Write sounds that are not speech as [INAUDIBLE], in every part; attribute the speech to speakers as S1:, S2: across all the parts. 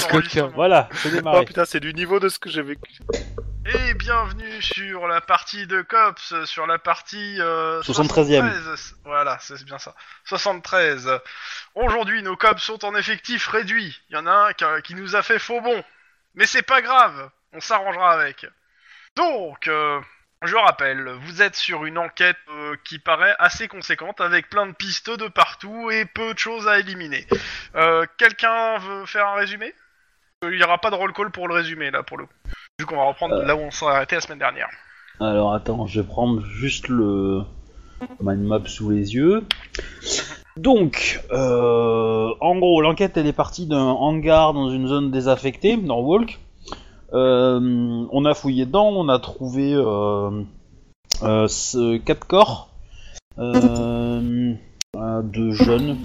S1: Coquin,
S2: enregistrement.
S1: voilà, c'est
S3: [LAUGHS] Oh
S1: démarré.
S3: putain, c'est du niveau de ce que j'ai vécu.
S2: Et bienvenue sur la partie de Cops, sur la partie... Euh,
S1: 73e.
S2: 73. Voilà, c'est bien ça. 73. Aujourd'hui, nos Cops sont en effectif réduit. Il y en a un qui, qui nous a fait faux bon. Mais c'est pas grave, on s'arrangera avec. Donc, euh, je rappelle, vous êtes sur une enquête euh, qui paraît assez conséquente, avec plein de pistes de partout et peu de choses à éliminer. Euh, Quelqu'un veut faire un résumé Euh, Il n'y aura pas de roll call pour le résumé, là, pour le coup. Vu qu'on va reprendre là où on s'est arrêté la semaine dernière.
S1: Alors attends, je vais prendre juste le mind map sous les yeux. Donc, euh, en gros, l'enquête elle est partie d'un hangar dans une zone désaffectée, Norwalk. Euh, on a fouillé dedans, on a trouvé euh, euh, ce- quatre corps euh, euh, de jeunes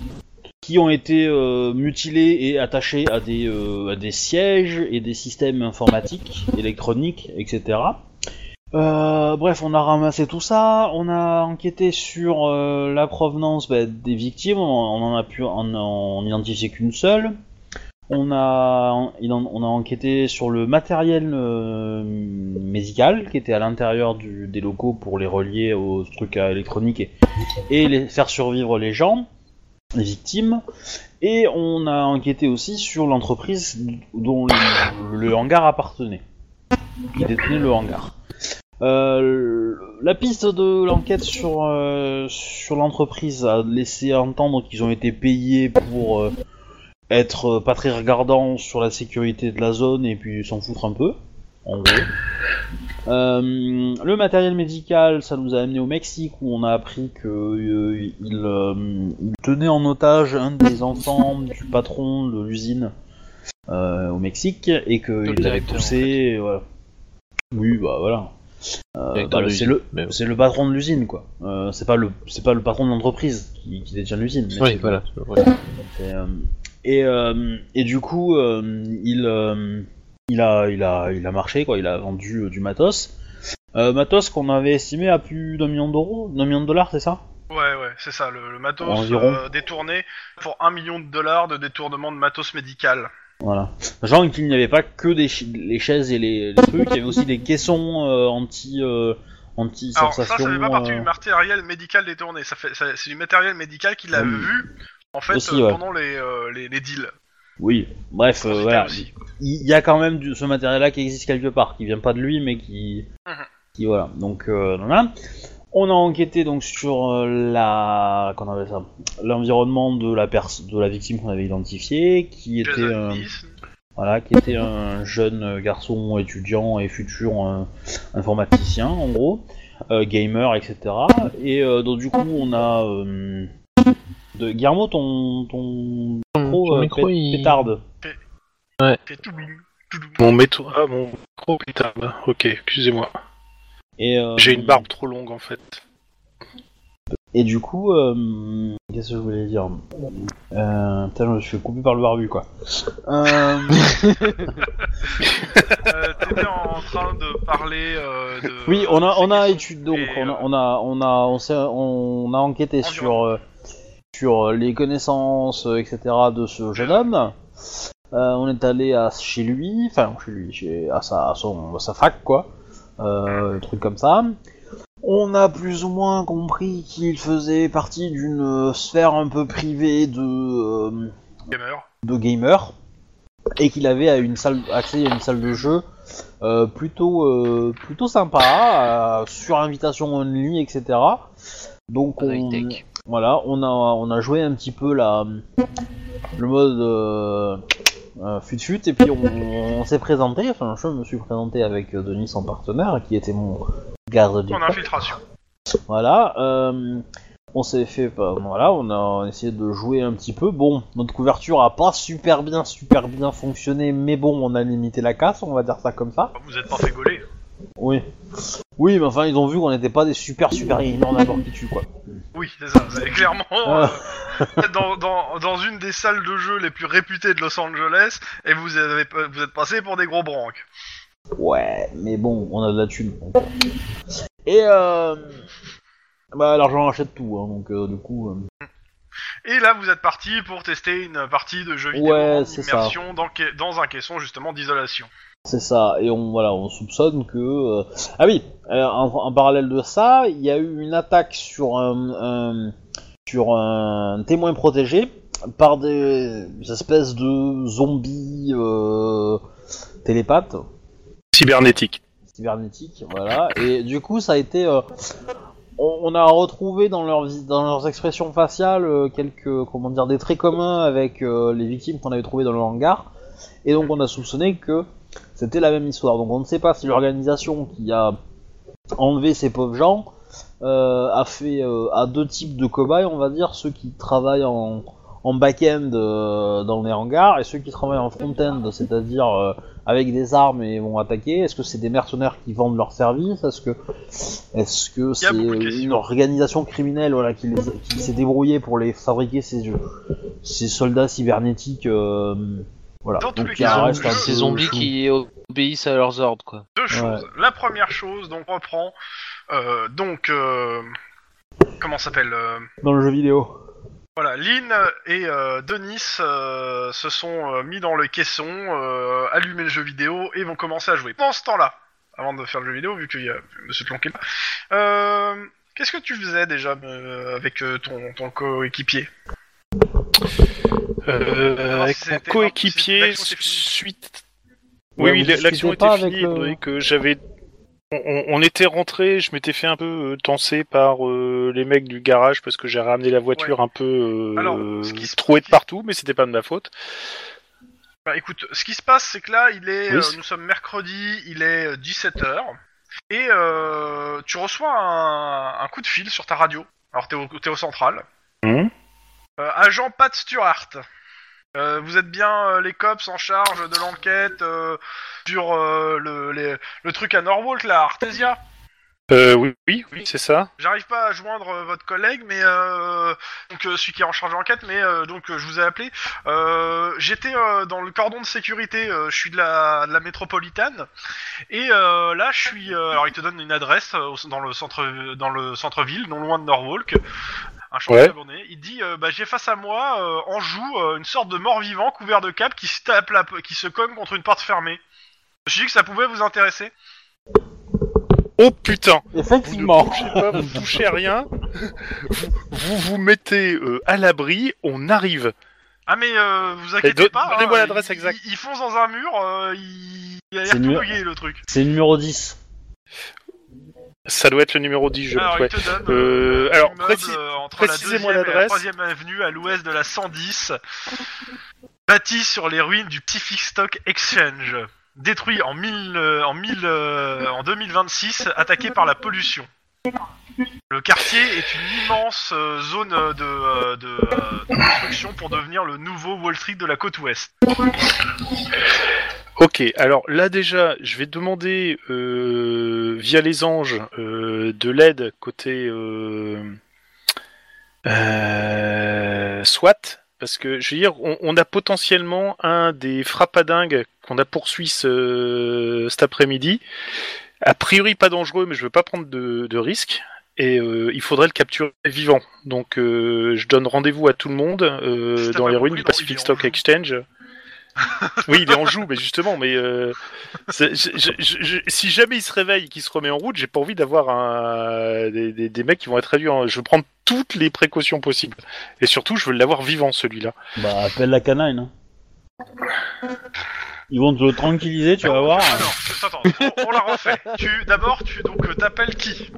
S1: qui ont été euh, mutilés et attachés à des, euh, à des sièges et des systèmes informatiques, électroniques, etc. Euh, bref, on a ramassé tout ça, on a enquêté sur euh, la provenance bah, des victimes, on, on en a pu en, en identifier qu'une seule. On a, en- il en- on a enquêté sur le matériel euh, médical qui était à l'intérieur du- des locaux pour les relier aux trucs à électronique et, et les, faire survivre les gens, les victimes. Et on a enquêté aussi sur l'entreprise dont le- le hangar appartenait, qui détenait le hangar. Euh, la piste de l'enquête sur, euh, sur l'entreprise a laissé entendre qu'ils ont été payés pour euh, être euh, pas très regardants sur la sécurité de la zone et puis s'en foutre un peu, en gros. Euh, le matériel médical, ça nous a amené au Mexique où on a appris que euh, il, euh, il tenait en otage un des enfants du patron de l'usine euh, au Mexique et
S4: Le
S1: qu'il l'avait
S4: directeur, en
S1: poussé. et voilà. Oui, bah voilà. Euh,
S4: Directeur
S1: bah, c'est
S4: de l'usine,
S1: le
S4: mais-
S1: c'est le patron de l'usine quoi. Euh, c'est pas le c'est pas le patron de l'entreprise qui, qui détient l'usine. mais
S4: Oui,
S1: c'est-
S4: voilà.
S1: c'est, euh, et, euh, et du coup, euh, il, euh, il, a, il, a, il a marché, quoi, il a vendu euh, du matos. Euh, matos qu'on avait estimé à plus d'un million d'euros, d'un million de dollars, c'est ça
S2: Ouais, ouais, c'est ça, le, le matos
S1: Environ.
S2: euh, détourné pour un million de dollars de détournement de matos médical.
S1: Voilà. Sachant qu'il n'y avait pas que des chi- les chaises et les, les trucs, il y avait aussi des caissons euh, anti, euh,
S2: Alors
S1: anti-sensation.
S2: Ah, ça, ça fait pas partie
S1: euh,
S2: du matériel médical détourné, ça fait, ça- c'est du matériel médical qu'il a
S1: Oui.
S2: vu en fait
S1: Aussi,
S2: euh,
S1: ouais.
S2: pendant les, euh, les, les deals.
S1: Oui, bref, euh,
S2: C'était
S1: voilà.
S2: aussi.
S1: il il y a quand même du, ce matériel-là qui existe quelque part, qui vient pas de lui, mais qui,
S2: Mhm.
S1: qui voilà. Donc euh, voilà. On a enquêté donc sur euh, la, qu'on appelle ça, l'environnement de la perso- de la victime qu'on avait identifiée, qui était
S2: Jason
S1: euh,
S2: Smith.
S1: voilà, qui était un jeune euh, garçon étudiant et futur euh, informaticien, en gros, euh, gamer, etc. Et euh, donc du coup, on a euh, de Guillermo, ton ton
S4: Ton,
S1: micro,
S4: ton
S1: euh,
S4: micro,
S1: pé-
S4: il...
S1: pétarde.
S2: Fait tout boum, tout boum.
S3: Mon métro. Ah, mon micro, putain. bah, Ok, excusez-moi.
S1: Et, euh,
S3: J'ai une barbe trop longue en fait.
S1: Et du coup, euh, qu'est-ce que je voulais dire euh, Putain, je me suis coupé par le barbu, quoi. Euh,
S2: Euh, T'étais en train de parler euh, de...
S1: oui, on a, on a
S2: ces
S1: étude, donc
S2: Et,
S1: on
S2: euh, Ah,
S1: a, on a, on a, on s'est- on a enquêté sur euh, sur euh, les connaissances, euh, etc. de ce jeune homme. Euh, on est allé à chez lui, enfin chez lui, chez, à, sa, à son, à sa fac, quoi, euh, un truc comme ça. On a plus ou moins compris qu'il faisait partie d'une euh, sphère un peu privée de euh,
S2: gamer.
S1: de gamer et qu'il avait à une salle, accès à une salle de jeu euh, plutôt, euh, plutôt sympa, euh, sur invitation only, etc. Donc on,
S4: High-tech.
S1: voilà, on a, on a joué un petit peu la, le mode euh, euh, fut fut et puis on, on s'est présenté, enfin je me suis présenté avec euh, Denis en partenaire qui était mon garde du
S2: En
S1: corps.
S2: infiltration.
S1: Voilà, euh, on s'est fait, bah, voilà, on a essayé de jouer un petit peu. Bon, notre couverture a pas super bien, super bien fonctionné, mais bon, on a limité la casse, on va dire ça comme ça.
S2: Vous êtes pas fait gauler.
S1: Oui, oui, mais enfin, ils ont vu qu'on n'était pas des super, super énormes n'importe qui dessus, quoi.
S2: Oui, c'est ça. C'est clairement
S1: Ah.
S2: euh, dans, dans, dans une des salles de jeu les plus réputées de Los Angeles et vous, avez, vous êtes passé pour des gros branques.
S1: Ouais, mais bon, on a de la thune. donc. Et euh, bah, l'argent achète tout, hein, donc euh, du coup. euh,
S2: Et là, vous êtes parti pour tester une partie de jeu vidéo
S1: Ouais,
S2: en
S1: c'est ça.
S2: immersion dans, ca- dans un caisson justement d'isolation.
S1: C'est ça, et on voilà, on soupçonne que euh, ah oui, euh, en, en parallèle de ça, il y a eu une attaque sur un, un- sur un témoin protégé par des espèces de zombies euh, télépathes
S3: Cybernétique.
S1: cybernétiques, voilà. Et du coup, ça a été euh, on, on a retrouvé dans leurs vis- dans leurs expressions faciales euh, quelques comment dire des traits communs avec euh, les victimes qu'on avait trouvées dans le hangar. Et donc on a soupçonné que c'était la même histoire. Donc on ne sait pas si l'organisation qui a enlevé ces pauvres gens euh, a fait euh, a deux types de cobayes, on va dire ceux qui travaillent en en back-end euh, dans les hangars et ceux qui travaillent en front-end, c'est-à-dire euh, avec des armes et vont attaquer. Est-ce que c'est des mercenaires qui vendent leurs services Est-ce que est-ce que
S2: Il y a
S1: c'est
S2: beaucoup de
S1: une
S2: questions.
S1: organisation criminelle voilà qui, les- qui s'est débrouillée pour les fabriquer ces ces soldats cybernétiques euh, voilà.
S2: Dans tous les
S1: il y a
S2: cas,
S1: un
S2: Ah,
S4: Ah,
S2: c'est
S1: reste un
S2: je-
S4: ces
S1: peu
S4: zombies
S1: chelou.
S4: qui obéissent à leurs ordres, quoi.
S2: Deux choses. La première chose, donc on reprend. euh, donc, euh, comment ça s'appelle euh,
S1: dans le jeu vidéo.
S2: Voilà, Lynn et euh, Denis euh, se sont euh, mis dans le caisson, euh, allumé le jeu vidéo et vont commencer à jouer. Pendant ce temps-là, avant de faire le jeu vidéo, vu qu'il y a Monsieur Tlon qui est là, euh, qu'est-ce que tu faisais déjà euh, avec euh, ton, ton coéquipier
S3: Euh,
S2: Alors,
S3: avec
S2: c'était
S3: mon
S2: un-
S3: coéquipier,
S2: l'action, c'est fini.
S3: suite.
S1: Ouais,
S3: Oui, oui,
S1: vous
S3: la- l'action
S1: discutez
S3: était
S1: pas avec
S3: finie,
S1: le-
S3: étant donné que j'avais. On, on- on était rentré, je m'étais fait un peu euh, tancer par euh, les mecs du garage parce que j'ai ramené la voiture un peu euh,
S2: Alors, ce qui se-
S3: trouée de partout, mais c'était pas de ma faute.
S2: Bah écoute, ce qui se passe, c'est que là, il est,
S3: Oui.
S2: euh, nous sommes mercredi, il est 17h, et euh, tu reçois un, un coup de fil sur ta radio. Alors t'es au, t'es au central.
S3: Mhm.
S2: Euh, agent Pat Stuart. Euh, vous êtes bien euh, les cops en charge de l'enquête euh, sur euh, le, les- le truc à Norwalk, là, Artesia.
S3: Euh, oui, oui, oui, c'est ça.
S2: J'arrive pas à joindre euh, votre collègue, mais euh, donc euh, celui qui est en charge de l'enquête, mais euh, donc euh, je vous ai appelé. Euh, J'étais euh, dans le cordon de sécurité, euh, je suis de la, de la métropolitaine, et euh, là je suis. euh, alors il te donne une adresse euh, au- dans le centre, dans le centre ville, non loin de Norwalk. Un champ
S3: Ouais.
S2: de cabernet. Il dit euh, bah, j'ai face à moi euh, en joue euh, une sorte de mort-vivant couvert de cap qui se tape, la- qui se cogne contre une porte fermée. Je me suis dit que ça pouvait vous intéresser.
S3: Oh putain Vous ne
S1: Effectivement.
S3: bougez pas, vous touchez à rien. Vous vous, vous mettez euh, à l'abri, on arrive.
S2: Ah mais euh, vous inquiétez
S3: don-
S2: pas,
S3: donnez-moi
S2: hein,
S3: l'adresse
S2: ils-
S3: exacte.
S2: Ils, foncent dans un mur, euh, ils- il a l'air
S1: C'est
S2: tout
S1: mieux.
S2: bugué, le truc.
S1: C'est le numéro 10.
S3: Ça doit être le numéro 10, je
S2: alors
S3: ouais.
S2: il te donne
S3: Euh,
S2: euh,
S3: alors,
S2: l'immeuble,
S3: précis-
S2: euh, entre la deuxième
S3: précisez-moi
S2: et la
S3: l'adresse.
S2: troisième avenue à l'ouest de la 110, bâti sur les ruines du Pacific Stock Exchange, détruit en, mille, euh, en, mille, euh, en 2026, attaqué par la pollution. Le quartier est une immense euh, zone euh, de, euh, de, euh, de construction pour devenir le nouveau Wall Street de la côte ouest.
S3: Ok, alors là déjà, je vais demander euh, via les anges euh, de l'aide côté euh, euh, SWAT, parce que je veux dire, on, on a potentiellement un des frappadingues qu'on a poursuivi ce- cet après-midi. A priori pas dangereux, mais je veux pas prendre de, de risques. Et euh, il faudrait le capturer vivant. Donc euh, je donne rendez-vous à tout le monde euh,
S2: Si t'as
S3: dans
S2: pas
S3: les ruines
S2: compris, non,
S3: du
S2: il est
S3: Pacific
S2: en
S3: Stock
S2: joue.
S3: Exchange. Oui, il est en joue, mais justement, mais euh, c'est- je- je- je- je- si jamais il se réveille et qu'il se remet en route, j'ai pas envie d'avoir un- des, des- des mecs qui vont être réduits. en- Je veux prendre toutes les précautions possibles. Et surtout, je veux l'avoir vivant, celui-là.
S1: Bah, appelle la canine. hein. Ils vont te le tranquilliser, tu vas voir.
S2: Alors, Ah attends, on, on la refait. Tu, d'abord, tu donc euh, t'appelles qui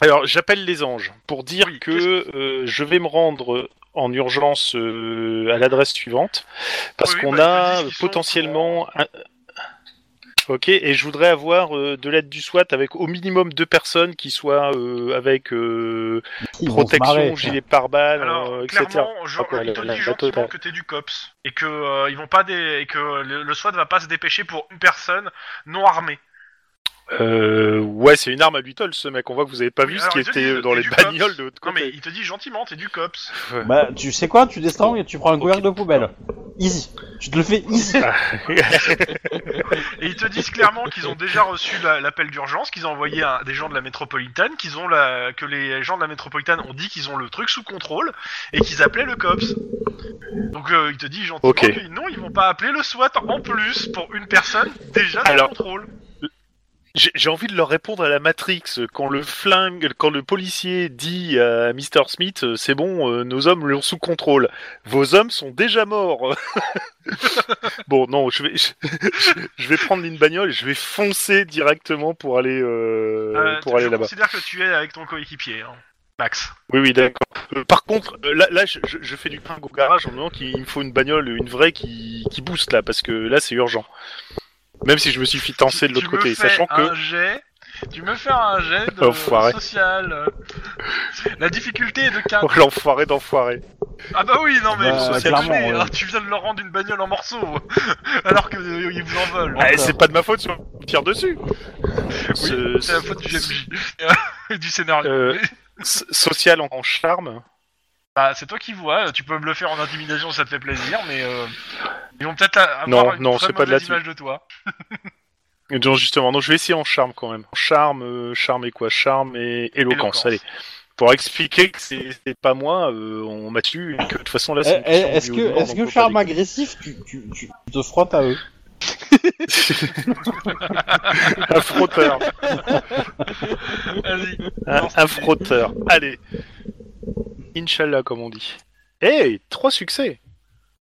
S3: Alors, j'appelle les anges pour dire
S2: Oui,
S3: que euh, je vais me rendre en urgence euh, à l'adresse suivante parce
S2: Oui, oui,
S3: qu'on
S2: bah,
S3: a
S2: ils te disent qu'ils sont
S3: potentiellement
S2: euh,
S3: un... Ok, et je voudrais avoir euh, de l'aide du SWAT avec au minimum deux personnes qui soient euh, avec euh,
S1: Ils vont se marrer,
S3: protection,
S1: quoi.
S3: gilet pare-balles,
S2: Alors,
S3: euh, etc.
S2: clairement, je,
S3: Ah, quoi,
S2: il te
S3: la- la-
S2: dit
S3: la
S2: gentiment
S3: totale.
S2: que t'es du cops et que euh, ils vont pas des, et que le, le SWAT va pas se dépêcher pour une personne non armée.
S3: Euh, ouais, c'est une arme à 8 tolles, ce mec. On voit que vous avez pas
S2: Oui,
S3: vu ce
S2: alors,
S3: qui
S2: il te
S3: était
S2: dit,
S3: dans
S2: t'es
S3: les
S2: du
S3: bagnoles
S2: cops.
S3: de l'autre
S2: Non, mais
S3: côté.
S2: il te dit gentiment, t'es du COPS.
S1: Bah, tu sais quoi Tu descends et tu prends un couvercle de poubelle. Easy. Tu te le fais easy.
S2: Ah, Et ils te disent clairement qu'ils ont déjà reçu la- l'appel d'urgence, qu'ils ont envoyé un- des gens de la métropolitaine, qu'ils ont la, que les gens de la métropolitaine ont dit qu'ils ont le truc sous contrôle et qu'ils appelaient le cops. Donc euh, il te dit gentiment
S3: Ok.
S2: que non, ils vont pas appeler le SWAT en plus pour une personne déjà dans le
S3: Alors-
S2: contrôle.
S3: J'ai j'ai envie de leur répondre à la Matrix. Quand le flingue, quand le policier dit à Mr. Smith, euh, c'est bon, euh, nos hommes l'ont sous contrôle. Vos hommes sont déjà morts. [LAUGHS] bon, non, je vais, [LAUGHS] je, je vais prendre une bagnole et je vais foncer directement pour aller, euh,
S2: Euh,
S3: pour aller
S2: je
S3: là-bas.
S2: considère que tu es avec ton coéquipier, hein, Max.
S3: Oui, oui, d'accord. Euh, par contre, euh, là, là je, je- je fais du pain au garage en me disant qu'il me faut une bagnole, une vraie qui, qui booste là, parce que là, c'est urgent. Même si je me suis fait tenser de
S2: Tu-
S3: l'autre
S2: tu me
S3: côté,
S2: fais
S3: sachant que.
S2: un jet- tu me fais un jet
S3: [LAUGHS]
S2: de
S3: Enfoiré.
S2: social. La difficulté est de 4.
S3: Oh, [LAUGHS] l'enfoiré d'enfoiré.
S2: Ah bah oui, non mais
S1: Bah,
S2: vous vous
S1: clairement,
S2: souvenez,
S1: ouais.
S2: hein, tu viens de leur rendre une bagnole en morceaux, [LAUGHS] alors que euh, ils vous en veulent.
S1: Ah,
S3: Eh, c'est pas de ma faute si on me tire dessus. Ce-
S2: C'est la faute du GMJ, [LAUGHS] du scénario.
S3: Euh, s- Social en, en charme.
S2: Bah, c'est toi qui vois, tu peux me le faire en intimidation, ça te fait plaisir, mais euh, ils vont peut-être a- avoir
S3: Non,
S2: une
S3: non,
S2: très
S3: c'est pas de
S2: mauvaise
S3: là-dessus.
S2: image de toi.
S3: Non, justement, non, je vais essayer en charme quand même. En Charme, euh, charme et quoi Charme et
S2: Éloquence.
S3: éloquence. Allez. Pour expliquer que c'est c'est pas moi, euh, on m'a tué et que de toute façon là
S1: Eh,
S3: c'est. une
S1: eh,
S3: question de
S1: Est-ce
S3: vie
S1: que,
S3: ou de mort,
S1: est-ce
S3: donc
S1: que
S3: faut pas
S1: charme
S3: déconner.
S1: agressif, tu, tu, tu te frottes à eux
S3: [LAUGHS] Un frotteur.
S2: Vas-y.
S3: Un, un frotteur. Allez. Inch'Allah, comme on dit. Hey, trois succès.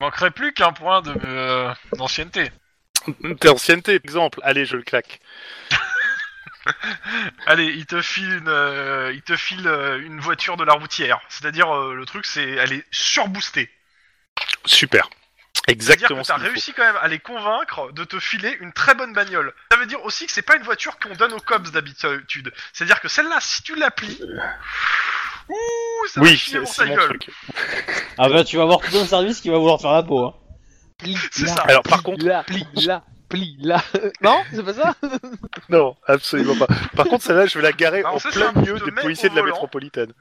S2: Manquerait plus qu'un point de, euh, d'ancienneté.
S3: D'ancienneté, exemple. Allez, je le claque.
S2: Allez, il te file une, euh, il te file euh, une voiture de la routière. C'est-à-dire, euh, le truc, c'est, elle est surboostée.
S3: Super.
S2: C'est-à-dire
S3: Exactement
S2: que
S3: ce
S2: t'as
S3: qu'il faut.
S2: réussi quand même à les convaincre de te filer une très bonne bagnole. Ça veut dire aussi que c'est pas une voiture qu'on donne aux cops d'habitude. C'est-à-dire que celle-là, si tu l'applies, ouh, ça va
S3: Oui,
S2: chier
S3: c'est
S2: pour
S3: c'est
S2: ta
S3: mon
S2: gueule.
S3: truc.
S1: Ah bah, tu vas voir tout un service qui va vouloir te faire la peau. Hein.
S2: C'est ça.
S3: Alors par contre,
S4: Là, plie, là, plie, là. [LAUGHS] Non, c'est pas ça
S3: [LAUGHS] non, absolument pas. Par contre, celle-là, je vais la garer
S2: Alors,
S3: en
S2: ça,
S3: plein
S2: c'est un
S3: milieu
S2: petit
S3: des
S2: domaine
S3: policiers
S2: au
S3: de la
S2: volant.
S3: métropolitaine.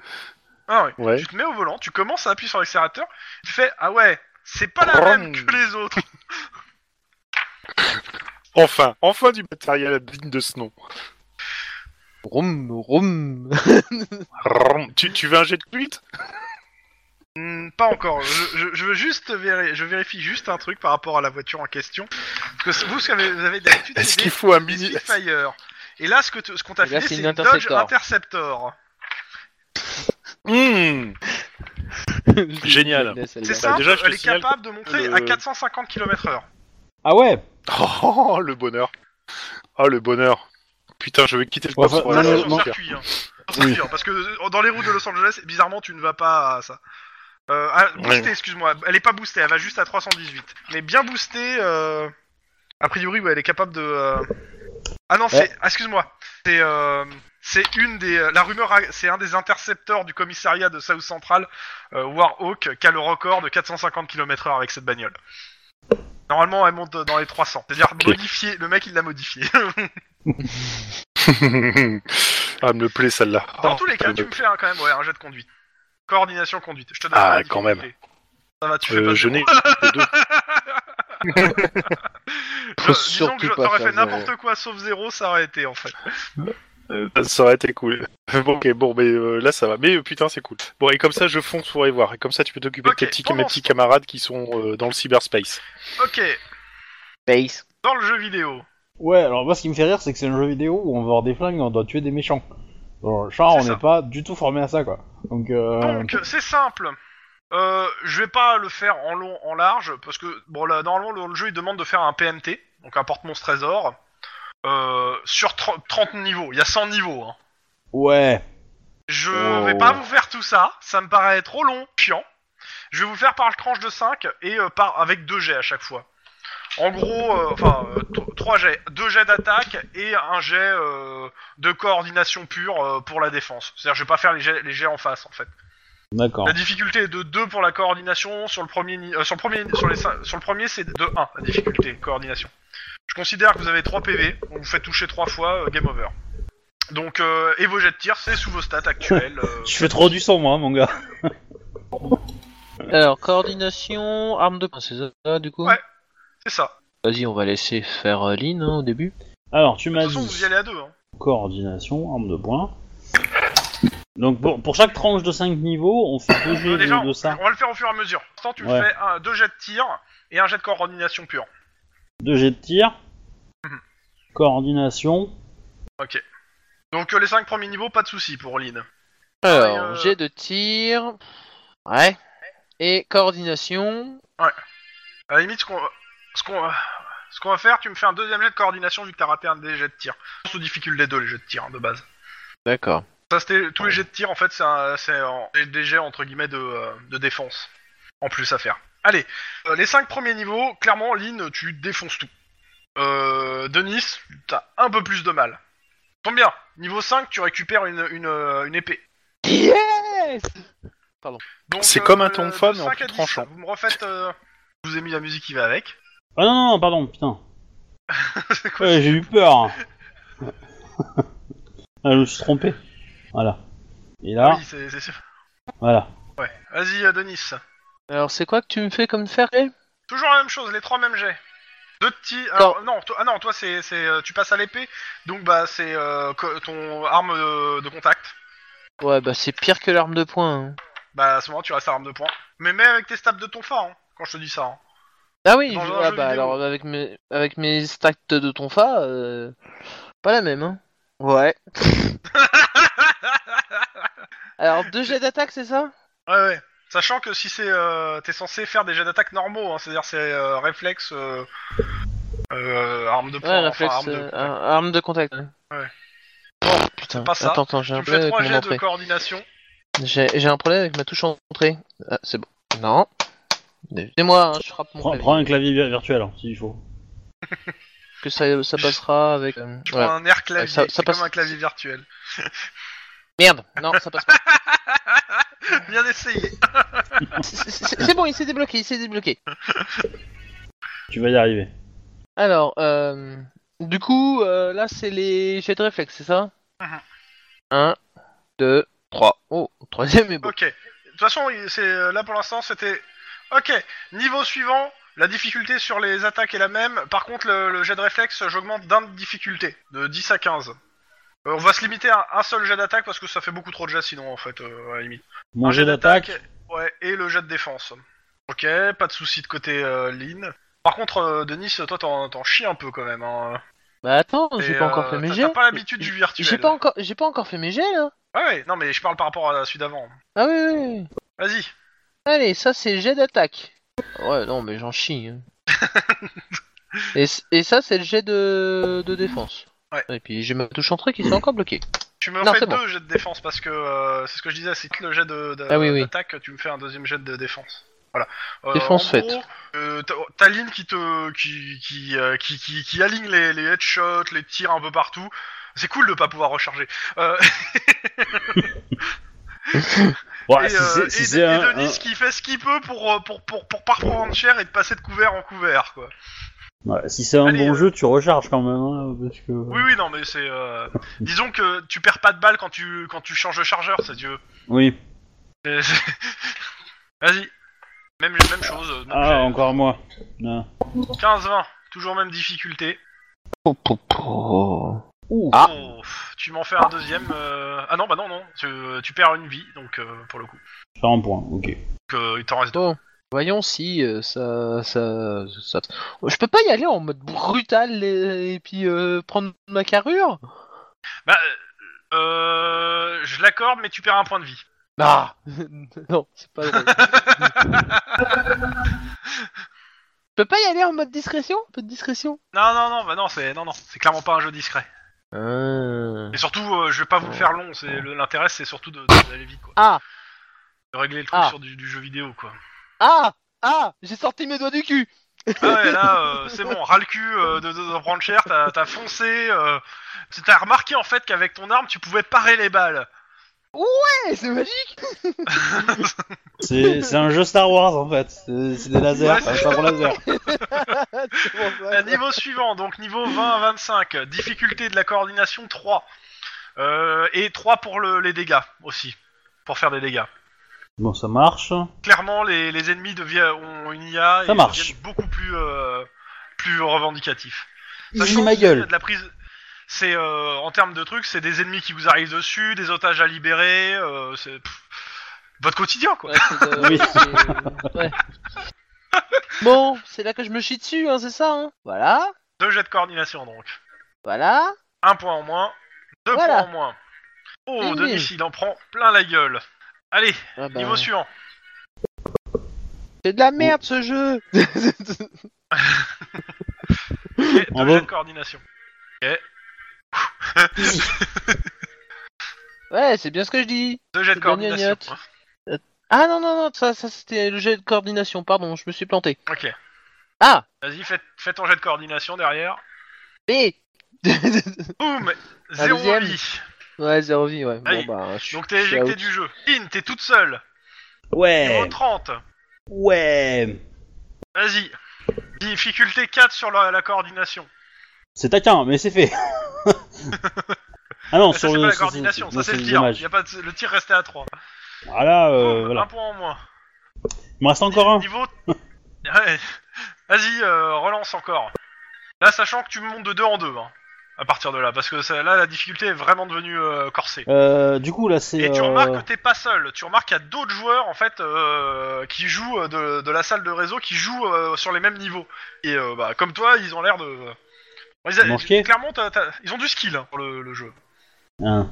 S2: Ah ouais.
S3: Ouais.
S2: Tu te mets au volant, tu commences à appuyer sur l'accélérateur, tu fais ah ouais, c'est pas la même
S3: Vroom.
S2: que les autres. [LAUGHS]
S3: Enfin, enfin du matériel digne de ce nom.
S4: Roum, [LAUGHS] roum.
S3: Rrrm. Tu, tu veux un jet de cuite
S2: Hmm, pas encore. Je, je- je veux juste vérifier, je vérifie juste un truc par rapport à la voiture en question. Parce que vous, ce que vous avez d'habitude,
S3: Est-ce
S2: c'est des-
S3: qu'il faut un
S2: des
S3: mini
S2: Spitfire. Et là, ce que t- ce qu'on t'a
S4: Et là,
S2: filé,
S4: c'est
S2: Eh c'est
S4: une
S2: une Dodge
S4: Interceptor.
S2: Interceptor.
S3: Hmm. Génial.
S2: C'est
S3: Bah,
S2: ça,
S3: déjà, je te
S2: elle est
S3: signale
S2: capable de monter
S3: le-
S2: à 450 km/h.
S1: Ah ouais
S3: Oh, le bonheur. Oh, le bonheur. Putain, je vais quitter le
S1: Ouais,
S3: coffre.
S1: enfin,
S2: ça, c'est
S1: non,
S2: sur
S1: non.
S2: circuit. hein. Sur circuit, hein, Parce que euh, dans les routes de Los Angeles, bizarrement, tu ne vas pas à ça. Euh, ah, boostée,
S3: Ouais.
S2: excuse-moi. Elle est pas boostée, elle va juste à 318. Mais bien boostée, euh, a priori, ouais, elle est capable de. euh, Ah non, c'est. ah, Excuse-moi. C'est. euh, C'est une des. euh, La rumeur, a- c'est un des intercepteurs du commissariat de South Central, euh, Warhawk, qui a le record de 450 km/h avec cette bagnole. Normalement, elle monte dans les 300. C'est-à-dire modifiée. Le mec, il l'a [LAUGHS] modifiée.
S3: [LAUGHS] ah, me le plaît celle-là.
S2: Dans
S3: Oh,
S2: tous les cas,
S3: le-
S2: tu me fais un, quand même ouais, un jet de conduite. Coordination conduite. Je te donne
S3: Ah,
S2: pas la
S3: quand même.
S2: difficulté. Ça va, tu fais
S3: Euh,
S2: pas
S3: je
S2: de
S3: n'ai
S2: zéro.
S3: que deux.
S2: Je- Euh, Disons
S4: surtout
S2: que je-
S4: pas
S2: t'aurais
S4: faire
S2: fait n'importe quoi sauf zéro, ça aurait été en fait.
S3: Euh, Ça aurait été cool. [LAUGHS] Bon, ok, bon, mais euh, là ça va. Mais euh, putain, c'est cool. Bon, et comme ça, je fonce pour aller voir. Et comme ça, tu peux t'occuper
S2: Ok,
S3: de tes petits,
S2: pendant
S3: mes petits camarades qui sont euh, dans le cyberspace.
S2: Ok,
S4: Space.
S2: dans le jeu vidéo.
S1: Ouais, alors moi, ce qui me fait rire, c'est que c'est un jeu vidéo où on va avoir des flingues et on doit tuer des méchants. Genre, genre,
S2: C'est
S1: on
S2: ça. Ah,
S1: n'est pas du tout formé à ça, quoi. Donc, euh...
S2: Donc, c'est simple. Euh, je vais pas le faire en long, en large, parce que bon, là, normalement, le, le jeu il demande de faire un PMT, donc un porte-monstre trésor, euh, sur 30, 30 niveaux. Il y a 100 niveaux. Hein.
S1: ouais.
S2: Je
S3: Oh.
S2: vais pas vous faire tout ça, ça me paraît trop long, chiant. Je vais vous faire par tranche de 5 et euh, par avec 2 jets à chaque fois. En gros, euh, enfin 3 jets, 2 jets d'attaque et un jet euh, de coordination pure euh, pour la défense. C'est-à-dire je vais pas faire les jets, les jets en face en fait.
S1: D'accord.
S2: La difficulté est de 2 pour la coordination sur le premier ni- euh, sur le premier sur les cin- sur le premier c'est de 1 la difficulté coordination. Je considère que vous avez 3 PV, on vous fait toucher 3 fois, euh, game over. Donc, euh, et vos jets de tir, c'est sous vos stats actuels. euh,
S1: Je fais trop du sang, moi, mon gars.
S4: Alors, coordination, arme de... Ah, C'est ça, du coup
S2: Ouais. c'est ça.
S4: Vas-y, on va laisser faire euh, Lynn hein, au début.
S1: Alors, tu
S2: De
S1: m'as
S2: toute
S1: dit
S2: façon, vous y allez à deux. Hein.
S1: coordination, arme de poing. Donc, pour, pour chaque tranche de 5 niveaux, on fait deux jets
S2: Euh, déjà,
S1: de, de ça.
S2: on va le faire au fur et à mesure. Pour l'instant, tu me
S1: Ouais.
S2: fais un, deux jets de tir et un jet de coordination pure.
S1: Deux jets de tir.
S2: Mhm.
S1: Coordination.
S2: Ok. Donc euh, les 5 premiers niveaux, pas de soucis pour Lynn.
S4: Alors,
S2: euh,
S4: jet de tir... Ouais. Et coordination...
S2: À la limite, ce qu'on ce qu'on- ce qu'on va faire, tu me fais un deuxième jet de coordination vu que t'as raté un des jets de tir. Sous difficulté des deux, les jets de tir, hein, de base.
S4: D'accord.
S2: Ça, c'était tous les jets de tir, en fait, c'est un- c'est en- c'est des jets, entre guillemets, de, euh, de défense. En plus à faire. Allez, euh, les 5 premiers niveaux, clairement, Lynn, tu défonces tout. Euh, Denis, t'as un peu plus de mal. Tombe bien, niveau 5, tu récupères une, une, euh, une épée.
S4: Yes
S2: Donc, euh,
S3: C'est comme un
S2: de-
S3: tonfa,
S2: de
S3: mais en
S2: 5 à
S3: tout
S2: 10,
S3: tranchant.
S2: Vous me refaites. euh, je vous ai mis la musique qui va avec. [LAUGHS]
S1: Ah non, non, non, pardon, putain.
S2: C'est quoi
S1: Ouais, J'ai eu peur. [LAUGHS] ah, je me suis trompé. Voilà. Et là,
S2: Oui, c'est c'est sûr.
S1: voilà.
S2: Ouais. Vas-y, euh, Denis.
S4: Alors, c'est quoi que tu me fais comme faire eh
S2: Toujours la même chose, les trois mêmes jets. Deux petits. Alors, non, toi- ah non, toi, c'est, c'est, euh, tu passes à l'épée, donc bah c'est euh, co- ton arme euh, de contact.
S4: Ouais, bah c'est pire que l'arme de poing. hein.
S2: Bah à ce moment, tu restes à arme de poing. Mais même avec tes stabs de ton phare, hein, quand je te dis ça. hein.
S4: Ah oui,
S2: Dans
S4: je-
S2: un
S4: ah
S2: jeu
S4: bah
S2: vidéo.
S4: alors avec mes, avec mes stats de tonfa, euh, pas la même. Hein. Ouais. [LAUGHS] alors deux jets d'attaque, c'est ça
S2: Ouais, ouais. Sachant que si c'est, euh, t'es censé faire des jets d'attaque normaux, hein, c'est-à-dire c'est euh, réflexe, euh, euh, arme de
S4: Ouais,
S2: poing, enfin,
S4: réflexe,
S2: arme de-
S4: euh, un- arme de contact.
S2: Ouais.
S4: Oh, putain,
S2: pas ça.
S4: attends, attends, j'ai
S2: Tu
S4: un
S2: me fais
S4: problème
S2: trois
S4: avec mon
S2: jets de
S4: entrée.
S2: coordination.
S4: J'ai j'ai un problème avec ma touche entrée. Ah, c'est bon. Non. C'est moi, hein, je frappe mon
S1: Prends,
S4: clavier.
S1: prends un clavier vi- virtuel, hein, s'il faut.
S4: Que ça, ça passera avec. euh,
S2: Je
S4: ouais.
S2: prends un air clavier,
S4: Ouais, ça- ça
S2: c'est
S4: passe-
S2: comme un clavier virtuel.
S4: Merde, non, ça passe pas. [LAUGHS]
S2: Bien essayé.
S4: C'est- C'est c'est bon, il s'est débloqué, il s'est débloqué.
S1: Tu vas y arriver.
S4: Alors, euh, du coup, euh, là, c'est les jets de réflexe, c'est ça
S2: Mhm.
S4: 1, 2, 3. Oh, troisième est bon.
S2: Ok. De toute façon, il- c'est euh, là pour l'instant, c'était. Ok. Niveau suivant, la difficulté sur les attaques est la même. Par contre, le, le jet de réflexe, j'augmente d'un de difficulté, de 10 à 15. Euh, on va se limiter à un seul jet d'attaque parce que ça fait beaucoup trop de jets sinon, en fait, euh, à la limite.
S1: Mon
S2: Un
S1: jet d'attaque.
S2: Ouais, et le jet de défense. Ok, pas de souci de côté euh, Lynn. Par contre, euh, Denis, toi, t'en t'en chies un peu quand même. Hein.
S4: Bah attends,
S2: Et,
S4: j'ai pas encore
S2: euh,
S4: fait mes
S2: t'as-
S4: jets.
S2: T'as pas l'habitude du virtuel.
S4: J'ai pas encore, j'ai pas encore fait mes jets là.
S2: Ouais, ouais, non, mais je parle par rapport à la suite d'avant.
S4: Ah oui, oui, oui.
S2: Vas-y.
S4: Allez, ça c'est jet d'attaque. Ouais, non, mais j'en chie.
S2: [LAUGHS]
S4: hein. et, c- et ça c'est le jet de, de défense.
S2: Ouais.
S4: Et puis j'ai ma touche entrée qui s'est encore bloquée.
S2: Tu me
S4: Non,
S2: fais
S4: c'est
S2: deux
S4: bon.
S2: jets de défense parce que euh, c'est ce que je disais, c'est que le jet de, de-
S4: Ah oui, oui.
S2: d'attaque, tu me fais un deuxième jet de défense. Voilà. Euh,
S4: Défense
S2: en
S4: faite.
S2: gros, euh, t'as- T'as Lynn qui te qui qui, euh, qui, qui qui aligne les, les headshots, les tirs un peu partout. C'est cool de pas pouvoir recharger. Euh,
S1: Ouais,
S2: et,
S1: si
S2: euh,
S1: c'est-
S2: et-
S1: si
S2: et
S1: c'est un-
S2: Denis
S1: un-
S2: qui fait ce qu'il peut pour euh, pour pour pour pas reprendre cher et de passer de couvert en couvert quoi.
S1: Ouais, si c'est un
S2: Allez,
S1: bon
S2: euh.
S1: jeu, tu recharges quand même, hein, parce que...
S2: Oui oui non mais c'est euh, disons que tu perds pas de balles quand tu quand tu changes de chargeur, c'est Dieu.
S1: Oui.
S2: [LAUGHS] C'est- c'est- [LAUGHS] Vas-y. Même, même chose. euh, même
S1: Ah,
S2: jet.
S1: encore moi. Non.
S2: 15-20, toujours même difficulté.
S4: Pou, pou, pou.
S1: Ouh.
S4: Ah.
S2: Oh, pff, tu m'en fais un deuxième. euh, Ah non, bah non, non, tu, tu perds une vie, donc euh, pour le coup.
S1: Faire un point, ok.
S2: Donc, euh, il t'en reste deux.
S4: Bon, voyons si euh, ça, ça, ça- Oh, Je peux pas y aller en mode brutal et, et puis euh, prendre ma carrure
S2: Bah, euh, je l'accorde, mais tu perds un point de vie.
S4: Ah [LAUGHS] Non, c'est pas drôle. Je peux pas y aller en mode discrétion Un peu de discrétion
S2: Non, non, non, bah non, c'est non, non, c'est clairement pas un jeu discret. Et surtout, euh, je vais pas vous le faire long. C'est le- l'intérêt, c'est surtout de- de- d'aller vite, quoi.
S4: Ah.
S2: De régler le truc
S4: Ah.
S2: sur du, du jeu vidéo, quoi.
S4: Ah Ah J'ai sorti mes doigts du cul
S2: Ah ouais, là, euh, c'est bon, ras le cul euh, de, de, de prendre cher, t'as t'as foncé. Euh, t'as remarqué en fait qu'avec ton arme, tu pouvais parer les balles.
S4: Ouais, Eh, c'est magique
S2: [LAUGHS]
S1: C'est c'est un jeu Star Wars en fait. C'est c'est des lasers,
S2: Ouais,
S1: un sabre laser.
S4: [LAUGHS] C'est pour
S2: Euh,
S4: ça.
S2: niveau suivant, donc niveau 20 à 25, difficulté de la coordination 3. Euh, et 3 pour le- les dégâts aussi, pour faire des dégâts.
S1: Bon, ça marche.
S2: Bah, Clairement, les, les ennemis deviennent, ont une IA
S1: Ça
S2: et
S1: marche.
S2: deviennent beaucoup plus, euh, plus revendicatifs.
S1: Easy
S2: Sachant
S1: ma
S2: qu'il y a
S1: gueule.
S2: de la prise... C'est euh, en termes de trucs, c'est des ennemis qui vous arrivent dessus, des otages à libérer, euh, c'est pff, votre quotidien quoi.
S4: Ouais, c'est de-
S1: Oui.
S4: c'est- ouais. Bon, c'est là que je me chie dessus, hein, c'est ça. Hein. Voilà,
S2: Deux jets de coordination donc,
S4: voilà.
S2: un point en moins, deux
S4: Voilà.
S2: points en moins. Oh,
S4: Bing,
S2: Denis, il en prend plein la gueule. Allez,
S4: Ah bah,
S2: niveau suivant.
S4: c'est de la merde ce jeu. [LAUGHS]
S2: Et
S1: En
S2: deux jets
S1: bas.
S2: de coordination.
S1: Easy.
S4: ouais, c'est bien ce que je dis.
S2: Deux jets de
S4: C'est bien
S2: coordination.
S4: gnognotte. Ah non non non, ça, ça c'était le jet de coordination. Pardon, je me suis planté.
S2: Ok.
S4: Ah,
S2: Vas-y, fais, fais ton jet de coordination derrière.
S4: B. [LAUGHS]
S2: Boum Zéro
S4: deuxième.
S2: vie
S4: ouais, zéro vie, ouais.
S2: Allez,
S4: Bon bah, je
S2: Donc t'es
S4: je suis
S2: éjecté
S4: out.
S2: du jeu. In, t'es toute seule. Niveau
S1: Ouais.
S2: 30.
S1: Ouais.
S2: Vas-y. Difficulté 4 sur la, la coordination.
S1: C'est taquin, mais
S2: [LAUGHS]
S1: c'est fait. ah non,
S2: Eh, ça,
S1: sur
S2: c'est
S1: le.
S2: pas la
S1: c'est-
S2: coordination, ça
S1: non,
S2: c'est le tir.
S1: dommage.
S2: Y a pas de- le tir restait à 3.
S1: Ah là, euh,
S2: Un
S1: voilà.
S2: point en moins.
S1: Il me reste encore un.
S2: Niveau. [LAUGHS] Ouais. Vas-y, euh, relance encore. Là, sachant que tu me montes de 2 en 2. Hein, à partir de là. Parce que ça- là, la difficulté est vraiment devenue euh, corsée.
S1: Euh, du coup, là, c'est.
S2: Et tu
S1: euh,
S2: remarques que t'es pas seul. Tu remarques qu'il y a d'autres joueurs en fait euh, qui jouent euh, de, de la salle de réseau, qui jouent euh, sur les mêmes niveaux. Et euh, bah comme toi, ils ont l'air de. Bon, ils a-
S1: Manqué.
S2: Clairement, t'as- t'as- ils ont du skill hein, pour le, le jeu.
S1: Hein.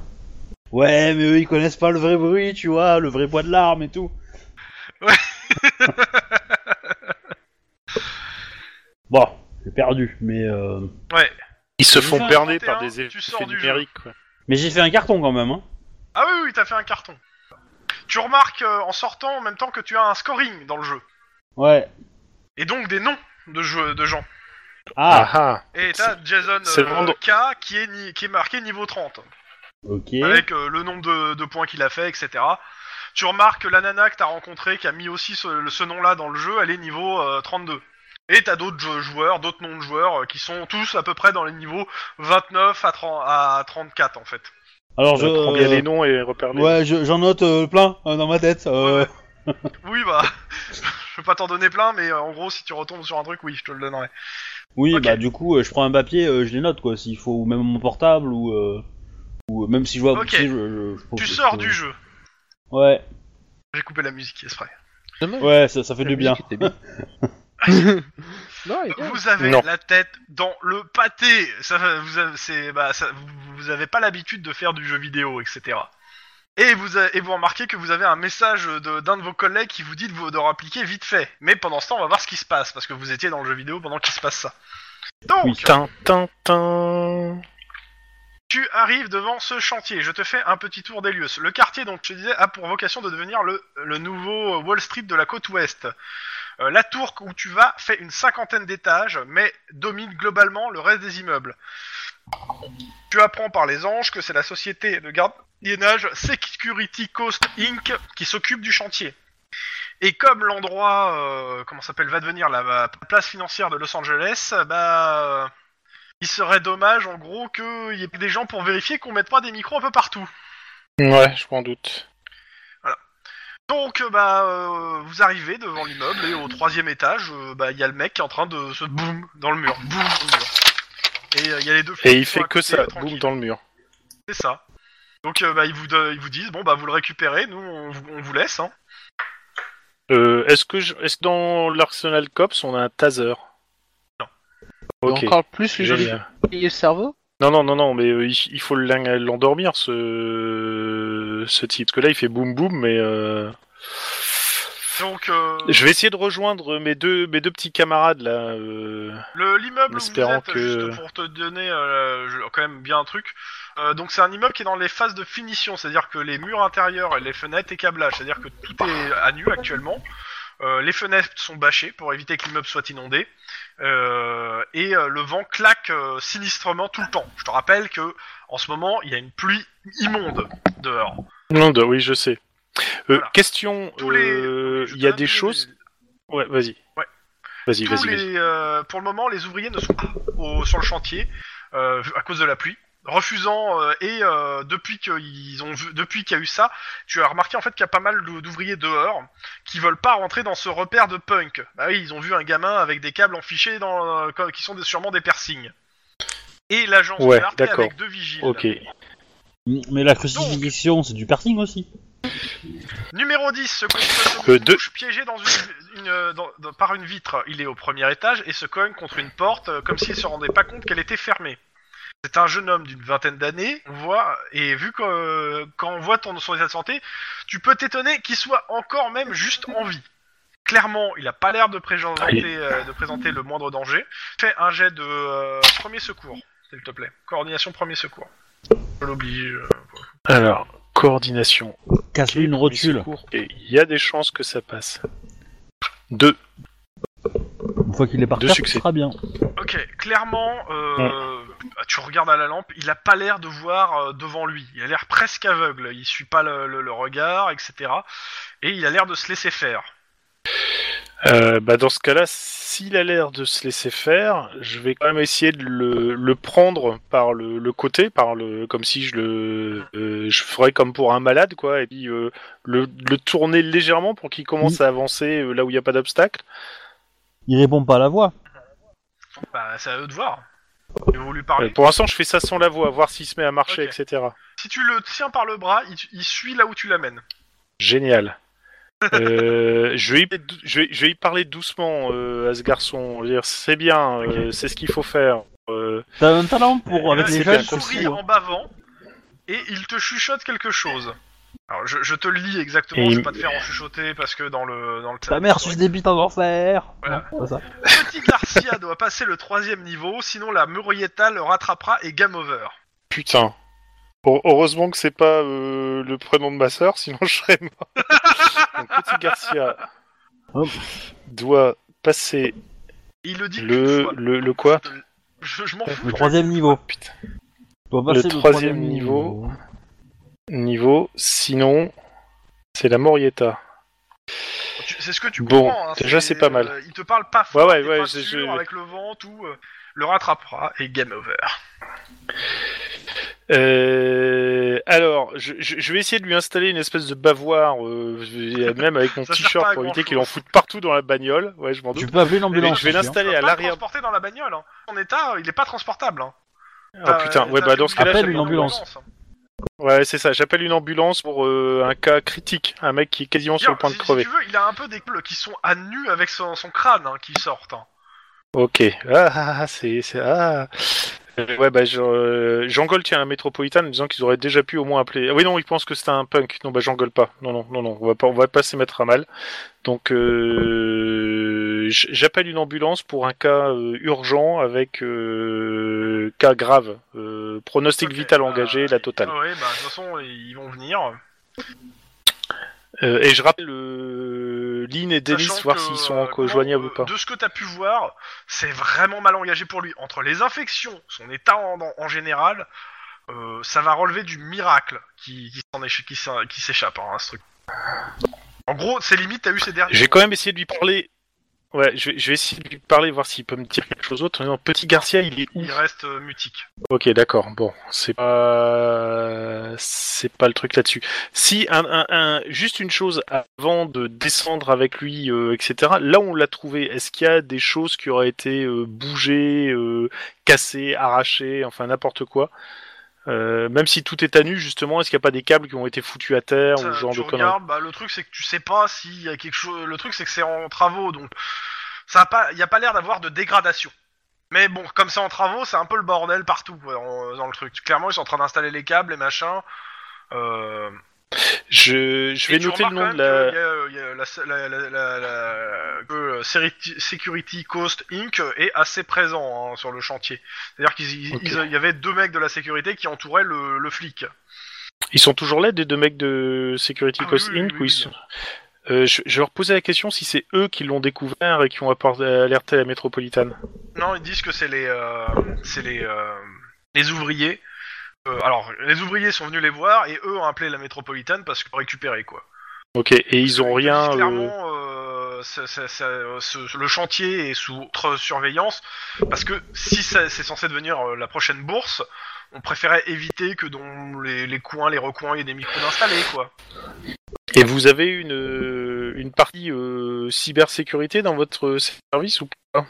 S1: Ouais, mais eux, ils connaissent pas le vrai bruit, tu vois, le vrai bois de l'arme et tout.
S2: Ouais.
S1: [LAUGHS] bon, j'ai perdu, mais euh...
S3: Ils se
S2: Tu
S3: font
S2: fais un
S3: berner
S2: 31,
S3: par des
S2: tu sors
S3: effets
S2: du jeu.
S3: numériques. quoi.
S1: mais j'ai fait un carton quand même. Hein.
S2: Ah oui, oui, t'as fait un carton. Tu remarques euh, en sortant en même temps que tu as un scoring dans le jeu.
S1: Ouais.
S2: Et donc des noms de, jeux, de gens.
S1: Ah,
S3: ah.
S2: Et t'as Jason
S3: c'est
S2: euh,
S3: vraiment-
S2: K qui est, ni- qui est marqué niveau 30.
S1: ok.
S2: avec euh, le nombre de, de points qu'il a fait, etc. Tu remarques que la nana que t'as rencontrée, qui a mis aussi ce, ce nom-là dans le jeu, elle est niveau euh, 32. Et t'as d'autres jou- joueurs, d'autres noms de joueurs, euh, qui sont tous à peu près dans les niveaux 29 à, 30 à 34, en fait.
S1: Alors je.
S3: Je prends bien les noms et
S2: hein,
S3: repère les
S1: Ouais, je- j'en note euh, plein euh, dans ma tête. euh,
S2: Oui, bah, [LAUGHS] je peux pas t'en donner plein, mais euh, en gros, si tu retombes sur un truc, oui, je te le donnerai.
S1: Oui,
S2: Ok.
S1: bah du coup, euh, je prends un papier, euh, je les note quoi, s'il faut, ou même mon portable, ou, euh, ou même si je vois.
S2: Ok.
S1: si je- je- je-
S2: Tu
S1: je-
S2: sors
S1: je-
S2: du jeu.
S1: Ouais,
S2: J'ai coupé la musique, exprès.
S1: ouais, ça, ça fait du bien.
S3: [LAUGHS]
S4: non, il est bien.
S2: Vous avez
S3: Non.
S2: la tête dans le pâté. Ça, va- vous, avez, c'est- bah, ça- vous- vous avez pas l'habitude de faire du jeu vidéo, etc. Et vous, a- et vous remarquez que vous avez un message de- d'un de, vos collègues qui vous dit de, vous, de réappliquer vite fait. Mais pendant ce temps, on va voir ce qui se passe, parce que vous étiez dans le jeu vidéo pendant qu'il se passe ça. Donc,
S1: Oui.
S3: Tin, tin, tin.
S2: tu arrives devant ce chantier. Je te fais un petit tour des lieux. Le quartier, donc, je te disais, a pour vocation de devenir le, le nouveau Wall Street de la côte ouest. Euh, la tour où tu vas fait une cinquantaine d'étages, mais domine globalement le reste des immeubles. Tu apprends par les anges que c'est la société de gardiennage Security Coast Inc. qui s'occupe du chantier. Et comme l'endroit, euh, comment ça s'appelle, va devenir la, la place financière de Los Angeles, bah... euh, il serait dommage, en gros, qu'il y ait des gens pour vérifier qu'on mette pas des micros un peu partout.
S3: Ouais, je m'en doute.
S2: Donc, euh, bah, euh, vous arrivez devant l'immeuble et au troisième étage, euh, bah, il y a le mec qui est en train de se boum dans le mur, boum dans le mur. Et euh, il y a les deux.
S3: Et
S2: flics
S3: il
S2: qui sont
S3: fait
S2: à
S3: que
S2: côté,
S3: ça,
S2: euh,
S3: boum
S2: tranquilles.
S3: dans le mur.
S2: C'est ça. Donc, euh, bah, ils vous, do- ils vous disent, bon, bah, vous le récupérez, nous, on, vous- on vous laisse. Hein.
S3: Euh, est-ce que je- est-ce que dans l'arsenal cops on a un taser
S2: Non.
S3: Ok.
S4: Encore plus que
S3: Génial.
S4: j'ai le cerveau.
S3: Non non non non, mais euh, il il faut l'en- l'endormir ce ce type. Parce que là il fait boum boum, mais euh,
S2: Donc, euh,
S3: je vais essayer de rejoindre mes deux mes deux petits camarades là. euh,
S2: Le- L'immeuble où vous
S3: Espérant
S2: êtes,
S3: que-
S2: juste pour te donner euh, je- quand même bien un truc, euh, donc c'est un immeuble qui est dans les phases de finition, c'est-à-dire que les murs intérieurs et les fenêtres et câblage, c'est-à-dire que tout est à nu actuellement. Euh, les fenêtres sont bâchées pour éviter que l'immeuble soit inondé. Euh, et euh, le vent claque euh, sinistrement tout le temps. Je te rappelle que en ce moment, il y a une pluie immonde dehors.
S3: Non, de- oui, je sais. Euh,
S2: Voilà.
S3: Question,
S2: Tous les-
S3: euh,
S2: Je
S3: il y a
S2: donne
S3: des
S2: tous
S3: choses...
S2: les-
S3: Ouais, vas-y.
S2: Ouais.
S3: Vas-y,
S2: tous
S3: vas-y, vas-y.
S2: les, euh, pour le moment, les ouvriers ne sont pas au- sur le chantier euh, à cause de la pluie, refusant euh, et euh, depuis qu'ils ont vu- depuis qu'il y a eu ça, tu as remarqué en fait qu'il y a pas mal d'ou- d'ouvriers dehors qui veulent pas rentrer dans ce repère de punk. Bah oui, ils ont vu un gamin avec des câbles enfichés dans, euh, qui sont des- sûrement des piercings. Et l'agence
S3: Ouais,
S2: est armée
S3: d'accord.
S2: avec deux vigiles.
S3: Ok.
S1: Mais la crucifixion, c'est du piercing aussi.
S2: Numéro 10, ce cogne contre
S3: Euh,
S2: une
S3: deux.
S2: bouche piégée dans une, une, euh, dans- dans- par une vitre. Il est au premier étage et se cogne contre une porte euh, comme s'il se rendait pas compte qu'elle était fermée. C'est un jeune homme d'une vingtaine d'années, on voit, et vu que euh, quand on voit ton, son état de santé, tu peux t'étonner qu'il soit encore même juste en vie. Clairement, il a pas l'air de présenter, euh, de présenter le moindre danger. Fais un jet de euh, premier secours, s'il te plaît. Coordination premier secours. Je l'oblige. euh.
S3: Alors, coordination.
S1: Casse-lui une rotule.
S3: Et il y a des chances que ça passe. Deux.
S1: Une fois qu'il est par
S3: Deux
S1: terre,
S3: succès.
S1: ce sera bien.
S2: Ok, clairement, euh, tu regardes à la lampe, il a pas l'air de voir euh, devant lui. Il a l'air presque aveugle, il suit pas le, le- le regard, etc. Et il a l'air de se laisser faire.
S3: Euh, bah dans ce cas-là, s'il a l'air de se laisser faire, je vais quand même essayer de le, le prendre par le, le côté, par le comme si je le euh, je ferais comme pour un malade quoi, et puis euh, le, le tourner légèrement pour qu'il commence à avancer euh, là où il n'y a pas d'obstacle.
S1: Il répond pas à la voix.
S2: Bah, c'est à eux de voir. Ils vont lui parler.
S3: Euh, pour l'instant, je fais ça sans la voix, voir s'il se met à marcher,
S2: Ok.
S3: etc.
S2: Si tu le tiens par le bras, il, il suit là où tu l'amènes.
S3: Génial. Euh, je, vais y, je, vais, je vais y parler doucement euh, à ce garçon. Je veux dire, C'est bien, euh, c'est ce qu'il faut faire. Euh,
S1: T'as un talent pour
S3: Euh,
S1: avec
S2: Là,
S1: les
S3: c'est
S1: jeunes.
S2: il
S3: comme
S2: sourit
S3: ça, hein.
S2: en bavant et il te chuchote quelque chose. Alors, je, je te le lis exactement,
S3: Et
S2: je
S3: il- Bah,
S2: vais pas te faire en chuchoter parce que dans le. Dans le
S1: Ta mère suce des bites en enfer.
S2: Voilà.
S1: Non, pas ça.
S2: Petit Garcia doit passer le troisième niveau, sinon la Murrieta le rattrapera et game over.
S3: Putain. Heu- Heureusement que c'est pas euh, le prénom de ma sœur, [LAUGHS] sinon je serais mort. Donc, petit Garcia
S1: Hop.
S3: doit passer
S2: Il le dit qu'une
S3: le,
S2: fois.
S3: le, le quoi
S2: Je, je m'en fous.
S1: Le troisième niveau.
S3: Putain.
S1: Doit
S3: Le
S1: passer
S3: troisième niveau. Niveau, sinon c'est la Morietta.
S2: Tu- C'est ce que tu
S3: Bon,
S2: comprends. hein,
S3: déjà, c'est pas mal.
S2: euh, il te parle pas
S3: Ouais,
S2: fort.
S3: ouais,
S2: t'es
S3: ouais,
S2: pas
S3: je-
S2: sûr,
S3: je-
S2: Avec le vent, tout. euh, le rattrapera et game over.
S3: Euh, alors, je, je- je vais essayer de lui installer une espèce de bavoir, euh, je- même avec
S2: [LAUGHS]
S3: mon
S2: Ça sert
S3: t-shirt
S2: pas à
S3: pour éviter
S2: grand-chose.
S3: qu'il en foute partout dans la bagnole. Ouais, je m'en
S1: Tu
S3: doute.
S1: peux appeler
S3: Mais
S1: l'ambulance.
S3: je vais
S1: aussi, hein.
S3: l'installer
S2: Pas
S3: à l'arrière.
S2: transporté dans la bagnole. Hein. Son état, euh, il est pas transportable. Hein.
S3: Oh
S2: Euh,
S3: putain, ouais, bah dans ce cas-là,
S1: Appelle
S3: j'appelle-
S1: une ambulance.
S3: Ouais, c'est ça. J'appelle une ambulance pour euh, un cas critique, un mec qui est quasiment sur le
S2: D'ailleurs,
S3: point
S2: si,
S3: de
S2: si
S3: crever.
S2: tu veux, il a un peu des pneus qui sont à nu avec son, son crâne hein, qui sortent. hein.
S3: Ok. Ah, ah, ah, c'est. c'est- Ah. Euh, Ouais, bah, je, euh, j'engueule, tiens, un métropolitain en disant qu'ils auraient déjà pu au moins appeler. Ah oui, non, ils pensent que c'était un punk. Non, bah, j'engueule pas. Non, non, non, non. On va pas, on va pas se mettre à mal. Donc, euh, j- j'appelle une ambulance pour un cas euh, urgent avec euh, cas grave. Euh, pronostic
S2: Ok,
S3: vital
S2: bah,
S3: engagé, la totale.
S2: Ouais, bah de toute façon, ils vont venir.
S3: Euh, et je rappelle euh, Lynn et Dennis,
S2: Sachant
S3: voir
S2: que,
S3: s'ils sont
S2: euh,
S3: encore
S2: comment,
S3: joignables
S2: euh,
S3: ou pas.
S2: De ce que t'as pu voir, c'est vraiment mal engagé pour lui. Entre les infections, son état en, en- en général, euh, ça va relever du miracle qui, qui s'en éche- qui s'en- qui s'échappe, hein, ce truc. En gros, c'est limite, t'as eu ces derniers.
S3: J'ai quand même essayé de lui parler. Ouais, je vais, je vais essayer de lui parler, voir s'il peut me dire quelque chose d'autre. Non, petit Garcia, il est où
S2: Il reste euh, mutique.
S3: Ok, d'accord. Bon, c'est pas, c'est pas le truc là-dessus. Si un, un, un- juste une chose avant de descendre avec lui, euh, etc. Là, où on l'a trouvé. Est-ce qu'il y a des choses qui auraient été euh, bougées, euh, cassées, arrachées, enfin n'importe quoi Euh, Même si tout est à nu, justement, est-ce qu'il n'y a pas des câbles qui ont été foutus à terre
S2: Ça,
S3: ou ce genre
S2: Euh, tu
S3: de conneries
S2: regardes, bah, le truc c'est que tu sais pas s'il y a quelque chose. Le truc c'est que c'est en travaux, donc ça a pas, y a pas l'air d'avoir de dégradation. Mais bon, comme c'est en travaux, c'est un peu le bordel partout quoi, en- dans le truc. Clairement, ils sont en train d'installer les câbles, les machins. Euh...
S3: Je, je vais
S2: Et tu
S3: noter le nom
S2: remarques
S3: de
S2: quand
S3: la.
S2: même que y a, euh, y a la, la- la- la- la- que, euh, Security- Security Coast Inc. est assez présent hein, sur le chantier. C'est-à-dire qu'il
S3: Ok.
S2: y avait deux mecs de la sécurité qui entouraient le, le flic.
S3: Ils sont toujours là, des deux mecs de Security
S2: Ah oui,
S3: Coast
S2: oui,
S3: Inc.
S2: oui,
S3: où
S2: oui,
S3: ils sont- Euh, je, je vais leur poser la question si c'est eux qui l'ont découvert et qui ont apporté- alerté la métropolitane.
S2: Non, ils disent que c'est les, euh, c'est les, euh, les ouvriers Euh, alors, les ouvriers sont venus les voir et eux ont appelé la métropolitaine parce que pour récupérer quoi.
S3: Ok, et ils ont
S2: Ils
S3: rien.
S2: disent
S3: euh,
S2: Clairement, euh, ça- ça- ça- euh, ce- le chantier est sous autre surveillance parce que si ça- c'est censé devenir euh, la prochaine bourse, on préférait éviter que dans les, les coins, les recoins, il y ait des micros installés quoi.
S3: Et vous avez une, euh, une partie euh, cybersécurité dans votre euh, service ou pas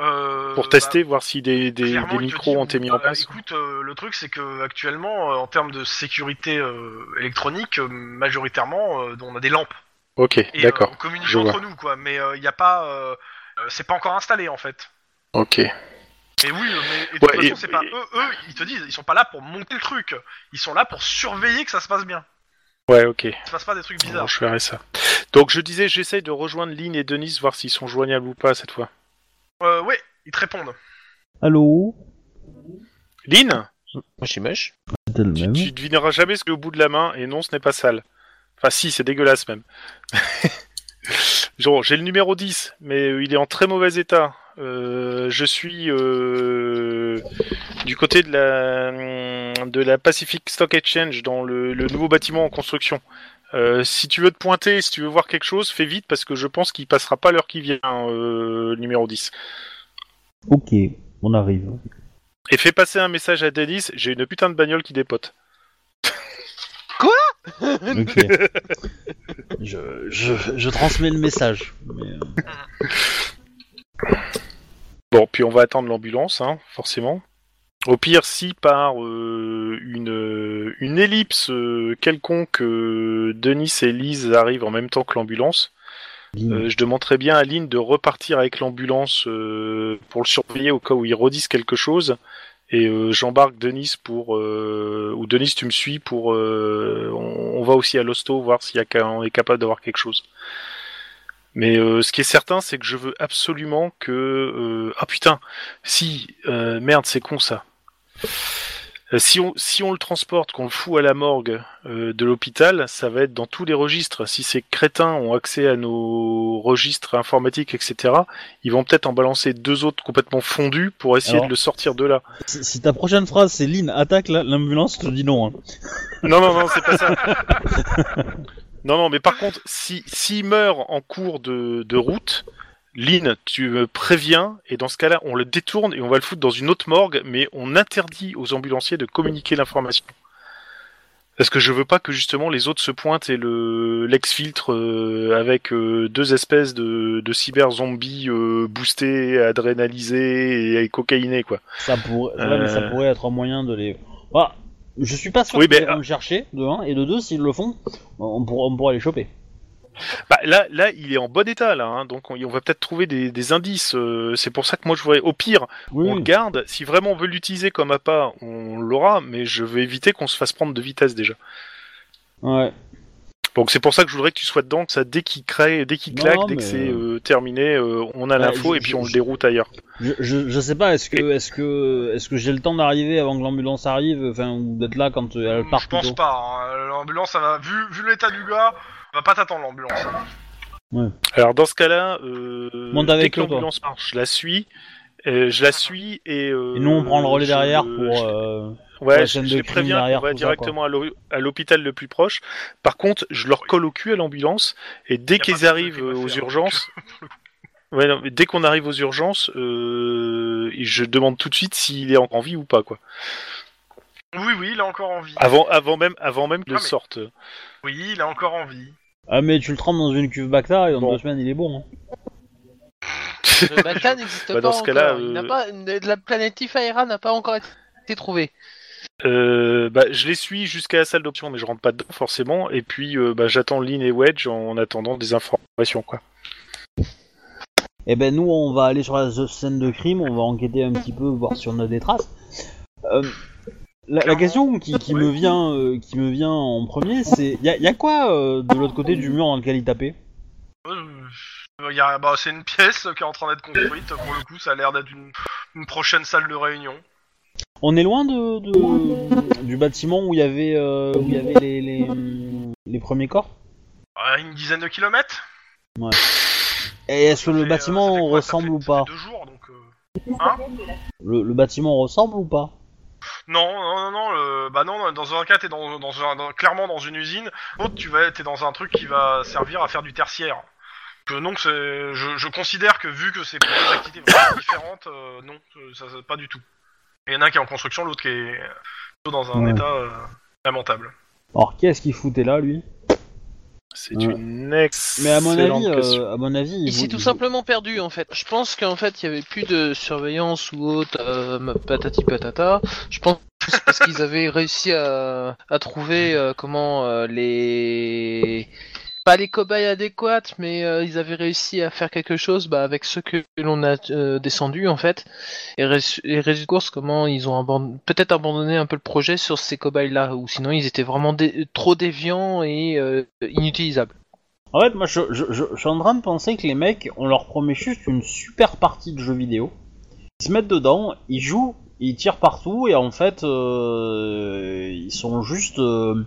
S2: Euh,
S3: Pour
S2: bah,
S3: tester, voir si des, des-
S2: Clairement,
S3: des
S2: il te
S3: micros
S2: dit,
S3: ont été mis en
S2: euh,
S3: place
S2: Écoute, euh, le truc c'est que actuellement, euh, en termes de sécurité euh, électronique, euh, majoritairement, euh, on a des lampes.
S3: Ok,
S2: Et, euh,
S3: d'accord.
S2: on communique
S3: je
S2: entre nous quoi, mais il n'y a pas, euh, euh, c'est pas encore installé en fait.
S3: Ok.
S2: Mais oui, euh, mais et de toute
S3: Ouais,
S2: façon
S3: et-
S2: c'est pas
S3: et-
S2: eux, eux, ils te disent, ils sont pas là pour monter le truc, ils sont là pour surveiller que ça se passe bien,
S3: Ouais, ok.
S2: que ça se passe pas des trucs
S3: Bon,
S2: bizarres.
S3: je verrai ça. Donc je disais, j'essaye de rejoindre Lynn et Denise, voir s'ils sont joignables ou pas cette fois.
S2: Euh, ouais, ils te répondent.
S1: hein. Allô
S3: Lynn,
S4: J'imagine.
S1: C'était le
S3: tu,
S1: même.
S3: tu devineras jamais ce que le bout de la main, et non, ce n'est pas sale. Enfin, si, c'est dégueulasse même. [LAUGHS] Genre, j'ai le numéro 10, mais euh, il est en très mauvais état. Euh, je suis euh, du côté de la, hum, de la Pacific Stock Exchange, dans le, le nouveau bâtiment en construction. Euh, si tu veux te pointer, si tu veux voir quelque chose, fais vite parce que je pense qu'il passera pas l'heure qui vient, euh, le numéro 10.
S1: Ok, on arrive.
S3: Et fais passer un message à Denis, j'ai une putain de bagnole qui dépote. [LAUGHS]
S1: Ok. je, je, je transmets le message. mais, euh,
S3: Bon, puis on va attendre l'ambulance, hein, forcément. Au pire, si par euh, une, euh, une ellipse euh, quelconque, euh, Denis et Lise arrivent en même temps que l'ambulance,
S1: Lynn,
S3: euh, je demanderais bien à Lynn de repartir avec l'ambulance euh, pour le surveiller au cas où ils redisent quelque chose. Et euh, j'embarque Denis pour... euh, ou Denis, tu me suis pour... euh, on, on va aussi à l'hosto voir si on est capable d'avoir quelque chose. Mais euh, ce qui est certain, c'est que je veux absolument que... euh, ah putain Si euh, Merde, c'est con ça. Euh, Si on, si on le transporte, qu'on le fout à la morgue euh, de l'hôpital, ça va être dans tous les registres. Si ces crétins ont accès à nos registres informatiques, etc., ils vont peut-être en balancer deux autres complètement fondus pour essayer
S1: Alors
S3: de le sortir de là.
S1: si, si ta prochaine phrase c'est Lynn attaque la- l'ambulance, je te dis non. hein.
S3: Non, non, non, c'est pas ça. non, non, mais par contre, si s'il meurt en cours de, de route, Lynn, tu me préviens, et dans ce cas-là, on le détourne et on va le foutre dans une autre morgue, mais on interdit aux ambulanciers de communiquer l'information. Parce que je veux pas que justement les autres se pointent et le l'exfiltre euh, avec euh, deux espèces de, de cyber zombies euh, boostés, adrénalisés et cocaïnés quoi.
S1: Ça, pourrait ouais, mais ça
S3: Euh.
S1: pourrait être un moyen de les. Bah, je suis pas sûr
S3: Oui,
S1: qu'ils
S3: mais- ah.
S1: vont me chercher, de 1, et de 2, s'ils le font, bah, on pourra, on pourra les choper.
S3: Bah, là, là, il est en bon état, là. hein, donc, on, on va peut-être trouver des, des indices. euh, c'est pour ça que moi, je voudrais. Au pire,
S1: Oui,
S3: on le garde. Si vraiment on veut l'utiliser comme appât, on l'aura. Mais je veux éviter qu'on se fasse prendre de vitesse déjà.
S1: ouais.
S3: Donc, c'est pour ça que je voudrais que tu sois dedans. Que ça, dès qu'il crée, dès qu'il
S1: Non,
S3: claque,
S1: non,
S3: dès que
S1: mais-
S3: c'est euh, terminé, euh, on a
S1: Ouais,
S3: l'info
S1: je-
S3: et puis
S1: je-
S3: on le
S1: je-
S3: déroute ailleurs.
S1: Je, je, je sais pas, est-ce que, est-ce que, est-ce que j'ai le temps d'arriver avant que l'ambulance arrive, enfin, ou d'être là quand euh, elle part
S2: Je pense
S1: plutôt
S2: pas. hein. L'ambulance, ça va. Vu, vu l'état du gars, on va pas t'attendre l'ambulance.
S3: Alors, dans ce cas-là, euh,
S1: Monte
S3: dès
S1: avec
S3: que
S1: eux, toi.
S3: l'ambulance part, je la suis. euh, je la suis et, euh,
S1: Et nous, on prend le relais
S3: je-
S1: derrière
S3: je-
S1: pour. euh,
S3: Ouais,
S1: la
S3: je,
S1: chaîne
S3: je
S1: de
S3: les
S1: crime
S3: préviens,
S1: derrière,
S3: on va
S1: tout ça, quoi.
S3: directement à l'hô- à l'hôpital le plus proche. Par contre, je leur colle au cul à l'ambulance et
S2: Y
S3: dès
S2: a pas de
S3: qu'ils
S2: truc
S3: arrivent
S2: qu'ils peuvent
S3: aux
S2: faire, [LAUGHS]
S3: urgences, ouais, non, mais dès qu'on arrive aux urgences, euh, je demande tout de suite s'il est en en vie ou pas, quoi.
S2: Oui, oui, il a encore envie.
S3: Avant, avant même, avant même qu'il
S2: Ah,
S3: le
S2: mais-
S3: sorte. [LAUGHS]
S2: Oui, il a encore envie.
S1: Ah, mais tu le trempes dans une cuve Bacta et dans
S3: Bon.
S1: deux semaines, il est bon. hein.
S4: Euh, Le Bacta n'existe
S3: Bah,
S4: pas
S3: dans ce
S4: encore.
S3: cas-là,
S4: Il
S3: euh,
S4: n'a pas... de La planète Tifaera n'a pas encore été trouvée.
S3: Euh, bah, je les suis jusqu'à la salle d'option, mais je rentre pas dedans forcément. Et puis, euh, bah, j'attends Lynn et Wedge en attendant des informations, quoi.
S1: Eh ben nous, on va aller sur la scène de crime, on va enquêter un petit peu, voir si on a des traces. Euh, la, la question qui, qui me vient, euh, qui me vient en premier, c'est y a, y a quoi euh, de l'autre côté du mur dans lequel il tapait
S2: Euh, y a- bah, c'est une pièce qui est en train d'être construite. Pour le coup, ça a l'air d'être une, une prochaine salle de réunion.
S1: On est loin de, de- du bâtiment où il y avait, euh, où il y avait les, les, hum, les premiers corps.
S2: À Euh, une dizaine de kilomètres.
S1: Et est-ce
S2: Ça
S1: que le
S2: fait, euh,
S1: bâtiment
S2: ça fait quoi Ça
S1: ressemble
S2: fait-
S1: ou
S2: ça fait
S1: pas
S2: deux jours, donc. euh,
S1: le, le bâtiment ressemble ou pas
S2: Non, non, non, non, euh, bah non, dans un cas, t'es dans, dans un, dans- clairement dans une usine, l'autre, tu vas, t'es dans un truc qui va servir à faire du tertiaire. Que non, que c'est- je, je considère que vu que c'est pour des activités vraiment différentes, euh, non, euh, ça, ça- pas du tout. Il y en a un qui est en construction, l'autre qui est plutôt dans un
S1: Ouais.
S2: état euh, lamentable.
S1: Alors, qu'est-ce qu'il foutait là, lui
S3: C'est
S1: Ouais.
S3: une excellente
S1: Mais à mon avis, euh,
S3: question.
S1: à mon avis,
S4: Il
S1: il
S4: s'est
S1: vou-
S4: tout
S1: il-
S4: simplement perdu en fait. Je pense qu'en fait il y avait plus de surveillance ou autre, euh, ma- patati patata. Je pense que c'est parce qu'ils avaient réussi à, à trouver euh, comment euh, les pas les cobayes adéquates, mais euh, ils avaient réussi à faire quelque chose bah, avec ceux que l'on a euh, descendu en fait. Et rés- et résultat de course, comment ils ont abandon- peut-être abandonné un peu le projet sur ces cobayes là, ou sinon ils étaient vraiment dé- trop déviants et euh, inutilisables.
S1: En fait, moi, je, je, je, je suis en train de penser que les mecs, on leur promet juste une super partie de jeux vidéo. Ils se mettent dedans, ils jouent, ils tirent partout, et en fait, euh, ils sont juste euh,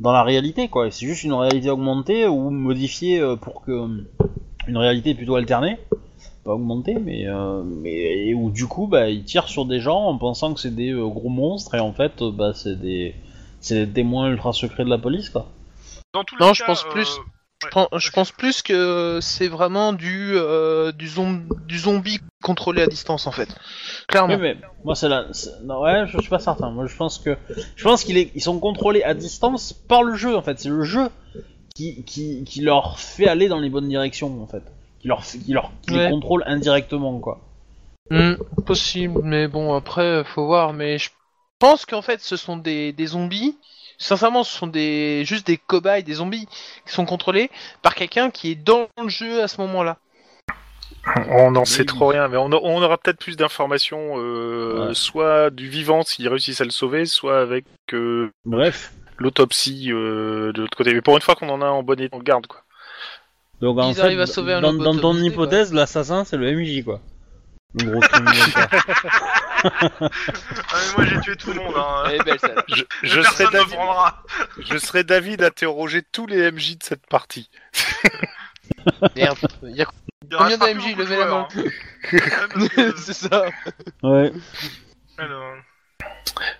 S1: dans la réalité, quoi. C'est juste une réalité augmentée ou modifiée euh, pour que une réalité plutôt alternée, pas augmentée, mais euh, mais et où du coup, bah, ils tirent sur des gens en pensant que c'est des euh, gros monstres, et en fait, euh, bah, c'est des c'est des témoins ultra secrets de la police, quoi.
S2: Dans tous les
S4: Non, je
S2: cas,
S4: pense
S2: euh,
S4: plus- Je pense- Je pense plus que c'est vraiment du, euh, du, zom- du zombie contrôlé à distance en fait. Clairement.
S1: Oui, mais moi c'est la. c'est- non, ouais, je suis pas certain. Moi je pense que je pense qu'ils ils sont contrôlés à distance par le jeu en fait. C'est le jeu qui, qui, qui leur fait aller dans les bonnes directions en fait. Qui leur fait- qui leur qui les
S4: Ouais.
S1: contrôle indirectement quoi.
S4: Hmm, possible, mais bon, après, euh, faut voir. Mais je pense qu'en fait, ce sont des, des zombies. Sincèrement, ce sont des juste des cobayes, des zombies qui sont contrôlés par quelqu'un qui est dans le jeu à ce moment-là.
S3: On n'en sait
S1: Oui.
S3: trop rien, mais on, a- on aura peut-être plus d'informations, euh,
S1: Ouais.
S3: soit du vivant s'ils réussissent à le sauver, soit avec euh,
S1: Bref.
S3: l'autopsie euh, de l'autre côté. Mais pour une fois qu'on en a en bonne et en garde, quoi.
S1: Donc en
S4: Ils
S1: fait,
S4: arrivent à sauver un
S1: dans,
S4: robot
S1: dans ton
S4: automatisé,
S1: hypothèse, l'assassin c'est le MJ quoi. Le gros criminel, quoi.
S4: [LAUGHS]
S2: ah, mais moi j'ai tué tout le monde, hein.
S3: Eh
S4: Elle est
S3: ben,
S4: belle, celle-là.
S3: Je, je serais
S2: personne ne
S3: David,
S2: prendra.
S3: je serais David à interroger tous les MJ de cette partie.
S4: [LAUGHS] Merde. Il y a-
S2: Il y
S4: Combien
S2: restera
S4: d'AMJ,
S2: plus beaucoup de
S4: levez la
S2: joueurs,
S4: main.
S2: hein. Ouais, parce que-
S4: [LAUGHS]
S2: euh,
S4: c'est ça.
S1: Ouais.
S2: Alors,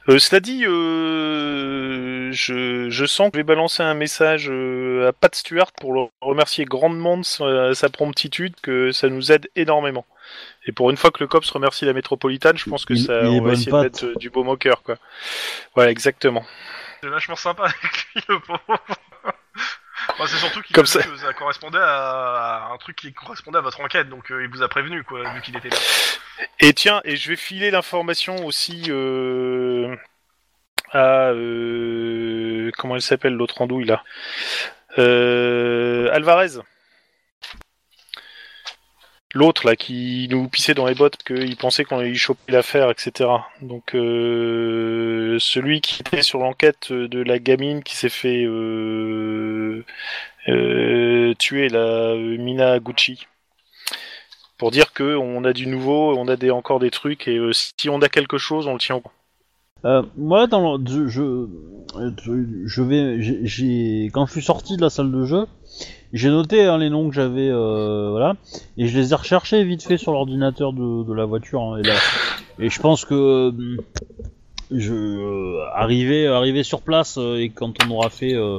S3: Euh, cela dit, euh, je, je sens que je vais balancer un message euh, à Pat Stewart pour le remercier grandement de sa, sa promptitude, que ça nous aide énormément. Et pour une fois que le COPS remercie la métropolitaine, je pense que
S1: Il-
S3: ça
S1: il est
S3: on va
S1: bonne
S3: essayer
S1: patte.
S3: de mettre euh, du beau moqueur, quoi. Voilà, exactement.
S2: C'est vachement sympa avec lui, le pauvre. Bah, c'est surtout qu'il
S3: Comme
S2: a
S3: ça.
S2: vu que ça correspondait à... à un truc qui correspondait à votre enquête, donc euh, il vous a prévenu, quoi, vu qu'il était là.
S3: Et tiens, et je vais filer l'information aussi euh, à euh, comment elle s'appelle l'autre andouille là, Euh, Alvarez. L'autre là qui nous pissait dans les bottes, qu'il pensait qu'on allait choper l'affaire, etc. Donc euh, celui qui était sur l'enquête de la gamine qui s'est fait euh, euh, tuer la euh, Mina Gucci pour dire que on a du nouveau, on a des, encore des trucs et euh, si on a quelque chose, on le tient. au courant.
S1: Euh, moi, dans le, je, je, euh, je vais, j'ai- j'ai, quand je suis sorti de la salle de jeu, j'ai noté hein, les noms que j'avais, euh, voilà, et je les ai recherchés vite fait sur l'ordinateur de, de la voiture. hein, et, là- et je pense que euh, je euh, arrivé, arrivé sur place euh, et quand on aura fait, euh,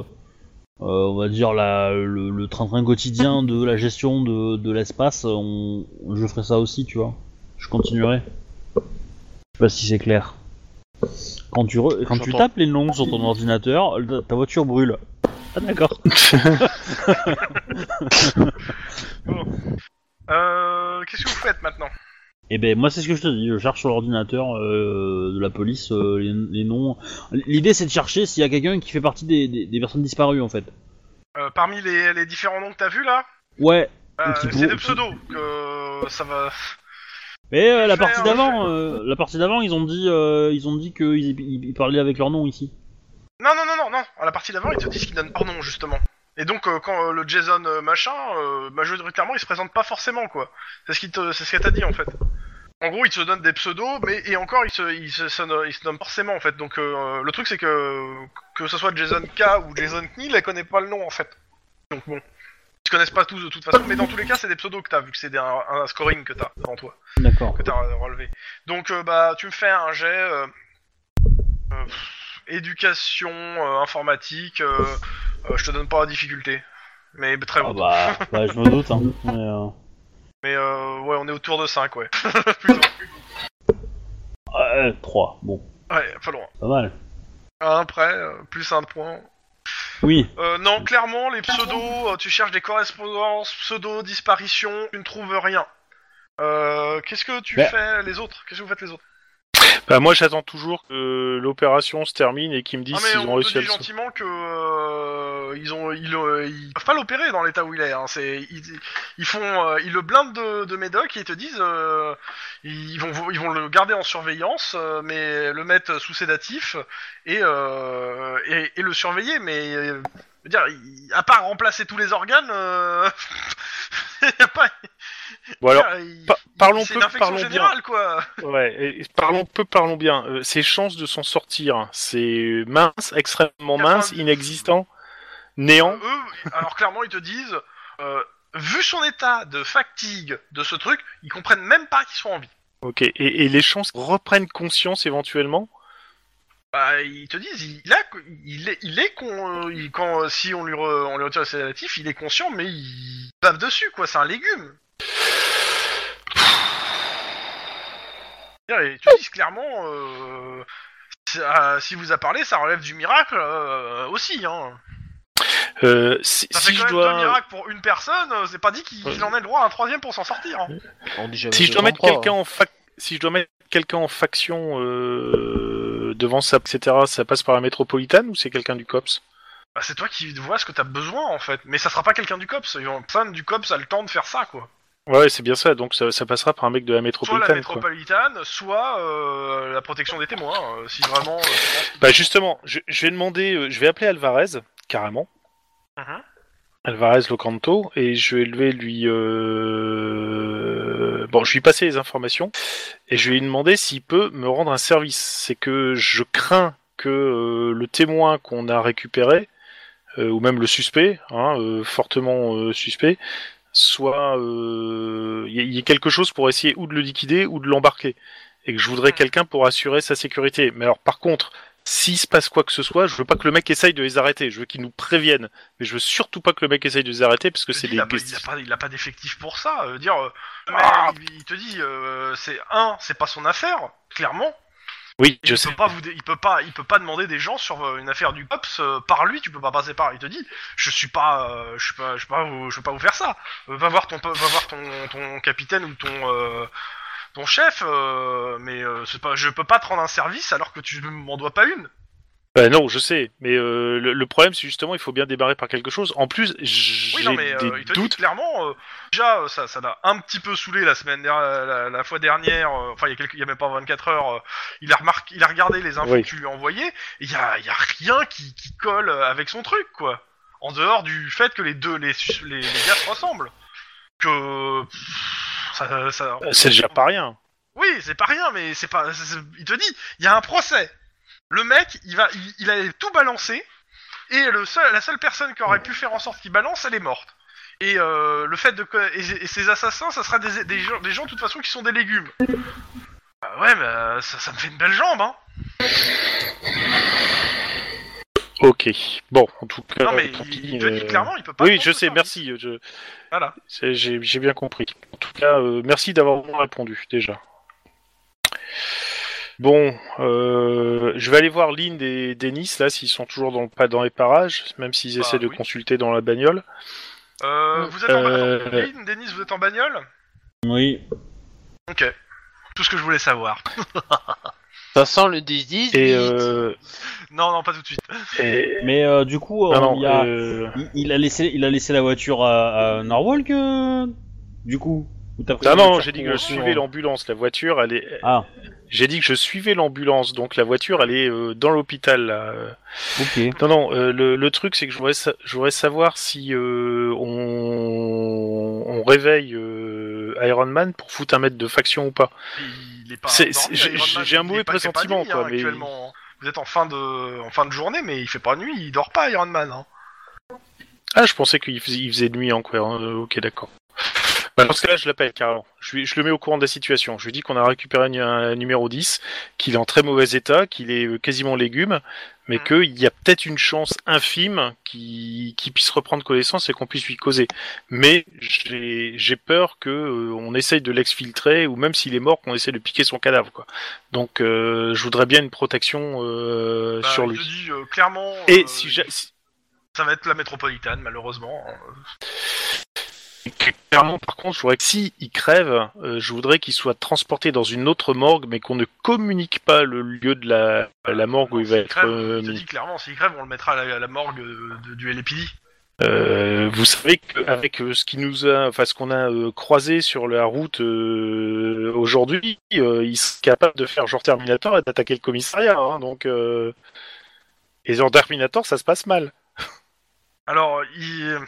S1: euh, on va dire la, le, le train-train quotidien de la gestion de, de l'espace, euh, on, je ferai ça aussi, tu vois. Je continuerai. Je sais pas si c'est clair. Quand tu, re- quand tu
S4: J'entends.
S1: tapes les noms sur ton ordinateur, ta- ta voiture brûle. Ah d'accord.
S2: Euh, qu'est-ce que vous faites maintenant
S1: Et ben moi c'est ce que je te dis, je cherche sur l'ordinateur euh, de la police euh, les, les noms. L'idée c'est de chercher s'il y a quelqu'un qui fait partie des, des- des personnes disparues en fait.
S2: Euh, Parmi les, les différents noms que t'as vus, là,
S1: Ouais.
S2: euh,
S1: Qui
S2: c'est
S1: pour-
S2: des pseudos, que ça va...
S1: Mais euh, la
S2: Faire,
S1: partie d'avant, euh, la partie d'avant ils ont dit, euh, ils ont dit qu'ils ils- ils parlaient avec leur nom ici.
S2: Non, non, non, non, non, à la partie d'avant, ils te disent qu'ils donnent leur nom, justement. Et donc, euh, quand euh, le Jason euh, machin, euh, majoritairement, il se présente pas forcément, quoi. C'est ce qu'il te- c'est ce qu'elle t'a dit, en fait. En gros, il se donne des pseudos, mais et encore, il se, il se, sonne- il se nomme forcément, en fait. Donc, euh, le truc, c'est que que ce soit Jason K ou Jason Knill, elle connaît pas le nom, en fait. Donc, bon. Ils se connaissent pas tous de toute façon, mais dans tous les cas, c'est des pseudos que t'as, vu que c'est des- un, un scoring que t'as devant toi,
S1: D'accord.
S2: que t'as relevé. Donc, euh, bah, tu me fais un jet euh, Euh, pff, éducation, euh, informatique, euh, euh, je te donne pas la difficulté. Mais très bon.
S1: Ah
S2: [LAUGHS]
S1: bah, bah, je me doute. Hein. Mais, euh,
S2: Mais euh, ouais, on est autour de 5, ouais. Plus ou-
S1: ouais, 3, bon,
S2: ouais, pas loin.
S1: pas mal.
S2: À un près, euh, plus un point.
S1: Oui,
S2: Euh, non, clairement, les pseudos, euh, tu cherches des correspondances, pseudos, disparitions, tu ne trouves rien. Euh, Qu'est-ce que tu
S1: Mais-
S2: fais les autres Qu'est-ce que vous faites les autres
S3: Bah, moi, j'attends toujours que l'opération se termine et qu'ils me disent
S2: Ah mais
S3: s'ils ont
S2: on te
S3: réussi à
S2: dit
S3: le sauver.
S2: gentiment que euh, ils ont ils, euh, ils peuvent pas l'opérer dans l'état où il est. hein. C'est ils, ils font euh, ils le blindent de, de médoc et ils te disent euh, ils vont ils vont le garder en surveillance euh, mais le mettre sous sédatif et euh, et, et le surveiller mais euh, je veux dire il- à part remplacer tous les organes euh, [LAUGHS] y a pas-
S3: Bon, alors,
S2: il-
S3: pa- parlons
S2: c'est
S3: peu,
S2: une infection
S3: parlons bien.
S2: générale quoi.
S3: Ouais, et- et parlons peu, parlons bien. Euh, ses chances de s'en sortir, c'est mince, extrêmement mince,
S2: 90.
S3: inexistant, néant.
S2: Euh, eux, alors clairement, ils te disent, euh, vu son état de fatigue de ce truc, ils comprennent même pas qu'ils sont en vie.
S3: Ok, et, et les chances qu'ils reprennent conscience éventuellement
S2: Bah, ils te disent, il a, il est, il est con, euh, il- quand euh, si on lui, re- on lui retire le sédatif, il est conscient, mais il bave dessus, quoi. C'est un légume. Et ils te disent clairement, euh, ça- si vous a parlé, ça relève du miracle euh, aussi. Hein.
S3: Euh, Si,
S2: Ça
S3: si
S2: fait
S3: je
S2: quand même deux
S3: dois,
S2: miracles pour une personne. euh, C'est pas dit qu'il qu'il en ait le droit à un troisième pour s'en sortir. hein.
S4: On dit jamais
S3: si je dois
S4: qu'on
S3: mettre
S4: croit,
S3: quelqu'un
S4: hein.
S3: en fac, si je dois mettre quelqu'un en faction euh, devant ça, etc., ça passe par la métropolitane ou c'est quelqu'un du cops
S2: Bah, c'est toi qui vois ce que t'as besoin en fait, mais ça sera pas quelqu'un du COPS, Ils ont- personne du COPS a le temps de faire ça quoi.
S3: Ouais, c'est bien ça. Donc ça, ça passera par un mec de la
S2: Soit
S3: métropolitane.
S2: la
S3: quoi.
S2: métropolitaine, soit euh, la protection des témoins, euh, si vraiment. euh, tu penses qu'il-
S3: Bah justement, je, je vais demander, euh, je vais appeler Alvarez, carrément.
S2: Mhm.
S3: Alvarez Locanto, et je vais lever lui... euh, Bon, je lui passer les informations, et je vais lui demander s'il peut me rendre un service. C'est que je crains que euh, le témoin qu'on a récupéré, euh, ou même le suspect, hein, euh, fortement euh, suspect, soit... euh, Il y, a- il y a quelque chose pour essayer ou de le liquider ou de l'embarquer. Et que je voudrais quelqu'un pour assurer sa sécurité. Mais alors par contre... S'il se passe quoi que ce soit, je veux pas que le mec essaye de les arrêter, je veux qu'ils nous préviennent. Mais je veux surtout pas que le mec essaye de les arrêter parce que
S2: Je
S3: c'est
S2: dis,
S3: des.
S2: il, a pas, il a pas- il a pas d'effectif pour ça. euh, dire, euh,
S3: Ah
S2: mais il, il te dit, euh, c'est un, c'est pas son affaire, clairement.
S3: Oui, je
S2: il
S3: sais.
S2: peut pas vous, dé- il peut pas, il peut pas demander des gens sur euh, une affaire du cops euh, par lui. Tu peux pas passer par. Il te dit, je suis pas, euh, je suis pas, je peux pas, vous, je peux pas vous faire ça. Euh, va voir ton, va voir ton, ton capitaine ou ton, euh, ton chef. euh, mais euh, c'est pas, je peux pas te rendre un service alors que tu m'en dois pas une.
S3: Bah non, je sais. Mais euh, le, le problème, c'est justement, il faut bien débarrer par quelque chose. En plus, j'ai
S2: Oui, non, mais euh,
S3: des
S2: il te dit
S3: doutes.
S2: clairement, euh, déjà, euh, ça ça l'a un petit peu saoulé la semaine dernière, la, la fois dernière, euh, enfin, il y, a quelques- il y a même pas 24 heures, euh, il, a remarqué, il a regardé les infos
S3: Oui.
S2: que tu lui envoyais, et il y a, il y a rien qui, qui colle euh, avec son truc, quoi. En dehors du fait que les deux, les, sus- les, les gars se ressemblent. Que. pff, Ça, ça-
S3: Euh, C'est déjà pas rien.
S2: Oui, c'est pas rien, mais c'est pas. c'est- c'est- il te dit, il y a un procès. Le mec, il va, il, il a tout balancé, et le seul, la seule personne qui aurait pu faire en sorte qu'il balance, elle est morte. Et euh, le fait de co- et, et ses assassins, ça sera des, des gens, des gens de toute façon qui sont des légumes. Ah ouais, mais euh, ça, ça me fait une belle jambe, hein.
S3: Ok. Bon, en tout cas.
S2: Non mais
S3: tant
S2: il,
S3: pis,
S2: il te
S3: euh,
S2: dit clairement, il peut pas.
S3: Oui,
S2: prendre ce
S3: je sais.
S2: service.
S3: Merci. euh, je-
S2: Voilà.
S3: c'est- J'ai j'ai bien compris. En tout cas, euh, merci d'avoir répondu déjà. Bon, euh, je vais aller voir Lynn et Denis là s'ils sont toujours dans, le- pas dans les parages, même s'ils
S2: Bah,
S3: essaient de
S2: oui.
S3: consulter dans la bagnole.
S2: Euh, vous êtes en
S3: Euh,
S2: bagnole. Denis, vous êtes en bagnole.
S1: oui.
S2: Ok. Tout ce que je voulais savoir.
S4: Ça sent le 10-10.
S3: Et,
S4: vite.
S3: euh,
S2: Non, non, pas tout de suite.
S3: et-
S1: Mais euh, du coup, euh,
S3: Ah non,
S1: il, y a-
S3: euh,
S1: il- il a laissé, il a laissé la voiture à, à Norwalk, euh, du coup Ou t'as pris
S3: Ah
S1: la
S3: non,
S1: voiture
S3: j'ai dit
S1: pour-
S3: que je suivais l'ambulance. La voiture, elle est.
S1: Ah,
S3: J'ai dit que je suivais l'ambulance, donc la voiture, elle est euh, dans l'hôpital. là. Euh,
S1: ok.
S3: Non, non. euh, le, le truc, c'est que je voudrais, sa- je voudrais savoir si euh, on... on réveille euh, Iron Man pour foutre un maître de faction ou pas.
S2: Il est pas.
S3: C'est-
S2: endormi,
S3: c'est-
S2: Iron
S3: j'ai-
S2: Man.
S3: j'ai un
S2: Il
S3: mauvais
S2: est pas- il fait pas
S3: pressentiment,
S2: nuit,
S3: quoi,
S2: hein,
S3: mais-
S2: actuellement. Vous êtes en fin de en fin de journée, mais il fait pas nuit, il dort pas Iron Man. Hein.
S3: Ah, je pensais qu'il faisait, il faisait nuit encore. hein, Ok, Euh, d'accord. Bah, dans ce cas-là, je l'appelle carrément. Je, lui- je le mets au courant de la situation. Je lui dis qu'on a récupéré un, un numéro 10, qu'il est en très mauvais état, qu'il est euh, quasiment légume, mais
S2: Mhm.
S3: qu'il y a peut-être une chance infime qu'il qu'il puisse reprendre connaissance et qu'on puisse lui causer. Mais j'ai j'ai peur que euh, on essaye de l'exfiltrer, ou même s'il est mort, qu'on essaie de piquer son cadavre. Quoi. Donc euh, je voudrais bien une protection euh,
S2: Bah,
S3: sur
S2: je
S3: lui.
S2: te dis euh, clairement.
S3: Et
S2: euh,
S3: si j'ai... si-
S2: Ça va être la métropolitaine, malheureusement. Euh,
S3: Clairement, par contre, je voudrais que si il crève, euh, je voudrais qu'il soit transporté dans une autre morgue, mais qu'on ne communique pas le lieu de la, la morgue où il va
S2: S'il
S3: être
S2: crève,
S3: euh,
S2: je te
S3: mis.
S2: dis clairement, s'il crève, on le mettra à la, à la morgue euh, de- du LPD.
S3: Euh, vous savez qu'avec euh, ce qui nous a, enfin ce qu'on a euh, croisé sur la route euh, aujourd'hui, euh, il serait capable de faire genre Terminator et d'attaquer le commissariat. hein, donc, euh, et genre Terminator, ça se passe mal.
S2: Alors, il... euh,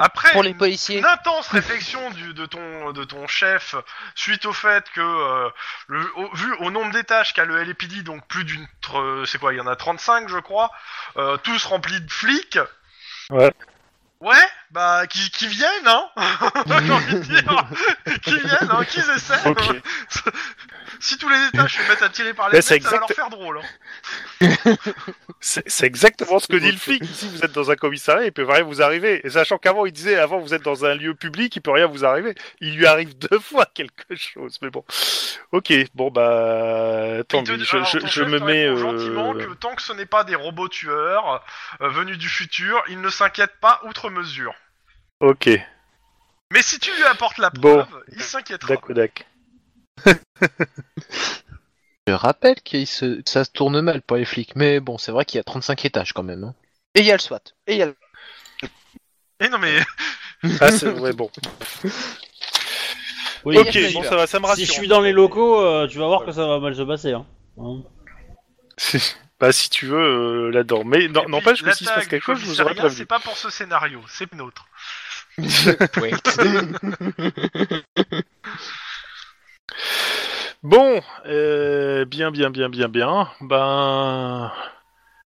S2: après
S4: Pour les
S2: une,
S4: policiers.
S2: une intense réflexion du, de, ton, de ton chef, suite au fait que, euh, le, au- vu au nombre des tâches qu'a le LAPD, donc plus d'une... tr- euh, C'est quoi, il y en a 35, je crois, euh, tous remplis de flics.
S3: Ouais.
S2: Ouais, bah, qui, qui viennent, hein [LAUGHS] J'ai envie de dire, Qui viennent, hein, qui essaient
S3: Ok.
S2: Si tous les étages se mettent à tirer par les
S3: Là,
S2: mecs, ça
S3: c'est
S2: va
S3: exact-
S2: leur faire drôle. hein.
S3: C'est c'est exactement ce que dit le flic. Si vous êtes dans un commissariat, il peut rien vous arriver. Et sachant qu'avant, il disait, avant, vous êtes dans un lieu public, il peut rien vous arriver. Il lui arrive [LAUGHS] deux fois quelque chose. Mais bon. Ok, bon, bah. Tant
S2: Il te
S3: mieux.
S2: dit-
S3: Je,
S2: alors,
S3: je-
S2: ton
S3: je
S2: chef
S3: me
S2: te
S3: mets.
S2: répond
S3: euh,
S2: gentiment que tant que ce n'est pas des robots tueurs euh, venus du futur, il ne s'inquiète pas outre mesure.
S3: Ok,
S2: Mais si tu lui apportes la
S3: Bon.
S2: preuve, il s'inquiétera.
S3: d'accord, d'accord.
S4: Je rappelle que se... ça se tourne mal pour les flics, mais bon, c'est vrai qu'il y a 35 étages quand même. hein. Et il y a le SWAT. Et [LAUGHS] il y a le...
S2: Et non mais
S3: Ah, c'est ouais, bon.
S1: Oui,
S4: Et il y a
S3: ok,
S4: Flash.
S3: bon, ça va, ça me rassure.
S1: si je suis dans les locaux, euh, tu vas voir que ça va mal se passer. Hein. Hein.
S3: Bah, si tu veux, euh, là-dedans. Mais
S2: Et [LAUGHS]
S3: non-
S2: puis,
S3: n'empêche que si se
S2: l'attaque
S3: passe quelque
S2: du
S3: chose, je vous aurais
S2: commissariat,
S3: prévenu.
S2: C'est pas pour ce scénario, c'est le nôtre.
S4: [LAUGHS]
S3: Bon, euh, bien, bien, bien, bien, bien. Ben,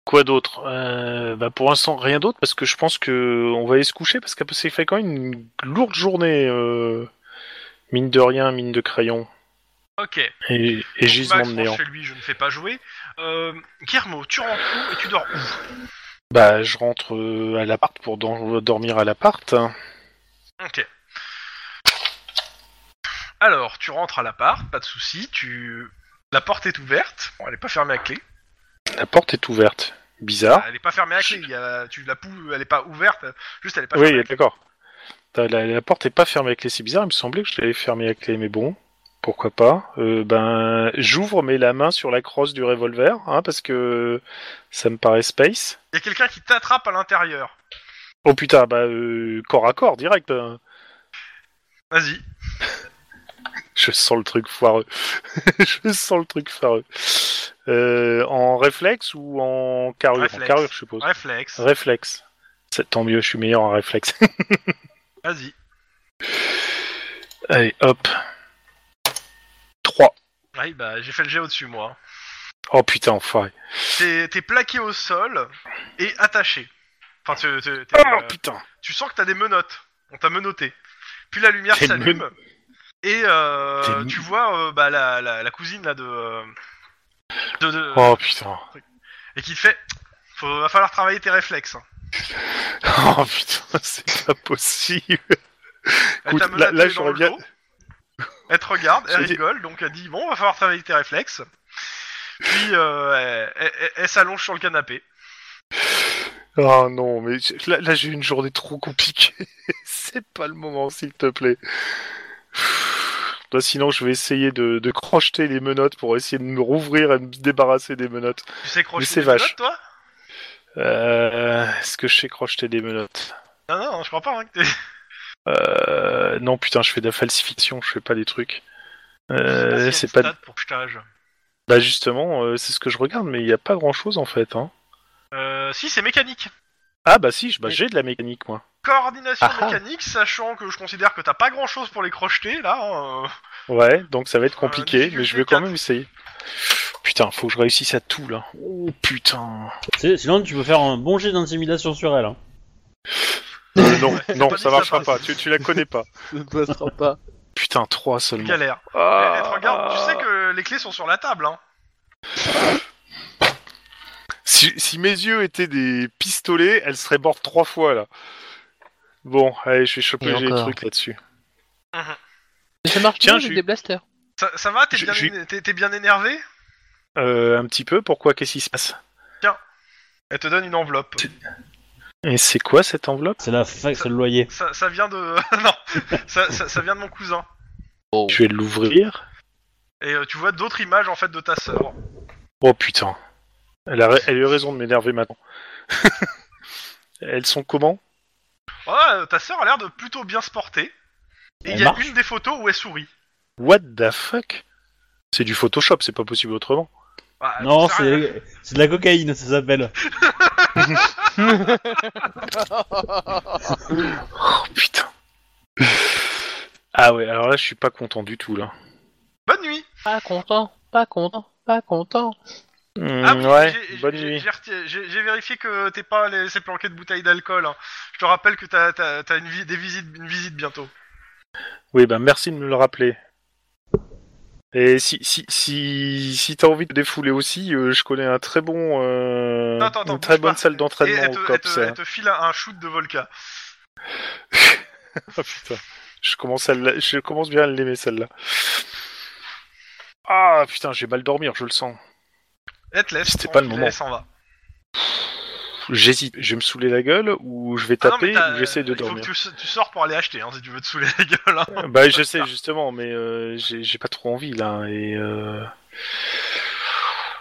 S3: quoi d'autre Euh, ben, Pour l'instant, rien d'autre parce que je pense que on va aller se coucher parce qu'après, c'est fait quand même une lourde journée. euh, mine de rien, mine de crayon
S2: Ok.
S3: et, et hein.
S2: Donc,
S3: gisement
S2: Max
S3: de
S2: rentre
S3: néant.
S2: chez lui, je ne fais pas jouer. Euh, Guillermo, tu rentres où et tu dors où
S3: Bah, je rentre euh, à l'appart pour dor- dormir à l'appart.
S2: Ok. Alors, tu rentres à l'appart, pas de souci. Tu la porte est ouverte. Bon, elle est pas fermée à clé.
S3: La porte est ouverte. Bizarre.
S2: Elle est pas fermée à clé, il y a- tu la pou- elle est pas ouverte, juste elle est pas
S3: oui,
S2: fermée. à clé.
S3: d'accord. La, la- la porte est pas fermée à clé, c'est bizarre. Il me semblait que je l'avais fermée à clé, mais bon, pourquoi pas. Euh, ben, j'ouvre, mais la main sur la crosse du revolver, hein, parce que ça me paraît space.
S2: Il y a quelqu'un qui t'attrape à l'intérieur.
S3: Oh putain, bah euh, corps à corps, direct. hein.
S2: Vas-y.
S3: Je sens le truc foireux. [LAUGHS] je sens le truc foireux. Euh, en réflexe ou en carrure En
S2: Réflexe.
S3: carrure, je suppose.
S2: Réflexe.
S3: Réflexe. C'est- Tant mieux, je suis meilleur en réflexe. [LAUGHS]
S2: Vas-y.
S3: Allez, hop. 3.
S2: Oui, bah j'ai fait le jet au-dessus moi.
S3: Oh putain, enfoiré.
S2: T'es t'es plaqué au sol et attaché. Enfin, tu, tu- t'es,
S3: Oh
S2: euh,
S3: putain
S2: tu sens que t'as des menottes. On t'a menotté. Puis la lumière
S3: T'es
S2: s'allume. Et euh,
S3: T'es men-
S2: tu vois euh, bah, la, la, la cousine là de. euh, de, de-
S3: Oh putain.
S2: Et qui te fait. Faut, va falloir travailler tes réflexes.
S3: [LAUGHS] Oh putain, c'est pas possible.
S2: Elle t'a
S3: Écoute, là-
S2: menotté
S3: là,
S2: dans
S3: j'aurais
S2: le
S3: bien-
S2: dos. Elle te regarde, elle
S3: [LAUGHS] Je dis-
S2: rigole, donc elle dit bon, va falloir travailler tes réflexes. Puis euh, elle- elle, elle- elle s'allonge sur le canapé.
S3: Oh non, mais j- là, là, j'ai eu une journée trop compliquée. [LAUGHS] c'est pas le moment, s'il te plaît. Bah, sinon, je vais essayer de, de crocheter les menottes pour essayer de me rouvrir et de me débarrasser des menottes.
S2: Tu sais
S3: Mais
S2: crocheter
S3: c'est
S2: des
S3: vache.
S2: menottes, toi
S3: Euh, Est-ce que je sais crocheter des menottes
S2: Non, non, non, je crois pas. Hein, que t'es-
S3: euh, Non, putain, je fais de la falsification, je fais pas des trucs. Euh,
S2: Parce qu'il y a
S3: c'est
S2: une
S3: pas.
S2: stat pour putage.
S3: Bah justement, euh, c'est ce que je regarde, mais il n'y a pas grand chose en fait. Hein.
S2: Euh, si, c'est mécanique.
S3: Ah bah si, je- bah, j'ai de la mécanique moi.
S2: Coordination
S4: Ah ah.
S2: mécanique, sachant que je considère que t'as pas grand chose pour les crocheter là. hein, euh.
S3: Ouais, donc ça va être compliqué,
S2: difficulté
S3: mais je vais
S2: quatre.
S3: quand même essayer. Putain, faut que je réussisse à tout là. Oh putain.
S1: C'est- Sinon, tu peux faire un bon jet d'intimidation sur elle. hein.
S3: Euh,
S2: [LAUGHS]
S3: non, non,
S2: pas dit
S3: ça
S2: que ça
S3: marchera
S2: passe.
S3: pas. Tu, tu la
S2: [LAUGHS]
S3: connais pas.
S4: Ça ne passera pas.
S3: Putain, 3 seulement.
S2: Galère.
S3: Ah.
S2: Eh, regarde, tu sais que les clés sont sur la table, hein.
S3: Si, si mes yeux étaient des pistolets, elle serait morte trois fois là. Bon, allez, je vais
S4: Et
S3: choper j'ai des
S4: encore.
S3: trucs là-dessus.
S4: Ça marche
S3: Tiens,
S4: bien avec
S3: je suis-
S4: des blasters.
S2: Ça, ça va T'es
S3: Je-
S2: bien,
S3: je-
S2: éne- t'es- t'es bien énervé
S3: Euh, un petit peu, pourquoi Qu'est-ce qui se passe
S2: Elle te donne une enveloppe.
S3: Et c'est quoi cette enveloppe
S1: C'est la fac, c'est le loyer.
S2: Ça, ça vient de... [LAUGHS] non, ça, ça- ça vient de mon cousin.
S4: Oh.
S3: Je vais l'ouvrir.
S2: Et euh, tu vois d'autres images, en fait, de ta sœur.
S3: Oh putain. Elle a, ra- elle a eu raison de m'énerver maintenant. [LAUGHS] Elles sont comment
S2: Ouais, euh, ta sœur a l'air de plutôt bien se porter. Et
S1: Elle
S2: il y a
S1: marche
S2: une des photos où elle sourit.
S3: What the fuck C'est du Photoshop, c'est pas possible autrement.
S2: Bah,
S1: non,
S3: Ah,
S2: ça sert à rien.
S1: c'est c'est de la cocaïne, ça s'appelle.
S3: Oh putain. [SIGHS] Ah ouais, alors là, je suis pas content du tout là.
S2: Bonne nuit
S4: [LAUGHS] Pas content, pas content, pas content.
S3: Hmm,
S2: Ah,
S3: ouais,
S2: j'ai- j'ai-
S3: bonne
S2: j'ai-
S3: nuit.
S2: j'ai reti- J'ai j'ai vérifié que t'es pas laissé planquer de bouteilles d'alcool. hein. Je te rappelle que t'as t'as- t'as une, vi- des visites, une visite bientôt.
S3: Oui, ben merci de me le rappeler. Et si, si, si, si t'as envie de défouler aussi, euh, je connais un très bon, euh,
S2: Attends, attends,
S3: une très
S2: bouge
S3: bonne
S2: pas.
S3: salle
S2: Et
S3: d'entraînement
S2: elle
S3: au
S2: te, elle te-
S3: COPS. hein.
S2: elle te file un shoot de Volca.
S3: Ah, putain. Je commence, à la- je commence bien à l'aimer celle-là. Ah putain, j'ai mal dormir, je le sens.
S2: Elle te laisse.
S3: C'était pas le
S2: tranquille,
S3: moment.
S2: Elle s'en va.
S3: J'hésite, je vais me saouler la gueule ou je vais
S2: Ah non, mais
S3: taper
S2: t'as-
S3: ou j'essaie de
S2: il faut
S3: dormir.
S2: que tu, tu sors pour aller acheter hein, si tu veux te saouler la gueule. hein.
S3: [LAUGHS] Bah je sais justement, mais euh, j'ai j'ai pas trop envie là et euh,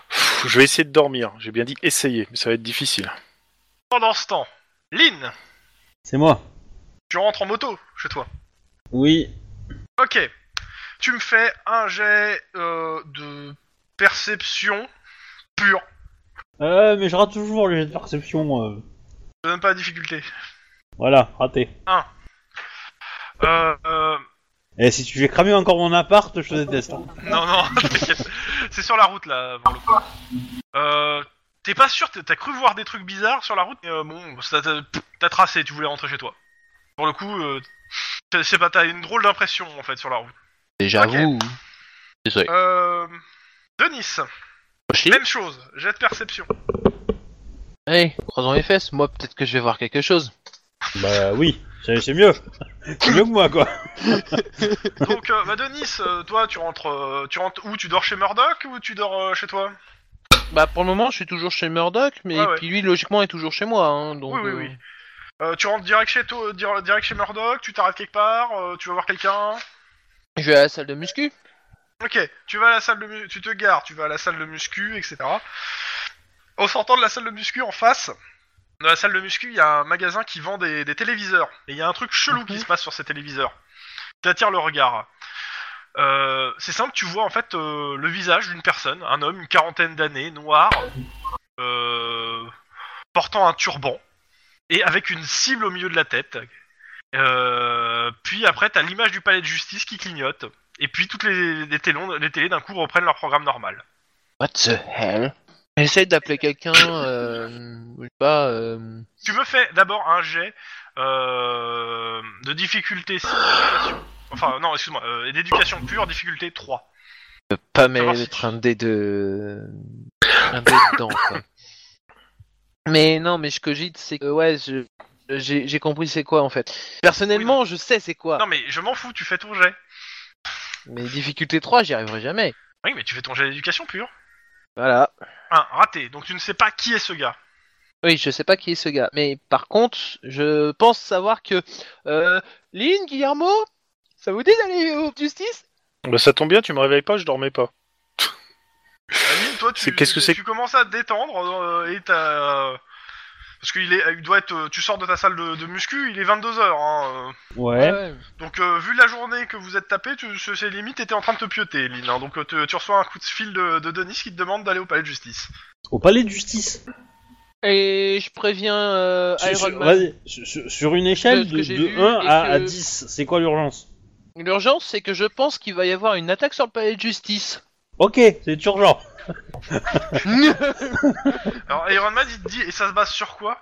S3: pff, je vais essayer de dormir. J'ai bien dit essayer, mais ça va être difficile.
S2: Pendant ce temps, Lynn,
S1: C'est moi.
S2: tu rentres en moto chez toi.
S1: Oui.
S2: Ok. Tu me fais un jet euh, de perception pure.
S1: Euh, mais je rate toujours les jets de perception, moi.
S2: Je donne pas la difficulté.
S1: Voilà, raté.
S2: Euh, euh,
S1: Et si tu fais cramer encore mon appart, je te déteste. hein.
S2: non, non, [LAUGHS] t'inquiète. C'est sur la route là, pour le coup. Euh, T'es pas sûr, t'as t'as cru voir des trucs bizarres sur la route, mais euh, bon, ça t'a- t'as tracé, tu voulais rentrer chez toi. Pour le coup, euh, t'as- c'est pas, t'as une drôle d'impression en fait sur la route.
S4: Déjà
S2: Ok.
S4: vous. Désolé.
S2: Euh, Denis,
S4: Chier.
S2: même chose, jet de perception.
S4: Allez, croisons les fesses. Moi, peut-être que je vais voir quelque chose.
S1: Bah oui, c'est c'est mieux. [LAUGHS] C'est mieux que moi, quoi.
S2: Donc, euh, bah Denis, euh, toi, tu rentres, euh, tu rentres où Tu dors chez Murdoch ou tu dors euh, chez toi
S4: Bah, pour le moment, je suis toujours chez Murdoch, mais
S2: Ouais, ouais.
S4: puis lui, logiquement, est toujours chez moi. hein, donc,
S2: Oui, oui,
S4: euh,
S2: oui. Euh, Tu rentres direct chez toi, dir- direct chez Murdoch. Tu t'arrêtes quelque part. euh, tu vas voir quelqu'un.
S4: Je vais à la salle de muscu.
S2: Ok, tu vas à la salle de mu- tu te gares, tu vas à la salle de muscu, etc. En sortant de la salle de muscu en face, dans la salle de muscu, il y a un magasin qui vend des, des téléviseurs. Et il y a un truc chelou qui
S4: Mhm.
S2: se passe sur ces téléviseurs. Qui attire le regard. Euh, c'est simple, tu vois en fait euh, le visage d'une personne, un homme, une quarantaine d'années, noir, euh, portant un turban, et avec une cible au milieu de la tête. Euh, puis après, t'as l'image du palais de justice qui clignote. Et puis toutes les, les, télons- les télés d'un coup reprennent leur programme normal.
S4: What the hell Essaye d'appeler quelqu'un. Euh, je sais pas. euh,
S2: Tu me fais d'abord un jet euh, de difficulté 6 d'éducation. Enfin, non, excuse-moi, euh, et d'éducation pure, difficulté 3.
S4: de pas
S2: Savoir si
S4: mettre un dé de. Un dé dedans, quoi. Mais non, mais je cogite, c'est que, ouais, je- J'ai j'ai compris c'est quoi en fait. Personnellement, je sais c'est quoi.
S2: Non, mais je m'en fous, tu fais ton jet.
S4: Mais difficulté 3, j'y arriverai jamais.
S2: Oui, mais tu fais ton jet d'éducation pure.
S4: Voilà.
S2: Un, raté, donc tu ne sais pas qui est ce gars.
S4: Oui, je sais pas qui est ce gars, mais par contre, je pense savoir que euh, Lynn, Guillermo, ça vous dit d'aller au justice
S3: Bah, ça tombe bien, tu me réveilles pas, je dormais pas.
S2: Amine, toi, tu,
S3: C'est- qu'est-ce que
S2: tu-
S3: c'est
S2: tu commences à te détendre euh, et t'as. Parce qu'il est, il doit être. euh, Tu sors de ta salle de, de muscu, il est 22h. Hein, euh.
S1: Ouais.
S2: Donc, euh, vu la journée que vous êtes tapé, tu, c'est c'est limite, t'étais en train de te pioter, Lynn. hein. Donc, euh, tu, tu reçois un coup de fil de, de Denis qui te demande d'aller au palais de justice.
S1: Au palais de justice.
S4: Et je préviens euh,
S1: Sur,
S4: Iron
S1: sur-
S4: Man.
S1: vas-y, sur- sur- sur une échelle
S4: De ce
S1: de,
S4: que j'ai
S1: de
S4: vu
S1: 1
S4: et
S1: à,
S4: que-
S1: à 10, c'est quoi l'urgence
S4: L'urgence, c'est que je pense qu'il va y avoir une attaque sur le palais de justice.
S1: Ok, c'est urgent.
S4: c'est [LAUGHS]
S2: Alors, Iron Man, il te dit, et ça se base sur quoi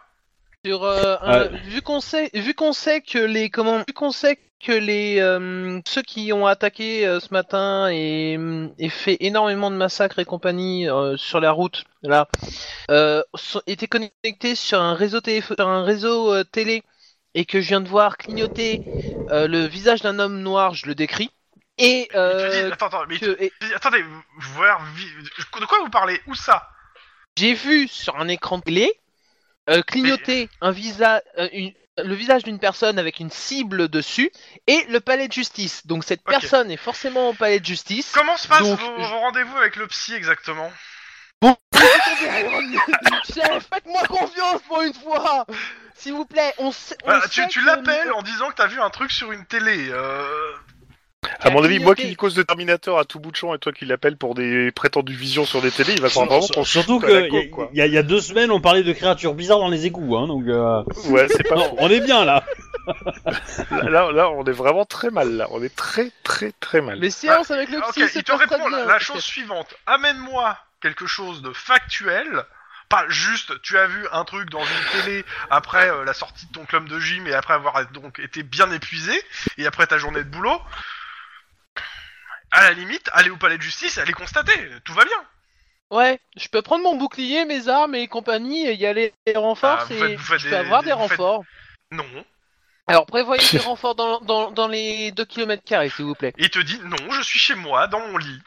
S4: Sur, euh, un-
S1: Euh.
S4: Vu qu'on sait, vu qu'on sait que les comment, vu qu'on sait que les euh, ceux qui ont attaqué euh, ce matin et, hum, et fait énormément de massacres et compagnie euh, sur la route là, euh, sont- étaient connectés sur un réseau téléphone, sur un réseau euh, télé et que je viens de voir clignoter euh, le visage d'un homme noir, je le décris
S2: Il
S4: et
S2: te
S4: euh,
S2: dit- Attends, attends, mais il te
S4: que- et-
S2: dit- attendez, vous- vous voyez, vi- de quoi vous parlez Où ça
S4: J'ai vu sur un écran télé euh, clignoter un visa, euh, une- le visage d'une personne avec une cible dessus et le palais de justice. Donc cette
S2: Ok.
S4: personne est forcément au palais de justice.
S2: Comment se passent
S4: Donc,
S2: vos,
S4: je-
S2: vos rendez-vous avec le psy exactement
S4: [LAUGHS] Chef, faites-moi confiance pour une fois, s'il vous plaît. On, sait- on
S2: Bah,
S4: sait
S2: Tu, tu
S4: que-
S2: l'appelles en disant que t'as vu un truc sur une télé. euh,
S3: À mon avis, moi qui
S4: clignoté.
S3: dis cause de Terminator à tout bout de champ et toi qui l'appelles pour des prétendues visions sur des télés,
S2: [LAUGHS]
S3: il va falloir vraiment qu'on se
S1: Surtout
S3: foute à la
S1: que
S3: coque,
S1: y-
S3: quoi.
S1: y, a- y a deux semaines, on parlait de créatures bizarres dans les égouts, hein, donc euh,
S3: Ouais, c'est pas
S1: non, on est bien là.
S3: là, là, là, on est vraiment très mal. Là, on est très, très, très mal.
S4: Les séances avec le
S2: Bah, Ok,
S4: psy,
S2: il
S4: c'est
S2: te
S4: Ah, pas très
S2: répond la,
S4: bien,
S2: la
S4: parce que-
S2: chose suivante. Amène-moi quelque chose de factuel. Pas juste, tu as vu un truc dans une télé après euh, la sortie de ton club de gym et après avoir donc été bien épuisé et après ta journée de boulot. À la limite, aller au palais de justice et aller constater. Tout va bien.
S4: Ouais, je peux prendre mon bouclier, mes armes et compagnie et y aller en force
S2: Bah, Ah, vous faites-
S4: et
S2: vous faites
S4: je peux
S2: des-
S4: avoir
S2: des-
S4: des
S2: vous faites-
S4: renforts.
S2: Non.
S4: Alors prévoyez des renforts dans, dans, dans les 2 km carrés, s'il vous plaît.
S2: Et il te dit non, je suis chez moi, dans mon lit.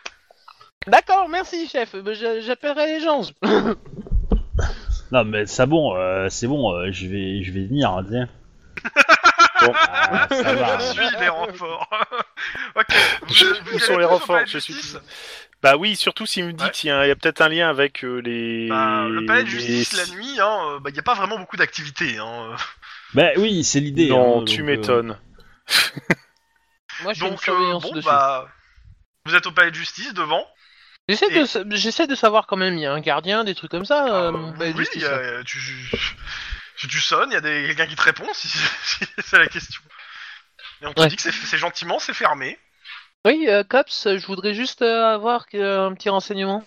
S4: D'accord, merci chef. Ben, je- J'appellerai les gens.
S1: Non mais c'est bon, euh, c'est bon, euh, je vais, je vais venir, hein,
S3: [LAUGHS]
S1: tiens. Bon, ah, ça va.
S2: [LAUGHS] Je suis
S4: [LAUGHS]
S2: les renforts. [LAUGHS] ok. Vous,
S3: bah. Je-
S2: vous
S3: Où
S2: allez tous au
S3: sont les
S2: palais
S3: renforts
S2: de
S3: Je suis.
S2: justice
S3: Bah oui, surtout s'il me dit,
S2: Ouais.
S3: tiens, il y a peut-être un lien avec euh, les.
S2: Bah, le palais de justice,
S3: les-
S2: la nuit, il hein, n'y a pas vraiment beaucoup d'activités. Hein.
S1: Bah oui, c'est l'idée.
S3: Non,
S1: hein, donc,
S3: tu
S1: euh,
S3: m'étonnes.
S4: Moi, Ah, je fais une
S2: Donc, euh,
S4: surveillance
S2: bon,
S4: dessus.
S2: bah, vous êtes au palais de justice devant.
S4: J'essaie
S2: et-
S4: de, sa- j'essaie de savoir quand même, il y a un gardien, des trucs comme ça. euh,
S2: Euh,
S4: bah,
S2: oui,
S4: justice,
S2: y a-
S4: ouais.
S2: tu, tu- tu sonnes, il y a des- quelqu'un qui te répond, si, [LAUGHS] si c'est la question. Et on te
S4: Ouais.
S2: dit que c'est- c'est gentiment, c'est fermé.
S4: Oui, euh, Cops, je voudrais juste euh, avoir euh, un petit renseignement.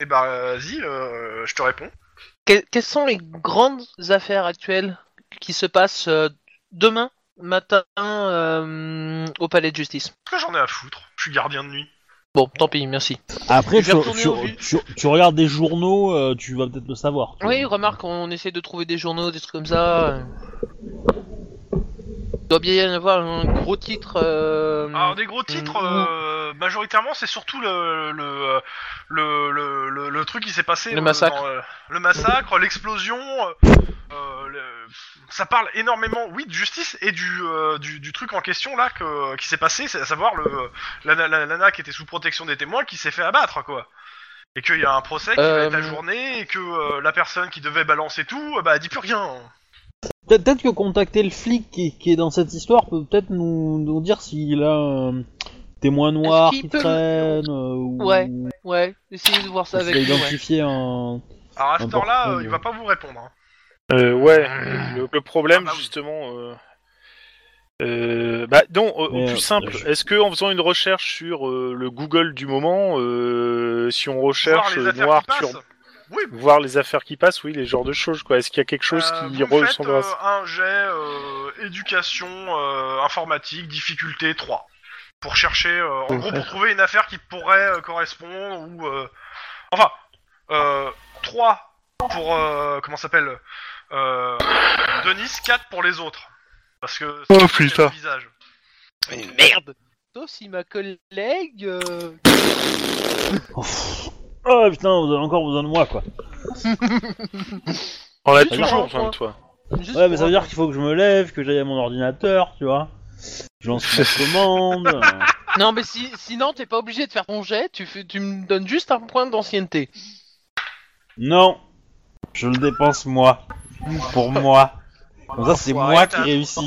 S2: Et bah, euh, vas-y, euh, je te réponds.
S4: Que- quelles sont les grandes affaires actuelles qui se passent euh, demain matin euh, au palais de justice
S2: Parce que j'en ai à foutre, je suis gardien de nuit.
S4: Bon, tant pis, merci.
S1: Après,
S4: Je vais
S1: tu,
S4: retourner
S1: tu-
S4: au vu.
S1: tu- tu regardes des journaux, euh, tu vas peut-être le savoir. tu
S4: Oui,
S1: vois.
S4: remarque, on essaie de trouver des journaux, des trucs comme ça. euh. Il doit bien y en avoir un gros titre. euh,
S2: Alors, des gros titres, euh, majoritairement, c'est surtout le, le, le, le, le- le truc qui s'est passé.
S4: Le
S2: euh,
S4: massacre.
S2: dans, euh, le massacre, l'explosion. euh, euh, le- ça parle énormément, oui, de justice et du, euh, du, du truc en question là que, qui s'est passé, c'est à savoir le la, la- la nana qui était sous protection des témoins qui s'est fait abattre quoi. Et qu'il y a un procès qui va
S4: Euh,
S2: être la journée et que euh, la personne qui devait balancer tout, euh, bah, elle dit plus rien.
S1: Pe- Peut-être que contacter le flic qui, qui est dans cette histoire peut peut-être nous, nous dire s'il a un témoin noir
S4: qu'il
S1: qui
S4: peut me-
S1: traîne euh, ou
S4: Ouais, Ouais, essayez de voir ça
S1: s'il
S4: avec
S1: a
S4: lui. ouais.
S1: identifié un.
S2: Alors à cette
S1: Bon,
S2: heure-là,
S1: bon,
S2: euh,
S1: bon.
S2: il va pas vous répondre. hein.
S3: Euh, ouais, le, le problème
S2: Ah bah oui.
S3: justement. euh, euh, bah non, au, au
S1: Mais, euh,
S3: plus simple.
S1: je-
S3: Est-ce que en faisant une recherche sur euh, le Google du moment, euh, si on
S2: Voir
S3: recherche
S2: les
S3: euh,
S2: affaires
S3: noir
S2: qui
S3: sur
S2: passent. Oui,
S3: voir les affaires qui passent, oui, les genres de choses quoi. Est-ce qu'il y a quelque chose
S2: Euh,
S3: qui
S2: vous me faites,
S3: ressemble à ça
S2: euh, un jet euh, éducation euh, informatique difficulté 3 pour chercher euh, en
S3: Ouais.
S2: gros pour trouver une affaire qui pourrait euh, correspondre ou euh, enfin euh, 3 pour euh, comment ça s'appelle euh, Denis 4 pour les autres parce que
S3: Oh,
S2: c'est
S3: putain.
S2: le visage.
S4: Merde Sauf si ma collègue. euh,
S1: Oh, pff. Oh, putain, vous avez encore besoin de moi quoi.
S3: On a
S4: juste
S3: toujours
S4: pour un
S3: besoin de
S4: point.
S3: toi.
S4: juste
S1: Ouais,
S4: pour
S1: mais ça veut
S4: un-
S1: dire qu'il faut que je me lève, que j'aille à mon ordinateur, tu vois. Je lance ma commande. euh.
S4: Non, mais si, sinon, t'es pas obligé de faire ton jet, tu, fais, tu me donnes juste un point d'ancienneté.
S1: Non, je le dépense moi. Pour moi. Comme ça, c'est
S2: Enfoiré,
S1: moi qui
S2: t'as-
S1: réussis.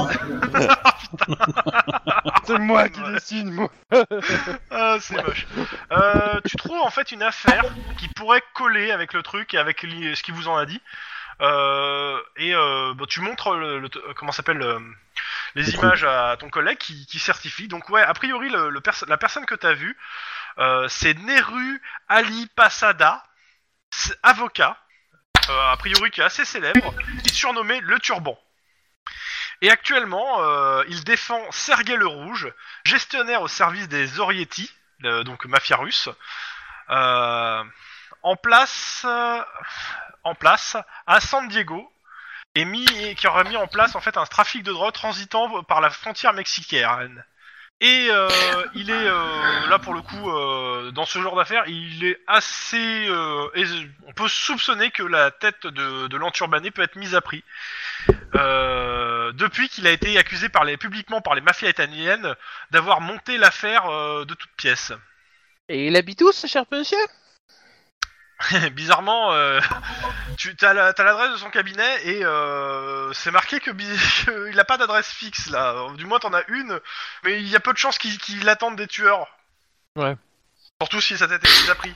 S2: Ah,
S4: C'est moi
S2: qui
S4: dessine, moi
S2: Ah, c'est moche. Euh, tu trouves en fait une affaire qui pourrait coller avec le truc et avec li- ce qu'il vous en a dit. Euh, et euh, bon, tu montres le, le- euh, comment ça s'appelle euh, les
S1: Le
S2: images à ton collègue qui, qui certifie. Donc ouais, a priori le, le perso- la personne que t'as vue, euh, c'est Neru Ali Passada, c'est avocat, euh, a priori qui est assez célèbre, il est surnommé le Turban. Et actuellement, euh, il défend Sergueï le Rouge, gestionnaire au service des Orietti, le- donc mafia russe, euh, en place, euh, en place à San Diego, et mis, et qui aurait mis en place en fait un trafic de drogue transitant par la frontière mexicaine. Et euh, il est euh, là pour le coup euh, dans ce genre d'affaires, il est assez. euh, aisé- on peut soupçonner que la tête de, de l'enturbané peut être mise à prix. Euh, depuis qu'il a été accusé par les, publiquement par les mafias italiennes d'avoir monté l'affaire euh, de toute pièce.
S4: Et il habite où, ce cher monsieur
S2: [LAUGHS] Bizarrement, euh, tu as l'adresse de son cabinet et euh, c'est marqué que bi- [LAUGHS] qu'il n'a pas d'adresse fixe là. Du moins, t'en as une, mais il y a peu de chances qu'il qu'il attende des tueurs.
S4: Ouais.
S2: Surtout si ça t'a été déjà pris.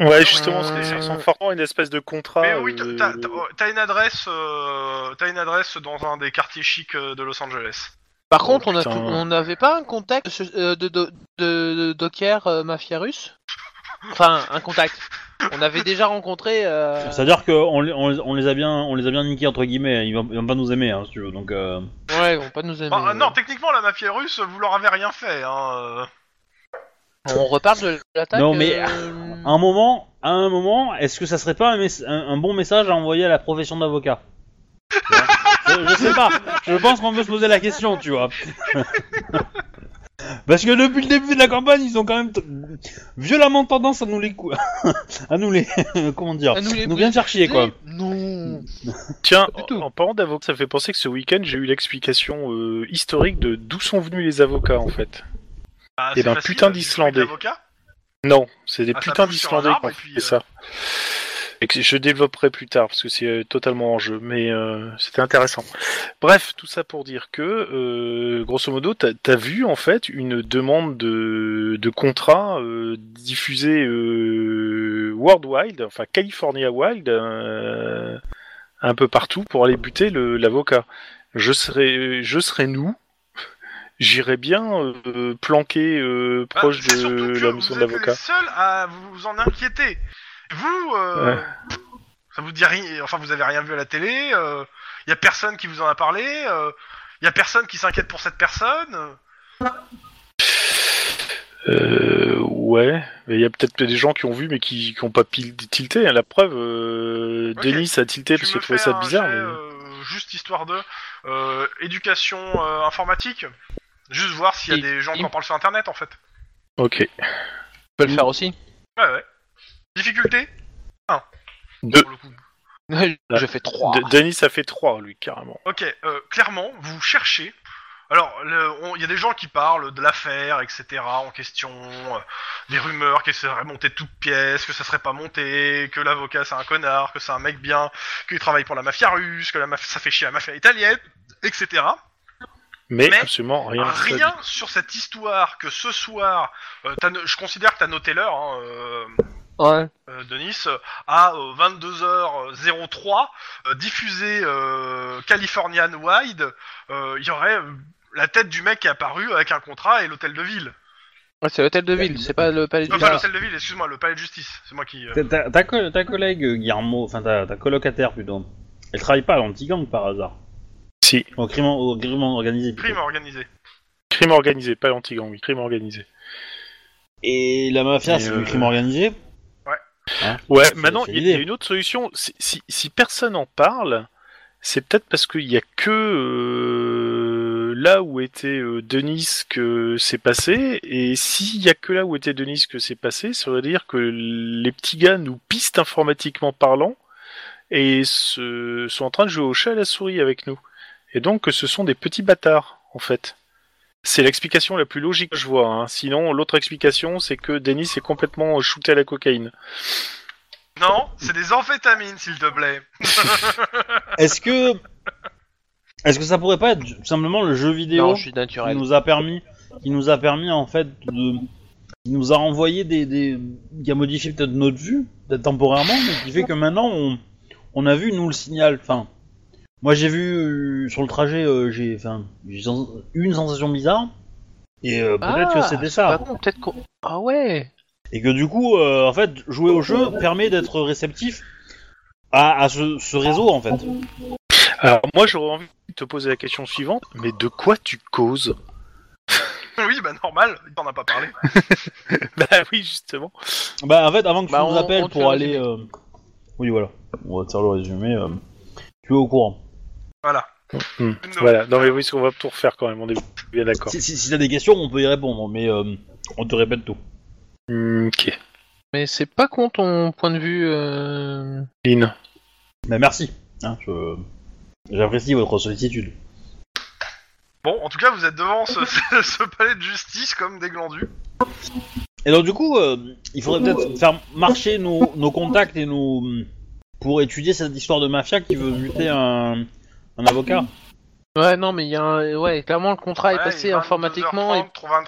S3: Ouais, justement,
S4: Euh,
S3: c'est sur son format une espèce de contrat.
S2: mais oui,
S3: euh,
S2: t'as- t'as t'as une adresse, euh, t'as une adresse dans un des quartiers chics euh, de Los Angeles.
S4: Par
S3: Oh,
S4: contre, on a
S3: putain.
S4: tout- on n'avait pas un contact de, ce- euh, de, de, de- de docker euh, mafia russe Enfin, un contact. On avait déjà rencontré. euh,
S1: C'est-à-dire qu'on les- on, les- on les a bien, on les a bien niqués entre guillemets. Ils vont, ils vont pas nous aimer, hein, si tu veux. Donc, euh,
S4: Ouais, ils vont pas nous aimer.
S2: Ah, non, techniquement, la mafia russe, vous leur avez rien fait. Hein, euh.
S4: On reparle de l'attaque.
S1: Non, mais-
S4: euh,
S1: à un moment, à un moment, est-ce que ça serait pas un, mes- un- un bon message à envoyer à la profession d'avocat Tu vois je, je sais pas. Je pense qu'on peut se poser la question, tu vois. [LAUGHS] Parce que depuis le début de la campagne, ils ont quand même t- violemment tendance à nous les, cou- [LAUGHS] à nous les, [LAUGHS] comment dire,
S4: À nous les
S1: bien faire chier, quoi.
S4: Non.
S3: Tiens,
S4: Pas du tout.
S3: en, en parlant d'avocats, ça fait penser que ce week-end, j'ai eu l'explication euh, historique de d'où sont venus les avocats, en fait.
S2: Ah,
S3: Eh
S2: c'est
S3: ben,
S2: facile,
S3: putain
S2: du fruit
S3: d'Islandais.
S2: d'avocat.
S3: Non, c'est des
S2: Ah, ça
S3: putains
S2: pousse sur un
S3: d'Islandais
S2: arbre,
S3: qui ont
S2: et puis,
S3: fait
S2: euh,
S3: ça. Et que je développerai plus tard, parce que c'est euh, totalement en jeu, mais euh, c'était intéressant. Bref, tout ça pour dire que, euh, grosso modo, t'as as vu, en fait, une demande de, de contrat euh, diffusée euh, worldwide, enfin California Wild, euh, un peu partout, pour aller buter le- l'avocat. Je serai, je serai nous. J'irai bien euh, planquer euh,
S2: Bah,
S3: proche
S2: c'est surtout
S3: de
S2: que
S3: la maison
S2: vous
S3: de
S2: êtes
S3: l'avocat.
S2: les seuls à vous en inquiéter. Vous, euh, ça vous dit rien. Enfin, vous avez rien vu à la télé. Il y a personne qui vous en a parlé. Il y a personne qui s'inquiète pour cette personne. euh.
S3: Euh, ouais, mais il y a peut-être des gens qui ont vu mais qui n'ont pas pil- tilté. hein. La preuve, euh,
S2: Ok.
S3: Denis a tilté
S2: Tu
S3: parce
S2: me
S3: qu'il trouvait
S2: fais
S3: ça
S2: un
S3: bizarre.
S2: jet,
S3: mais-
S2: euh, juste histoire de euh, éducation euh, informatique. Juste voir s'il y a
S4: Il-
S2: des gens qui
S4: il-
S2: en parlent sur Internet, en fait.
S3: Ok.
S4: On peut le faire aussi.
S2: Ouais, ouais. Difficulté
S3: De...
S2: pour le coup.
S4: Je fais 3.
S3: De- Denis a fait 3, lui, carrément.
S2: Ok, euh, clairement, vous cherchez. Alors, le- on- il y a des gens qui parlent de l'affaire, etc., en question, euh, des rumeurs que ça serait monté de toutes pièces, que ça serait pas monté, que l'avocat c'est un connard, que c'est un mec bien, qu'il travaille pour la mafia russe, que la maf- ça fait chier la mafia italienne, etc.
S3: Mais,
S2: Mais
S3: absolument rien.
S2: Rien sur cette histoire que ce soir, euh, t'as no- je considère que t'as noté l'heure, hein, euh,
S4: Ouais.
S2: euh, de Nice euh, à euh, 22h03 euh, diffusé euh, Californian Wide euh, il y aurait euh, la tête du mec qui est apparu avec un contrat et l'hôtel de ville
S4: Ouais, Ah, c'est l'hôtel de ville, c'est pas le palais du
S2: enfin
S1: Là.
S2: l'hôtel de ville excuse-moi le palais de justice c'est moi qui euh,
S1: Ta- Ta ta co- ta collègue euh, Guillermo, enfin ta, ta colocataire plutôt, elle travaille pas dans l'anti-gang par hasard
S3: Si,
S1: Au crime, en- au crime organisé plutôt.
S2: crime organisé
S3: crime organisé, pas l'anti-gang, oui, crime organisé.
S1: Et la mafia,
S3: Et,
S1: c'est
S3: euh,
S1: du crime organisé
S2: ouais.
S1: Hein
S3: Ouais,
S1: C'est-
S3: maintenant,
S1: c'est
S3: il y,
S1: l'idée.
S3: a une autre solution. Si, si- si personne en parle, c'est peut-être parce qu'il n'y a que euh, là où était euh, Denis que c'est passé. Et s'il n'y a que là où était Denis que c'est passé, ça veut dire que les petits gars nous pistent informatiquement parlant et se, sont en train de jouer au chat à la souris avec nous. Et donc que ce sont des petits bâtards, en fait. C'est l'explication la plus logique que je vois. hein. Sinon, l'autre explication, c'est que Denis est complètement shooté à la cocaïne.
S2: non c'est des amphétamines s'il te plaît [LAUGHS]
S1: Est-ce que. Est-ce que ça pourrait pas être ju- simplement le jeu vidéo
S4: Non, je suis
S1: qui
S4: naturel.
S1: nous a permis. qui nous a permis en fait de. qui nous a envoyé des. des- qui a modifié peut-être notre vue, peut-être temporairement, mais qui fait que maintenant on. on a vu, nous, le signal. Enfin. Moi j'ai vu. euh, sur le trajet, euh, j'ai. enfin. j'ai sens- eu une sensation bizarre. Et euh, peut-être
S4: Ah,
S1: que c'était ça.
S4: Par contre, peut-être qu'on. Ah ouais
S1: Et que du coup, euh, en fait, jouer au jeu permet d'être réceptif à, à ce, ce réseau en fait.
S3: Alors moi j'aurais envie de te poser la question suivante, mais de quoi tu [LAUGHS] causes
S2: Oui, bah normal, il t'en a pas parlé.
S3: Bah oui justement.
S1: Bah en fait, avant que
S4: Bah,
S1: tu nous
S4: on-
S1: appelles
S4: on te fait
S1: pour
S4: le
S1: aller, euh, oui voilà, on va te faire le résumé. euh, Tu es au courant.
S2: Voilà.
S3: Hmm,
S2: Non.
S3: Voilà, non mais oui, on va tout refaire quand même, on est bien d'accord.
S1: Si, si, si t'as des questions, on peut y répondre, mais euh, on te répète tout.
S3: Hmm, Ok.
S4: Mais c'est pas con ton point de vue. euh,
S3: Lynn.
S1: Mais merci. hein, je- J'apprécie votre sollicitude.
S2: Bon, en tout cas, vous êtes devant ce, [LAUGHS] ce- ce palais de justice comme des glandus.
S1: Et donc du coup, euh, il faudrait peut-être faire marcher nos, nos contacts et nos pour étudier cette histoire de mafia qui veut muter un, un avocat.
S4: Ouais, non, mais il y a un... ouais, clairement le contrat Ah, est
S2: Ouais,
S4: passé
S2: il est
S4: informatiquement. Et...
S2: 22h30,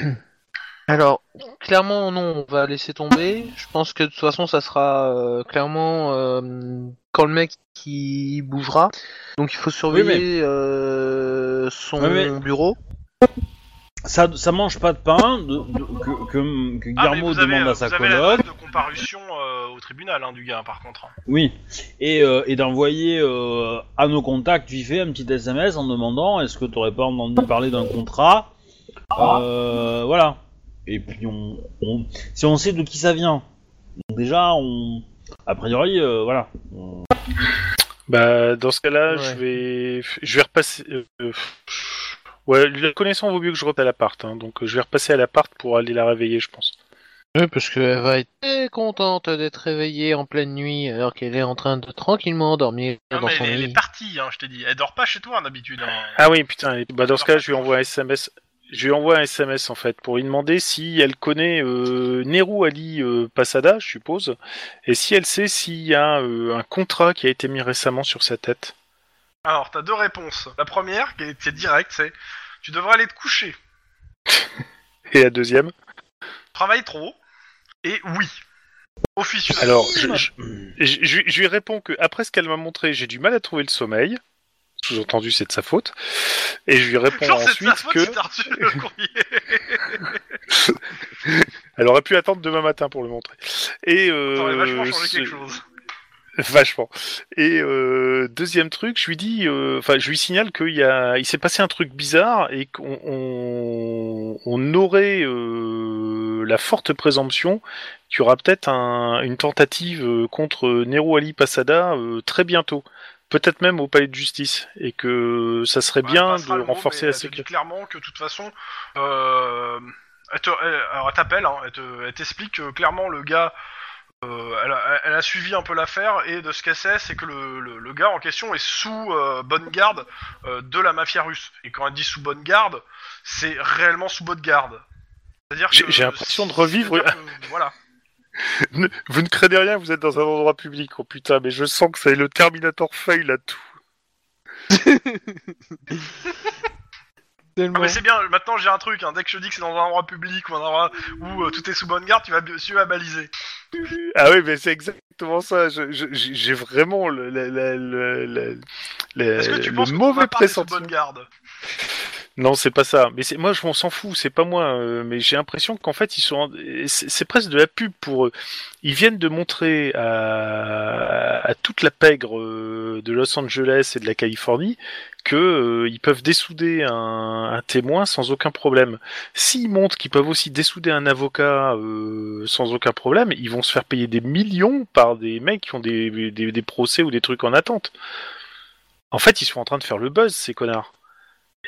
S2: 23h.
S4: Alors, clairement, non, on va laisser tomber. Je pense que de toute façon, ça sera euh, clairement euh, quand le mec qui bougera. Donc il faut surveiller euh, son
S1: Oui, mais-
S4: bureau.
S1: Ça, ça mange pas de pain de- de- que, que, que
S2: Ah, mais
S1: Guillermo
S2: vous avez,
S1: demande à
S2: vous
S1: sa
S2: avez la
S1: coloc.
S2: date de comparution euh, au tribunal hein, du gars, par contre.
S1: Oui, et, euh, et d'envoyer euh, à nos contacts vite fait un petit SMS en demandant est-ce que t'aurais pas entendu parler d'un contrat Euh, Voilà. Et puis on, on- si on sait de qui ça vient, déjà on, a priori, euh, voilà. On-
S3: Bah dans ce cas-là,
S4: Ouais.
S3: je vais je vais repasser euh, euh, Ouais, la connaissance vaut mieux que je repasse à l'appart, hein, donc euh, je vais repasser à l'appart pour aller la réveiller, je pense.
S4: Oui, Euh, parce qu'elle va être très contente d'être réveillée en pleine nuit alors qu'elle est en train de tranquillement dormir
S2: Non,
S4: dans
S2: mais
S4: son
S2: elle, est- elle est
S4: lit.
S2: partie, hein, je t'ai dit. Elle dort pas chez toi, hein, d'habitude. hein.
S3: Ah oui, putain, et- bah dans ce cas, je lui envoie un SMS. Je lui envoie un SMS en fait pour lui demander si elle connaît euh, Nehru Ali euh, Passada, je suppose, et si elle sait s'il y a euh, un contrat qui a été mis récemment sur sa tête.
S2: Alors, t'as deux réponses. La première, qui est, qui est directe, c'est Tu devrais aller te coucher.
S3: Et la deuxième
S2: Travaille trop. Et oui. Officieux.
S3: Alors, je, je- je- je- je lui réponds que après ce qu'elle m'a montré, j'ai du mal à trouver le sommeil. Sous-entendu, c'est de sa faute. Et je lui réponds
S2: Genre, c'est de sa
S3: ensuite
S2: faute
S3: que
S2: si t'as reçu le
S3: [LAUGHS]
S2: courrier.
S3: elle aurait pu attendre demain matin pour le montrer. Et euh,
S2: T'aurais vachement changé
S3: ce-
S2: quelque chose.
S3: [LAUGHS] Vachement. Et euh, deuxième truc, je lui dis, euh, enfin, je lui signale qu'il y a, il s'est passé un truc bizarre et qu'on on, on aurait euh, la forte présomption qu'il y aura peut-être un- une tentative euh, contre Nero Ali Passada euh, très bientôt, peut-être même au palais de justice, et que ça serait
S2: Ouais,
S3: bien
S2: elle passera
S3: de
S2: le mot,
S3: renforcer
S2: mais
S3: la
S2: elle te dit
S3: sécurité.
S2: clairement que de toute façon, euh, elle, te- elle- alors, elle t'appelle, hein, elle, te- elle t'explique que clairement le gars, euh, elle, a, elle a suivi un peu l'affaire et de ce qu'elle sait, c'est que le, le- le gars en question est sous euh, bonne garde euh, de la mafia russe. Et quand elle dit sous bonne garde, c'est réellement sous bonne garde. C'est-à-dire
S3: J'ai-
S2: que-
S3: j'ai l'impression de revivre-
S2: c'est-à-dire
S3: [LAUGHS]
S2: que, voilà.
S3: [LAUGHS] Ne- Vous ne craignez rien, vous êtes dans un endroit public. Oh putain, mais je sens que c'est le Terminator fail là tout.
S2: Ah, mais c'est bien, maintenant j'ai un truc, hein, dès que je dis que c'est dans un endroit public ou un endroit où euh, tout est sous bonne garde, tu vas, bi- tu vas baliser.
S3: Ah oui, mais c'est exactement ça. Je- je- J'ai j'ai vraiment le, le, le, le- le- le-
S2: Est-ce que tu
S3: Euh, le
S2: penses que ton
S3: mauvais
S2: appart est sous
S3: pressentiment.
S2: bonne garde
S3: Non, c'est pas ça. Mais c'est moi, je m'en s'en fous. C'est pas moi. euh, mais j'ai l'impression qu'en fait, ils sont. en- C'est c'est presque de la pub pour eux. Ils viennent de montrer à, à toute la pègre euh, de Los Angeles et de la Californie que euh, ils peuvent dessouder un, un témoin sans aucun problème. S'ils montrent qu'ils peuvent aussi dessouder un avocat euh, sans aucun problème, ils vont se faire payer des millions par des mecs qui ont des, des, des procès ou des trucs en attente. En fait, ils sont en train de faire le buzz, ces connards.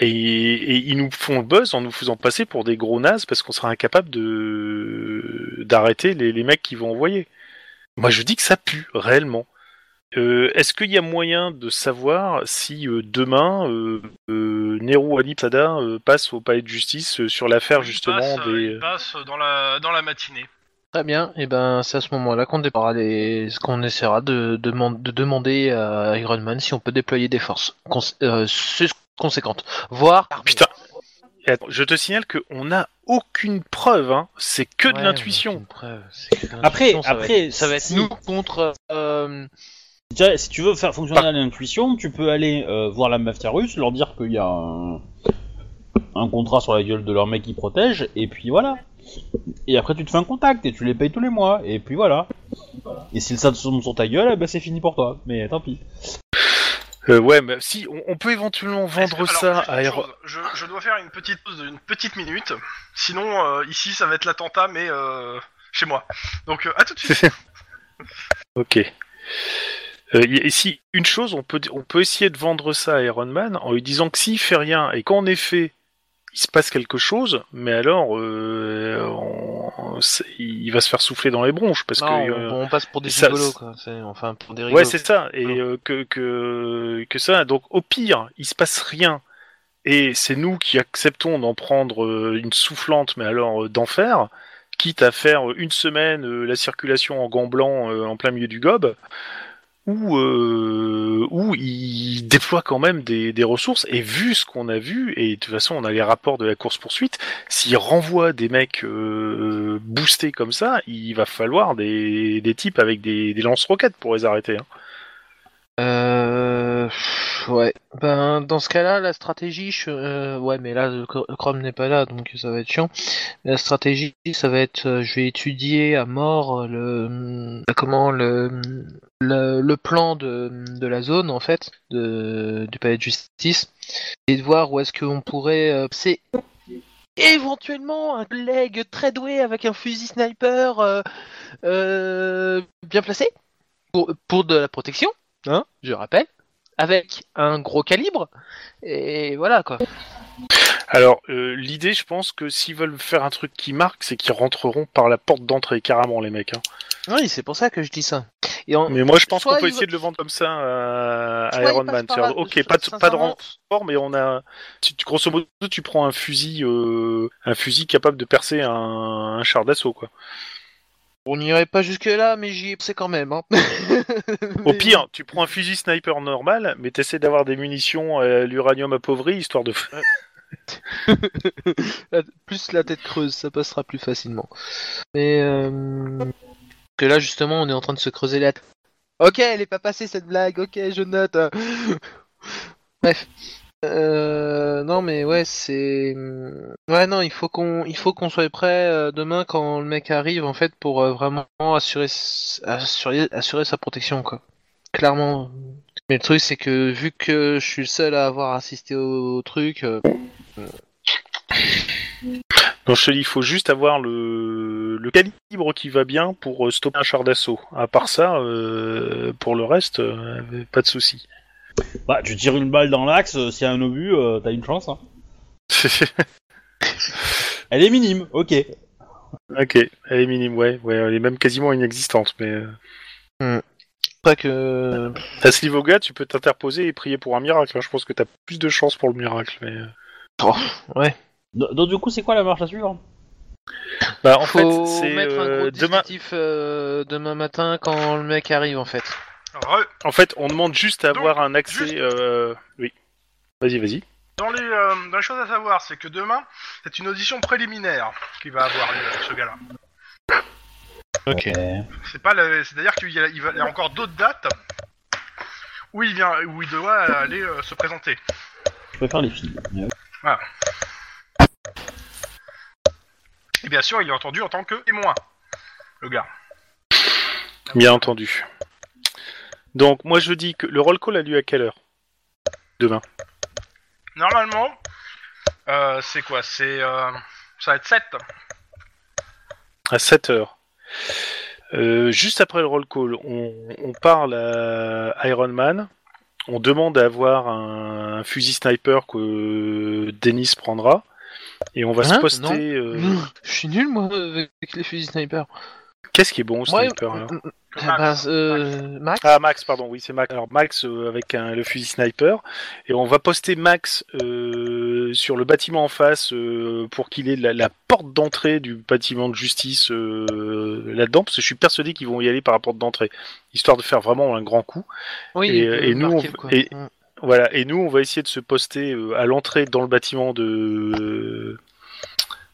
S3: Et, et ils nous font le buzz en nous faisant passer pour des gros nazes parce qu'on sera incapable de d'arrêter les, les mecs qu'ils vont envoyer. Moi, je dis que ça pue réellement. Euh, Est-ce qu'il y a moyen de savoir si euh, demain euh, euh, Nero Ali Sada euh, passe au palais de justice euh, sur l'affaire justement
S2: il passe, euh,
S3: des
S2: il passe dans la, dans la matinée.
S4: Très bien, et ben c'est à ce moment-là qu'on débarra les... qu'on essaiera de, deman- de demander à Iron Man si on peut déployer des forces cons- euh, sus- conséquentes, voire armées.
S3: Ah, Putain. Et attends, je te signale qu'on n'a aucune preuve, hein. c'est que de
S4: Ouais, on a
S3: l'intuition.
S4: aucune preuve, c'est que de
S1: Après,
S4: l'intuition, ça va
S1: après,
S4: être- ça va être
S1: si-
S4: nous contre euh,
S1: Déjà, si tu veux faire fonctionner l'intuition, tu peux aller euh, voir la mafia russe, leur dire qu'il y a un, un contrat sur la gueule de leur mec qui protège, et puis voilà. Et après, tu te fais un contact et tu les payes tous les mois, et puis voilà. Et si ça te tombe sur ta gueule, eh ben, c'est fini pour toi. Mais tant pis.
S3: Euh, ouais, mais si, on, on peut éventuellement
S2: Est-ce
S3: vendre
S2: que-
S3: ça
S2: alors, juste
S3: à E
S2: une
S3: Aero-
S2: chose, Je, je dois faire une petite pause d'une petite minute. Sinon, euh, ici, ça va être l'attentat, mais euh, chez moi. Donc, euh, à tout de suite.
S3: Ok. Euh, y- et si une chose, on peut, on peut essayer de vendre ça à Iron Man en lui disant que s'il fait rien et qu'en effet il se passe quelque chose, mais alors euh, on- c'est- il va se faire souffler dans les bronches parce
S4: Non,
S3: que
S4: on-
S3: euh,
S4: on, passe pour des
S3: ça-
S4: rigolos, quoi. C'est- Enfin, pour des rigolos.
S3: ouais c'est ça et
S4: Voilà.
S3: euh, que, que que ça. Donc au pire il se passe rien et c'est nous qui acceptons d'en prendre euh, une soufflante, mais alors euh, d'enfer, quitte à faire euh, une semaine euh, la circulation en gants blancs euh, en plein milieu du gob, où, euh, où il déploie quand même des, des ressources, et vu ce qu'on a vu, et de toute façon on a les rapports de la course-poursuite, s'il renvoie des mecs euh, boostés comme ça, il va falloir des, des types avec des, des lance-roquettes pour les arrêter. hein.
S4: Euh, pff, ouais. Ben, dans ce cas-là, la stratégie, je- euh, ouais, mais là, le Chr- le Chrome n'est pas là, donc ça va être chiant. La stratégie, ça va être, euh, je vais étudier à mort euh, le, euh, comment le, le, le plan de, hum, de la zone en fait, de, du palais de justice, et de voir où est-ce qu'on pourrait, euh, c'est éventuellement un collègue très doué avec un fusil sniper euh, euh, bien placé pour, pour de la protection hein, je rappelle, avec un gros calibre, et voilà quoi.
S3: Alors, euh, l'idée, je pense que s'ils veulent faire un truc qui marque, c'est qu'ils rentreront par la porte d'entrée, carrément, les mecs. hein.
S4: Oui, c'est pour ça que je dis ça. Et en...
S3: Mais moi, je pense
S4: Soit
S3: qu'on peut
S4: ils-
S3: essayer de le vendre comme ça à, à
S4: soit
S3: Iron
S4: il passe
S3: Man.
S4: par là,
S3: C'est-à-dire, ok,
S4: soit-
S3: pas de, pas de
S4: sincèrement,
S3: renfort, mais on a. Tu, tu- grosso modo, tu prends un fusil, euh, un fusil capable de percer un, un char
S4: [LAUGHS]
S3: d'assaut, quoi.
S4: On n'irait pas jusque-là, mais j'y ai pensé quand même. hein. [LAUGHS]
S3: Au
S4: Mais-
S3: pire, tu prends un fusil sniper normal, mais t'essaies d'avoir des munitions à l'uranium appauvri, histoire de.
S4: La- Plus la tête creuse, ça passera plus facilement. Mais. euh, Que là, justement, on est en train de se creuser la tête. Ok, elle est pas passée cette blague, ok, je note. [LAUGHS] Bref. Euh, non mais ouais c'est mm, ouais non il faut qu'on il faut qu'on soit prêt euh, demain quand le mec arrive en fait pour euh, vraiment assurer s- assurer assurer sa protection quoi clairement mais le truc c'est que vu que je suis le seul à avoir assisté au, truc euh,
S3: Non, je te dis, il faut juste avoir le, le calibre qui va bien pour euh, stopper un char d'assaut. À part ça, euh, pour le reste, euh, pas de [LAUGHS] souci.
S1: Bah, tu tires une balle dans l'axe, euh, s'il y a un obus, euh, t'as une chance. hein. Elle est minime, ok.
S3: ok, elle est minime, ouais, ouais, elle est même quasiment inexistante. Mais euh,
S4: pas que
S3: à ce niveau-là, tu peux t'interposer et prier pour un miracle. hein. Je pense que t'as plus de chances pour le miracle. Mais euh,
S1: Do- Donc, du coup, c'est quoi la marche à suivre
S3: bah, en
S4: Faut
S3: fait, c'est
S4: mettre un
S3: euh,
S4: gros
S3: demain.
S4: dispositif euh, demain matin quand le mec arrive en fait.
S2: Re-
S3: En fait, on demande juste à
S2: Donc,
S3: avoir un accès.
S2: juste-
S3: euh, Oui. Vas-y, vas-y.
S2: Dans les, euh, dans les choses à savoir, c'est que demain, c'est une audition préliminaire qui va avoir lieu avec ce gars-là.
S4: Ok.
S1: Euh,
S2: C'est pas, le- c'est-à-dire qu'il y a, il va- il y a encore d'autres dates où il vient, où il doit aller euh, se présenter.
S1: Je préfère les filles. Mais, euh,
S2: Et bien sûr, il est entendu en tant que témoin, le gars.
S3: Bien entendu. Donc, moi, je dis que le roll call a lieu à quelle heure Demain.
S2: Normalement, euh, c'est quoi C'est euh, ça va être 7.
S3: à 7 heures. Euh, juste après le roll call, on, on parle à Iron Man. On demande à avoir un, un fusil sniper que Dennis prendra. Et on va
S4: Hein
S3: se poster.
S4: Non.
S3: euh,
S4: Je suis nul moi avec les fusils sniper.
S3: Qu'est-ce qui est bon au
S4: Moi,
S3: sniper alors
S4: m- m- bah, euh, Max,
S3: Ah, Max, pardon, oui, c'est Max. Alors, Max euh, avec un- le fusil sniper. Et on va poster Max euh, sur le bâtiment en face euh, pour qu'il ait la, la porte d'entrée du bâtiment de justice euh, là-dedans, parce que je suis persuadé qu'ils vont y aller par la porte d'entrée, histoire de faire vraiment un grand coup.
S4: oui,
S3: et-
S4: euh,
S3: et nous, on-
S4: Markel, quoi.
S3: et-
S4: Mm.
S3: Voilà, et nous, on va essayer de se poster euh, à l'entrée dans le bâtiment de.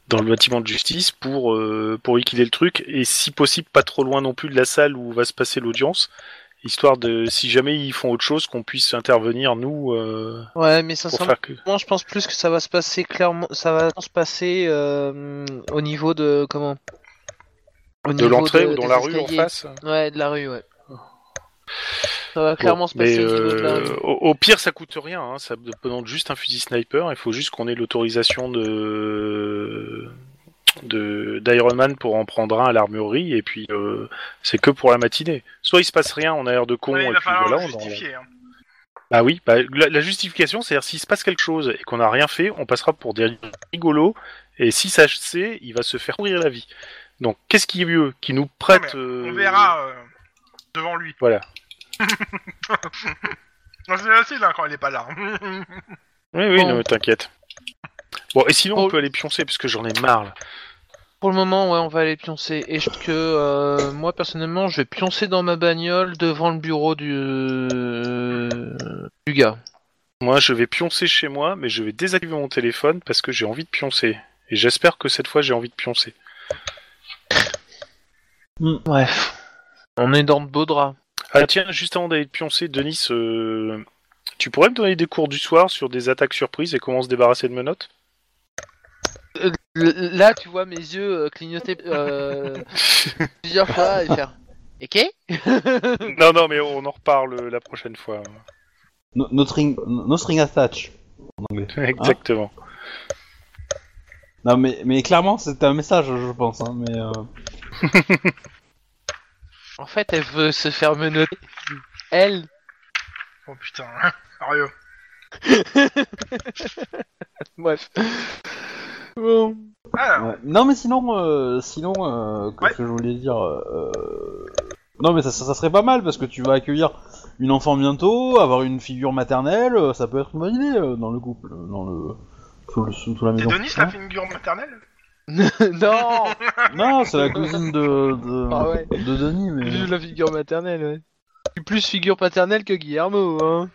S3: Dans le bâtiment de justice pour, euh, pour liquider le truc, et si possible, pas trop loin non plus de la salle où va se passer l'audience, histoire de si jamais ils font autre chose qu'on puisse intervenir nous euh,
S4: Ouais, mais
S3: pour
S4: sincèrement,
S3: faire que.
S4: je pense plus que ça va se passer clairement, ça va se passer euh, au niveau de comment Au
S3: De
S4: niveau
S3: l'entrée
S4: de-
S3: ou dans
S4: des
S3: la rue en
S4: escaliers.
S3: face.
S4: Ouais, de la rue, ouais. Ça va clairement se
S3: Bon,
S4: passer
S3: mais,
S4: au niveau de la
S3: euh,
S4: rue.
S3: au, au pire, ça coûte rien. hein, Ça demande juste un fusil sniper. Il faut juste qu'on ait l'autorisation de de- d'Iron Man pour en prendre un à l'armurerie et puis euh, c'est que pour la matinée. Soit il se passe rien, on a l'air de con
S2: Ouais,
S3: et
S2: il va
S3: puis
S2: falloir le
S3: voilà, on en-
S2: justifier. hein.
S3: Bah oui, bah, la, la justification, c'est-à-dire s'il se passe quelque chose et qu'on n'a rien fait, on passera pour des rigolos, et si ça c'est, il va se faire pourrir la vie. Donc qu'est-ce qui est mieux Qui nous prête... euh,
S2: On verra euh, devant lui.
S3: Voilà.
S2: Non, C'est facile hein, quand il est pas là. [LAUGHS]
S3: Oui, oui,
S4: Bon.
S3: non, mais t'inquiète. Bon, et sinon,
S4: Bon.
S3: on peut aller pioncer, parce que j'en ai marre, là.
S4: Pour le moment, ouais, on va aller pioncer. Et je pense que euh, moi personnellement, je vais pioncer dans ma bagnole devant le bureau du euh, du gars.
S3: Moi, je vais pioncer chez moi, mais je vais désactiver mon téléphone, parce que j'ai envie de pioncer. Et j'espère que cette fois, j'ai envie de pioncer.
S4: Bref, on est dans de beaux draps.
S3: Ah tiens, juste avant d'aller te pioncer, Denis, euh, tu pourrais me donner des cours du soir sur des attaques surprises et comment se débarrasser de menottes [LAUGHS]
S4: Euh, l- Là, tu vois mes yeux euh, clignoter [LAUGHS] euh, plusieurs fois et faire. Et qu'est
S3: Non, non, mais on en reparle euh, la prochaine fois.
S1: No, no string, no string attached. En anglais.
S3: Exactement.
S1: Non, mais, mais clairement, c'est un message, je pense. hein, mais euh,
S4: En fait, elle veut se faire menotter. Elle. [LAUGHS]
S2: oh putain, hein. Mario.
S4: Bref. Bon.
S2: Ah,
S1: ouais. Non, mais sinon, euh, sinon, euh, qu'est-ce
S2: Ouais.
S1: que je voulais dire euh, Non, mais ça, ça- ça serait pas mal parce que tu vas accueillir une enfant bientôt, avoir une figure maternelle, euh, ça peut être une bonne idée euh, dans le couple, euh, dans le sous, le- sous- sous la
S2: c'est
S1: maison.
S2: Denis, la figure maternelle
S4: [LAUGHS] non
S1: non, c'est la cousine de de,
S4: [LAUGHS] Ah ouais.
S1: de Denis, mais.
S4: Plus la figure maternelle, ouais. Je suis Plus figure paternelle que Guillermo, hein.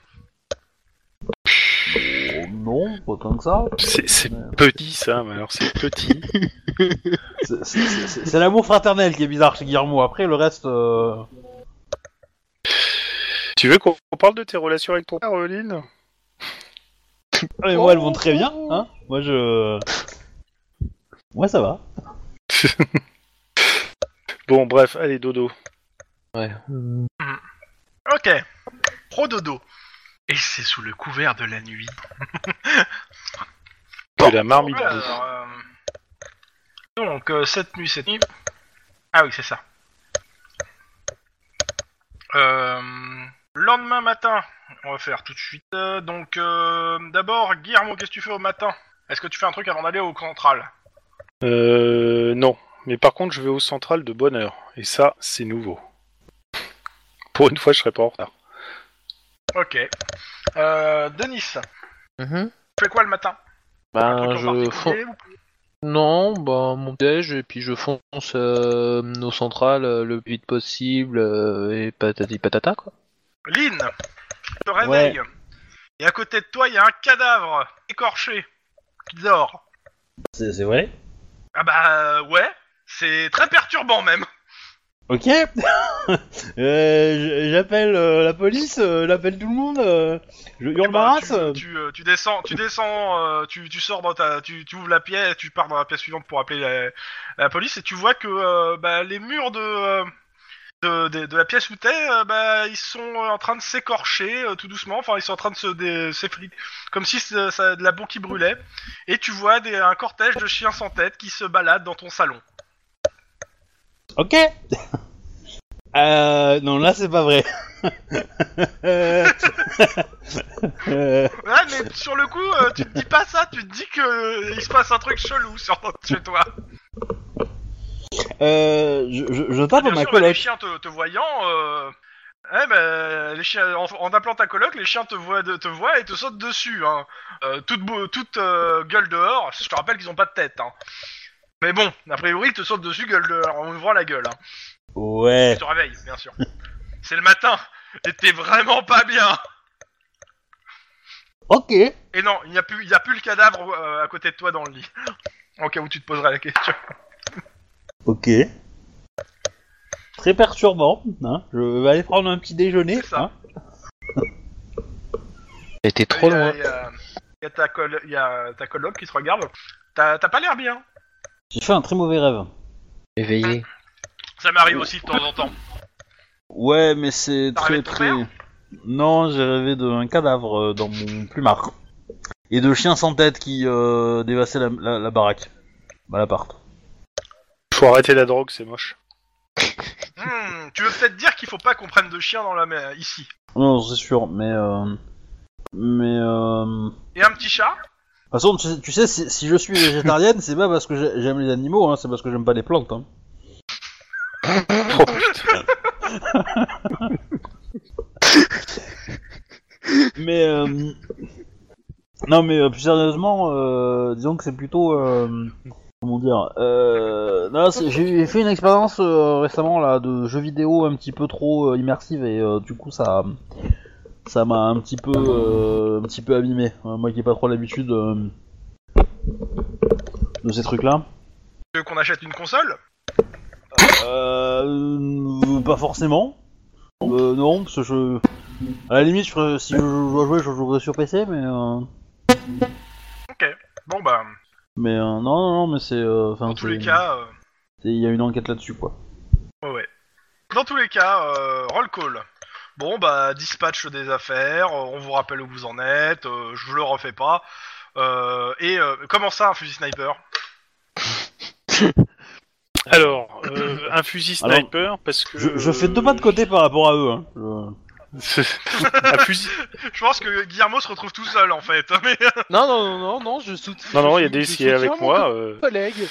S1: Oh, non, pas tant que ça.
S3: C'est c'est
S1: Ouais.
S3: petit ça, mais alors c'est petit.
S1: C'est- c'est- C'est c'est l'amour fraternel qui est bizarre chez Guillermo. Après, le reste. euh,
S3: tu veux qu'on qu'on parle de tes relations avec ton père, euh, Lynn
S1: Ah, mais moi, elles vont très bien, hein Moi, je... Moi, ça va.
S3: Bon, bref, allez, dodo.
S4: Ouais.
S2: Ok. Pro dodo. Et c'est sous le couvert de la nuit.
S3: Que la marmite.
S2: Ouais, alors, euh, Donc, euh, cette nuit, cette nuit. Ah oui, c'est ça. Euh, Lendemain matin, on va faire tout de suite. Euh, donc, euh, d'abord, Guillermo, qu'est-ce que tu fais au matin Est-ce que tu fais un truc avant d'aller au central
S3: Euh, non. Mais par contre, je vais au central de bonne heure. Et ça, c'est nouveau. Pour une fois, je serai pas en retard.
S2: Ok. Euh, Denis, tu
S4: Mhm.
S2: fais quoi le matin Un
S4: Ben,
S2: truc en
S4: je
S2: particulier
S4: fonce.
S2: ou-
S4: Non, ben, mon déj, et puis je fonce euh, nos centrales euh, le plus vite possible, euh, et patati patata, quoi.
S2: Lynn, tu te réveilles. Et à côté de toi, il y a un cadavre écorché qui dort.
S1: C'est c'est vrai
S2: Ah bah ouais, c'est très perturbant même.
S1: Ok [LAUGHS] Euh, j- J'appelle euh, la police, euh, j'appelle tout le monde, euh, je hurle
S2: Bah,
S1: ma
S2: tu-
S1: race. euh.
S2: tu, euh, tu descends, tu descends, euh, tu, tu sors dans ta, tu, tu ouvres la pièce, tu pars dans la pièce suivante pour appeler la, la police et tu vois que euh, bah, les murs de, euh, de, de- de la pièce où t'es, euh, bah, ils sont euh, en train de s'écorcher euh, tout doucement. Enfin, ils sont en train de se dé- s'effriter, comme si c'est- ça- de la boue qui brûlait. Et tu vois des, un cortège de chiens sans tête qui se baladent dans ton salon.
S1: Ok [LAUGHS] Euh, non, là, c'est pas vrai. [LAUGHS] Euh,
S2: Ouais, mais sur le coup, euh, tu te dis pas ça, tu te dis que euh, il se passe un truc chelou sur chez toi.
S1: euh, je, je- je tape
S2: Bien
S1: à ma
S2: sûr, bah, les
S1: coloc.
S2: chiens te, te voyant, euh, eh ben, les chiens, en, en appelant ta coloc, les chiens te voient, de- te voient et te sautent dessus. Hein. Euh, toute bou- toute euh, gueule dehors, je te rappelle qu'ils ont pas de tête. Hein. Mais bon, a priori, ils te sautent dessus gueule dehors en ouvrant la gueule. Hein.
S1: Ouais.
S2: Tu te réveilles, bien sûr. C'est le matin, et t'es vraiment pas bien.
S1: Ok.
S2: Et non, il n'y a, plus- il y a plus le cadavre euh, à côté de toi dans le lit. En cas où tu te poserais la question.
S1: Ok. très perturbant. hein. Je vais aller prendre un petit déjeuner.
S2: C'est ça.
S1: hein.
S4: T'étais trop
S2: Il y a-
S4: loin.
S2: Il y a- il y a ta col- il y a ta coloc qui te regarde. T'as t'as pas l'air bien.
S1: J'ai fait un très mauvais rêve. hein.
S4: Éveillé.
S2: Ça m'arrive aussi de temps en temps.
S1: Ouais, mais c'est
S2: T'as
S1: très
S2: rêvé de ton
S1: très. Non, j'ai rêvé d'un cadavre euh, dans mon plumard. Et de chiens sans tête qui euh, dévassaient la, la- la baraque. Bah, l'appart.
S3: Faut arrêter la drogue, c'est moche.
S2: Hmm, tu veux peut-être dire qu'il faut pas qu'on prenne de chiens dans la mer ici.
S1: Non, c'est sûr, mais. euh, Mais. euh,
S2: Et un petit chat
S1: De toute façon, tu sais, tu sais, si, si je suis végétarienne, c'est pas parce que j'ai- j'aime les animaux, hein, c'est parce que j'aime pas les plantes. hein.
S3: Oh, putain.
S1: Mais euh, non, mais euh, plus sérieusement, euh, disons que c'est plutôt euh, comment dire. Euh, non, c'est- j'ai fait une expérience euh, récemment là de jeux vidéo un petit peu trop euh, immersive et euh, du coup ça ça m'a un petit peu euh, un petit peu abîmé. Euh, moi qui ai pas trop l'habitude euh, de ces trucs là.
S2: Tu veux qu'on achète une console
S1: Euh, pas forcément. Euh, non, parce que je. À la limite, je ferais- si je dois jouer, je jouerais sur PC, mais. euh,
S2: Bon bah,
S1: Mais euh, non, non, non, mais c'est. euh, enfin,
S2: dans tous les
S1: c'est-
S2: cas, euh,
S1: c'est- Il y a une enquête là-dessus, quoi.
S2: ouais, ouais. Dans tous les cas, euh, roll call. Bon bah, dispatch des affaires, euh, on vous rappelle où vous en êtes, euh, je vous le refais pas. Euh, et euh, comment ça un fusil sniper
S3: Alors, euh, un fusil
S1: Alors,
S3: sniper, parce que...
S1: Ah Je, je fais
S2: euh,
S1: deux pas de
S3: [LAUGHS]
S1: côté par rapport à eux. Hein. Je-
S3: un fusil...
S2: Je pense que Guillermo se retrouve tout seul en fait. [LAUGHS] Mais...
S4: [LAUGHS] Non, non, non, non, non, je soutiens.
S3: Non, non,
S4: je-
S3: il y a des
S4: je
S3: qui est avec
S4: soutiens mon
S3: moi. euh,
S4: Collègue. Tu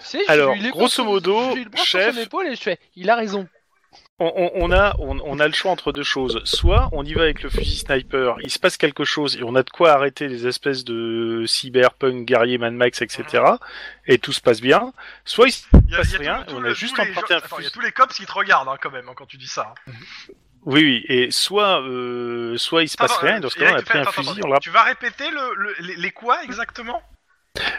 S4: sais, je
S3: Alors,
S4: lui les
S3: grosso
S4: bras sur-
S3: modo,
S4: je lui le bras sur
S3: chef-
S4: son épaule et je fais, il a raison.
S3: On, on- on a, on, on a le choix entre deux choses. Soit on y va avec le fusil sniper, il se passe quelque chose et on a de quoi arrêter les espèces de cyberpunk, guerrier, Mad Max, etc. Et tout se passe bien. Soit il se
S2: Il euh, y a-
S3: passe
S2: il y a
S3: rien,
S2: tout- tout
S3: on
S2: le-
S3: a
S2: tous
S3: juste
S2: les
S3: emprunté
S2: gens-
S3: un
S2: Attends, il y a
S3: fusil.
S2: tous les cops qui te regardent hein, quand même hein, quand tu dis ça. hein.
S3: Oui, oui. Et soit, euh, soit il se passe
S2: Attends,
S3: rien, et
S2: euh,
S3: dans ce
S2: Eric,
S3: cas on a
S2: fais-
S3: pris un
S2: attends,
S3: fusil.
S2: attends,
S3: on l'a-
S2: Tu vas répéter le, le- les, les quoi exactement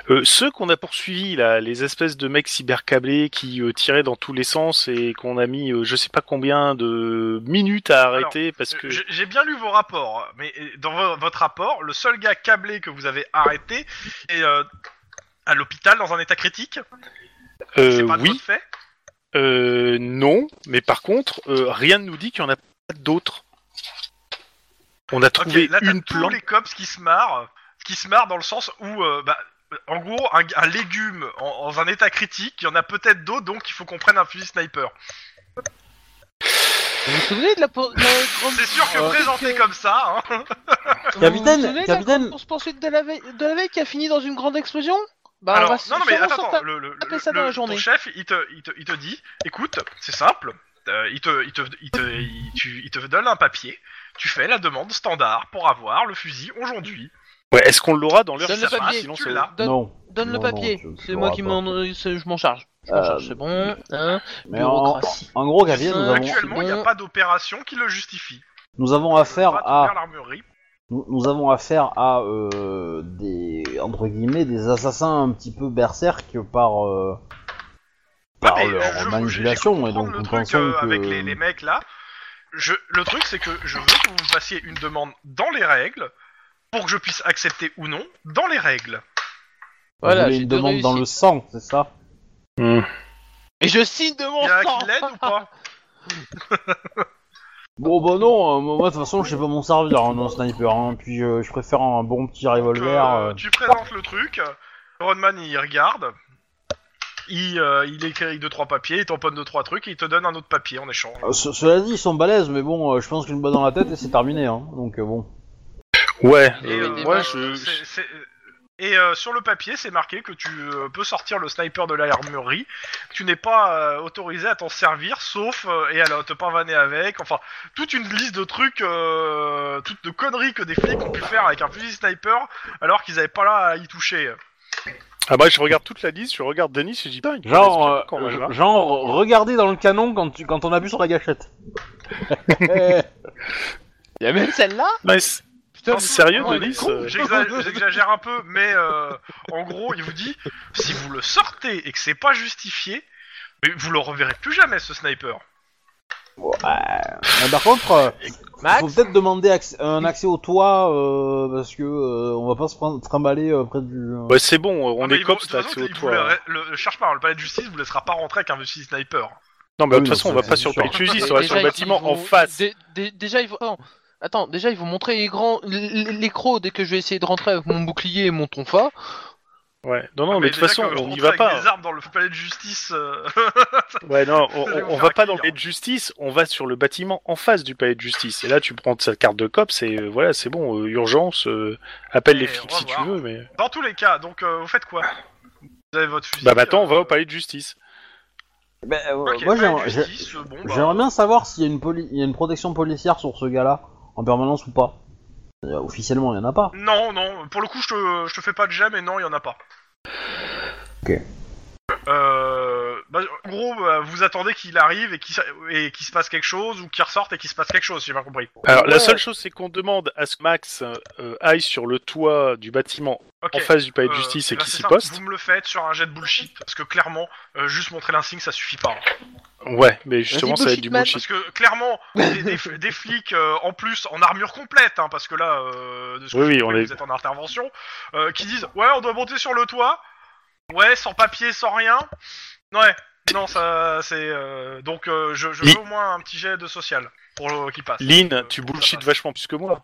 S3: Euh, ceux qu'on a poursuivis là, les espèces de mecs cybercablés qui euh, tiraient dans tous les sens et qu'on a mis, euh, je sais pas combien de minutes à arrêter parce que.
S2: Euh, j'- J'ai bien lu vos rapports, mais euh, dans vo- votre rapport, le seul gars câblé que vous avez arrêté est euh, à l'hôpital dans un état critique.
S3: Euh,
S2: C'est pas de
S3: oui.
S2: votre fait.
S3: Euh, non, mais par contre, euh, rien ne nous dit qu'il n'y en a pas d'autres. On a
S2: Ok,
S3: trouvé
S2: là t'as
S3: une
S2: tous
S3: plante.
S2: les cops qui se marrent, qui se marrent dans le sens où, euh, bah, en gros, un, un légume en, dans un état critique, il y en a peut-être d'autres, donc il faut qu'on prenne un fusil sniper.
S4: Vous vous souvenez de la, pour- de la
S3: [LAUGHS] Oh,
S4: grande.
S2: C'est sûr que
S4: Euh,
S2: présenté comme ça, hein,
S4: Vous
S1: Capitaine,
S4: vous souvenez de la
S1: capitaine.
S4: grande course-poursuite de la veille, de la veille qui a fini dans une grande explosion Bah, on
S2: Alors,
S4: va se-
S2: non, non, mais
S4: sûrement
S2: attends,
S4: s'en
S2: attends,
S4: taper.
S2: le, le,
S4: taper
S2: le-
S4: ça dans
S2: le-
S4: la journée.
S2: ton chef, il te, il te, il te dit, écoute, c'est simple, euh, il, te, il, te, il, te, il- tu- il te donne un papier, tu fais la demande standard pour avoir le fusil aujourd'hui.
S3: Ouais, Est-ce qu'on l'aura dans l'heure
S4: Donne
S3: qui
S4: le
S3: sera,
S4: papier,
S3: Sinon,
S2: tu
S3: c'est-
S2: l'as.
S4: Donne,
S1: non.
S4: donne le
S1: Non, non,
S4: papier.
S1: tu- tu
S4: c'est moi
S1: l'auras
S4: qui
S1: pas.
S4: m'en. euh, c'est- Je m'en charge. Je m'en
S1: Euh,
S4: charge, c'est bon. Hein
S1: Mais en,
S4: Bureaucratie.
S1: en gros, Gabriel, nous avons,
S2: Actuellement, il n'y a pas d'opération qui le justifie.
S1: nous avons affaire
S2: Pas de
S1: à,
S2: faire l'armurerie.
S1: nous, nous avons affaire à euh, des entre guillemets des assassins un petit peu berserk par euh, par
S2: Ah, mais je- je-
S1: leur
S2: j'ai-
S1: manipulation
S2: j'ai
S1: et
S2: cru
S1: donc
S2: comprendre
S1: nous
S2: le truc
S1: pensons
S2: euh,
S1: que
S2: avec les, les mecs là. Je, le truc c'est que je veux que vous fassiez une demande dans les règles pour que je puisse accepter ou non dans les règles.
S1: vous
S4: Voilà,
S1: voulez
S4: j'ai
S1: une
S4: deux
S1: demande dans le
S4: réussites.
S1: sang, c'est ça
S4: Hmm. Et je signe de mon
S2: Il y en a
S4: sang
S2: qui l'aident ou pas
S1: Bon bah non, euh, moi de toute façon je sais pas mon servir hein, non sniper, hein, puis euh, je préfère un bon petit
S2: Donc, euh,
S1: revolver. euh.
S2: Tu présentes le truc, Iron Man il regarde, il, euh, il écrit 2-3 papiers, il tamponne 2-3 trucs et il te donne un autre papier en échange.
S1: Euh, ce- Cela dit, ils sont balèzes, mais bon, euh, je pense qu'une balle dans la tête et c'est terminé, hein. Donc euh, bon.
S3: Ouais.
S2: Et,
S3: euh,
S4: euh,
S3: ouais,
S4: euh,
S3: je-
S2: c'est- c'est- et, euh, sur le papier, c'est marqué que tu euh, peux sortir le sniper de l'armurerie. Tu n'es pas euh, autorisé à t'en servir, sauf euh, et à la- te pavaner avec. Enfin, toute une liste de trucs, euh, toutes de conneries que des flics ont pu faire avec un fusil sniper, alors qu'ils n'avaient pas là à y toucher.
S3: Ah bah, je regarde toute la liste, je regarde Denis et je dis putain, il
S1: Genre,
S4: euh,
S1: euh,
S3: reste plus quand même, hein.
S1: genre, regardez dans le canon quand, tu, quand on appuie sur la gâchette. Eh,
S4: Il y a même celle-là
S3: Mais c'est-
S4: Putain,
S3: Non, sérieux,
S4: vraiment,
S3: Denis,
S4: il est con.
S3: euh,
S2: J'exa- J'exagère un peu, mais euh, en gros, il vous dit si vous le sortez et que c'est pas justifié, mais vous le reverrez plus jamais ce sniper.
S1: Mais par contre, euh, faut
S4: Max
S1: peut-être demander acc- un accès au toit euh, parce que euh, on va pas se prendre- trimballer euh, près du. euh,
S3: Bah, c'est bon, on
S2: Ah, mais
S3: est
S2: il-
S3: cops,
S2: de
S3: t'as
S2: toute
S3: accès
S2: façon,
S3: au
S2: il vous
S3: toit.
S2: la- Le, le- cherche pas, hein, le palais de justice vous laissera pas rentrer avec un fusil sniper.
S3: Non, mais de
S1: Oui,
S3: toute façon,
S1: non,
S3: on va
S1: ça,
S3: pas
S1: c'est
S3: sur le
S1: sûr.
S3: palais de justice,
S4: Déjà,
S3: on va sur le
S4: ils- ils
S3: bâtiment
S4: vont-
S3: en face.
S4: dé- dé- déjà, ils vont. Attends, attends, déjà, ils vont montrer les grands. les les crocs dès que je vais essayer de rentrer avec mon bouclier et mon tonfa.
S3: Ouais, non, non,
S2: Ah,
S3: mais de toute
S2: déjà,
S3: façon,
S2: quand
S3: on y
S2: rentre
S3: va
S2: avec
S3: pas. hein.
S2: des armes dans le palais de justice. euh,
S3: Ouais, non, on,
S2: Vous allez vous
S3: on- on
S2: faire
S3: va pas dans
S2: accueillir.
S3: le palais de justice, on va sur le bâtiment en face du palais de justice. Et là, tu prends ta carte de cops et euh, voilà, c'est bon, euh, urgence, euh, appelle les
S2: Et
S3: flics
S2: Eh, on va
S3: si tu
S2: voir.
S3: veux, mais.
S2: dans tous les cas, donc euh, vous faites quoi Vous avez votre fusil.
S3: Bah maintenant, on va
S2: euh,
S3: au palais de justice.
S1: Ben, euh,
S2: ok,
S1: moi,
S2: palais de
S1: j'aimerais- j'ai-
S2: justice, euh, bon, bah,
S1: j'aimerais bien savoir s'il y a une poli- il y a une protection policière sur ce gars-là en permanence ou pas. Euh, officiellement, il y en a pas.
S2: Non, non, pour le coup, je te, je te fais pas de jet, mais non, il y en a pas.
S1: Ok.
S2: Euh, bah, en gros, bah, vous attendez qu'il arrive et qu'il sa- et qu'il se passe quelque chose, ou qu'il ressorte et qu'il se passe quelque chose, si j'ai bien compris.
S3: Alors, la
S4: Ouais.
S3: seule chose, c'est qu'on demande à ce que Max euh, aille sur le toit du bâtiment
S2: Ok.
S3: en face du palais de
S2: euh,
S3: justice et
S2: bah,
S3: qui
S2: c'est
S3: s'y
S2: simple,
S3: poste.
S2: Vous me le faites sur un jet de bullshit, parce que clairement, euh, juste montrer l'insigne, ça suffit pas. hein.
S3: Ouais, mais justement, ça va être du
S4: bullshit, Matt.
S3: bullshit.
S2: Parce que clairement, des,
S3: [LAUGHS]
S2: des f- des flics euh, en plus en armure complète, hein, parce que là, euh, de ce que
S3: Oui,
S2: j'ai
S3: oui,
S2: compris,
S3: on est-
S2: vous êtes en intervention, euh, qui disent ouais, on doit monter sur le toit, ouais, sans papier, sans rien, ouais, non, ça, c'est euh, donc euh, je, je
S3: Il-
S2: veux au moins un petit jet de social pour euh, qu'il passe. Euh,
S3: Lynn, tu
S2: pour que ça
S3: bullshit
S2: passe.
S3: vachement plus que moi.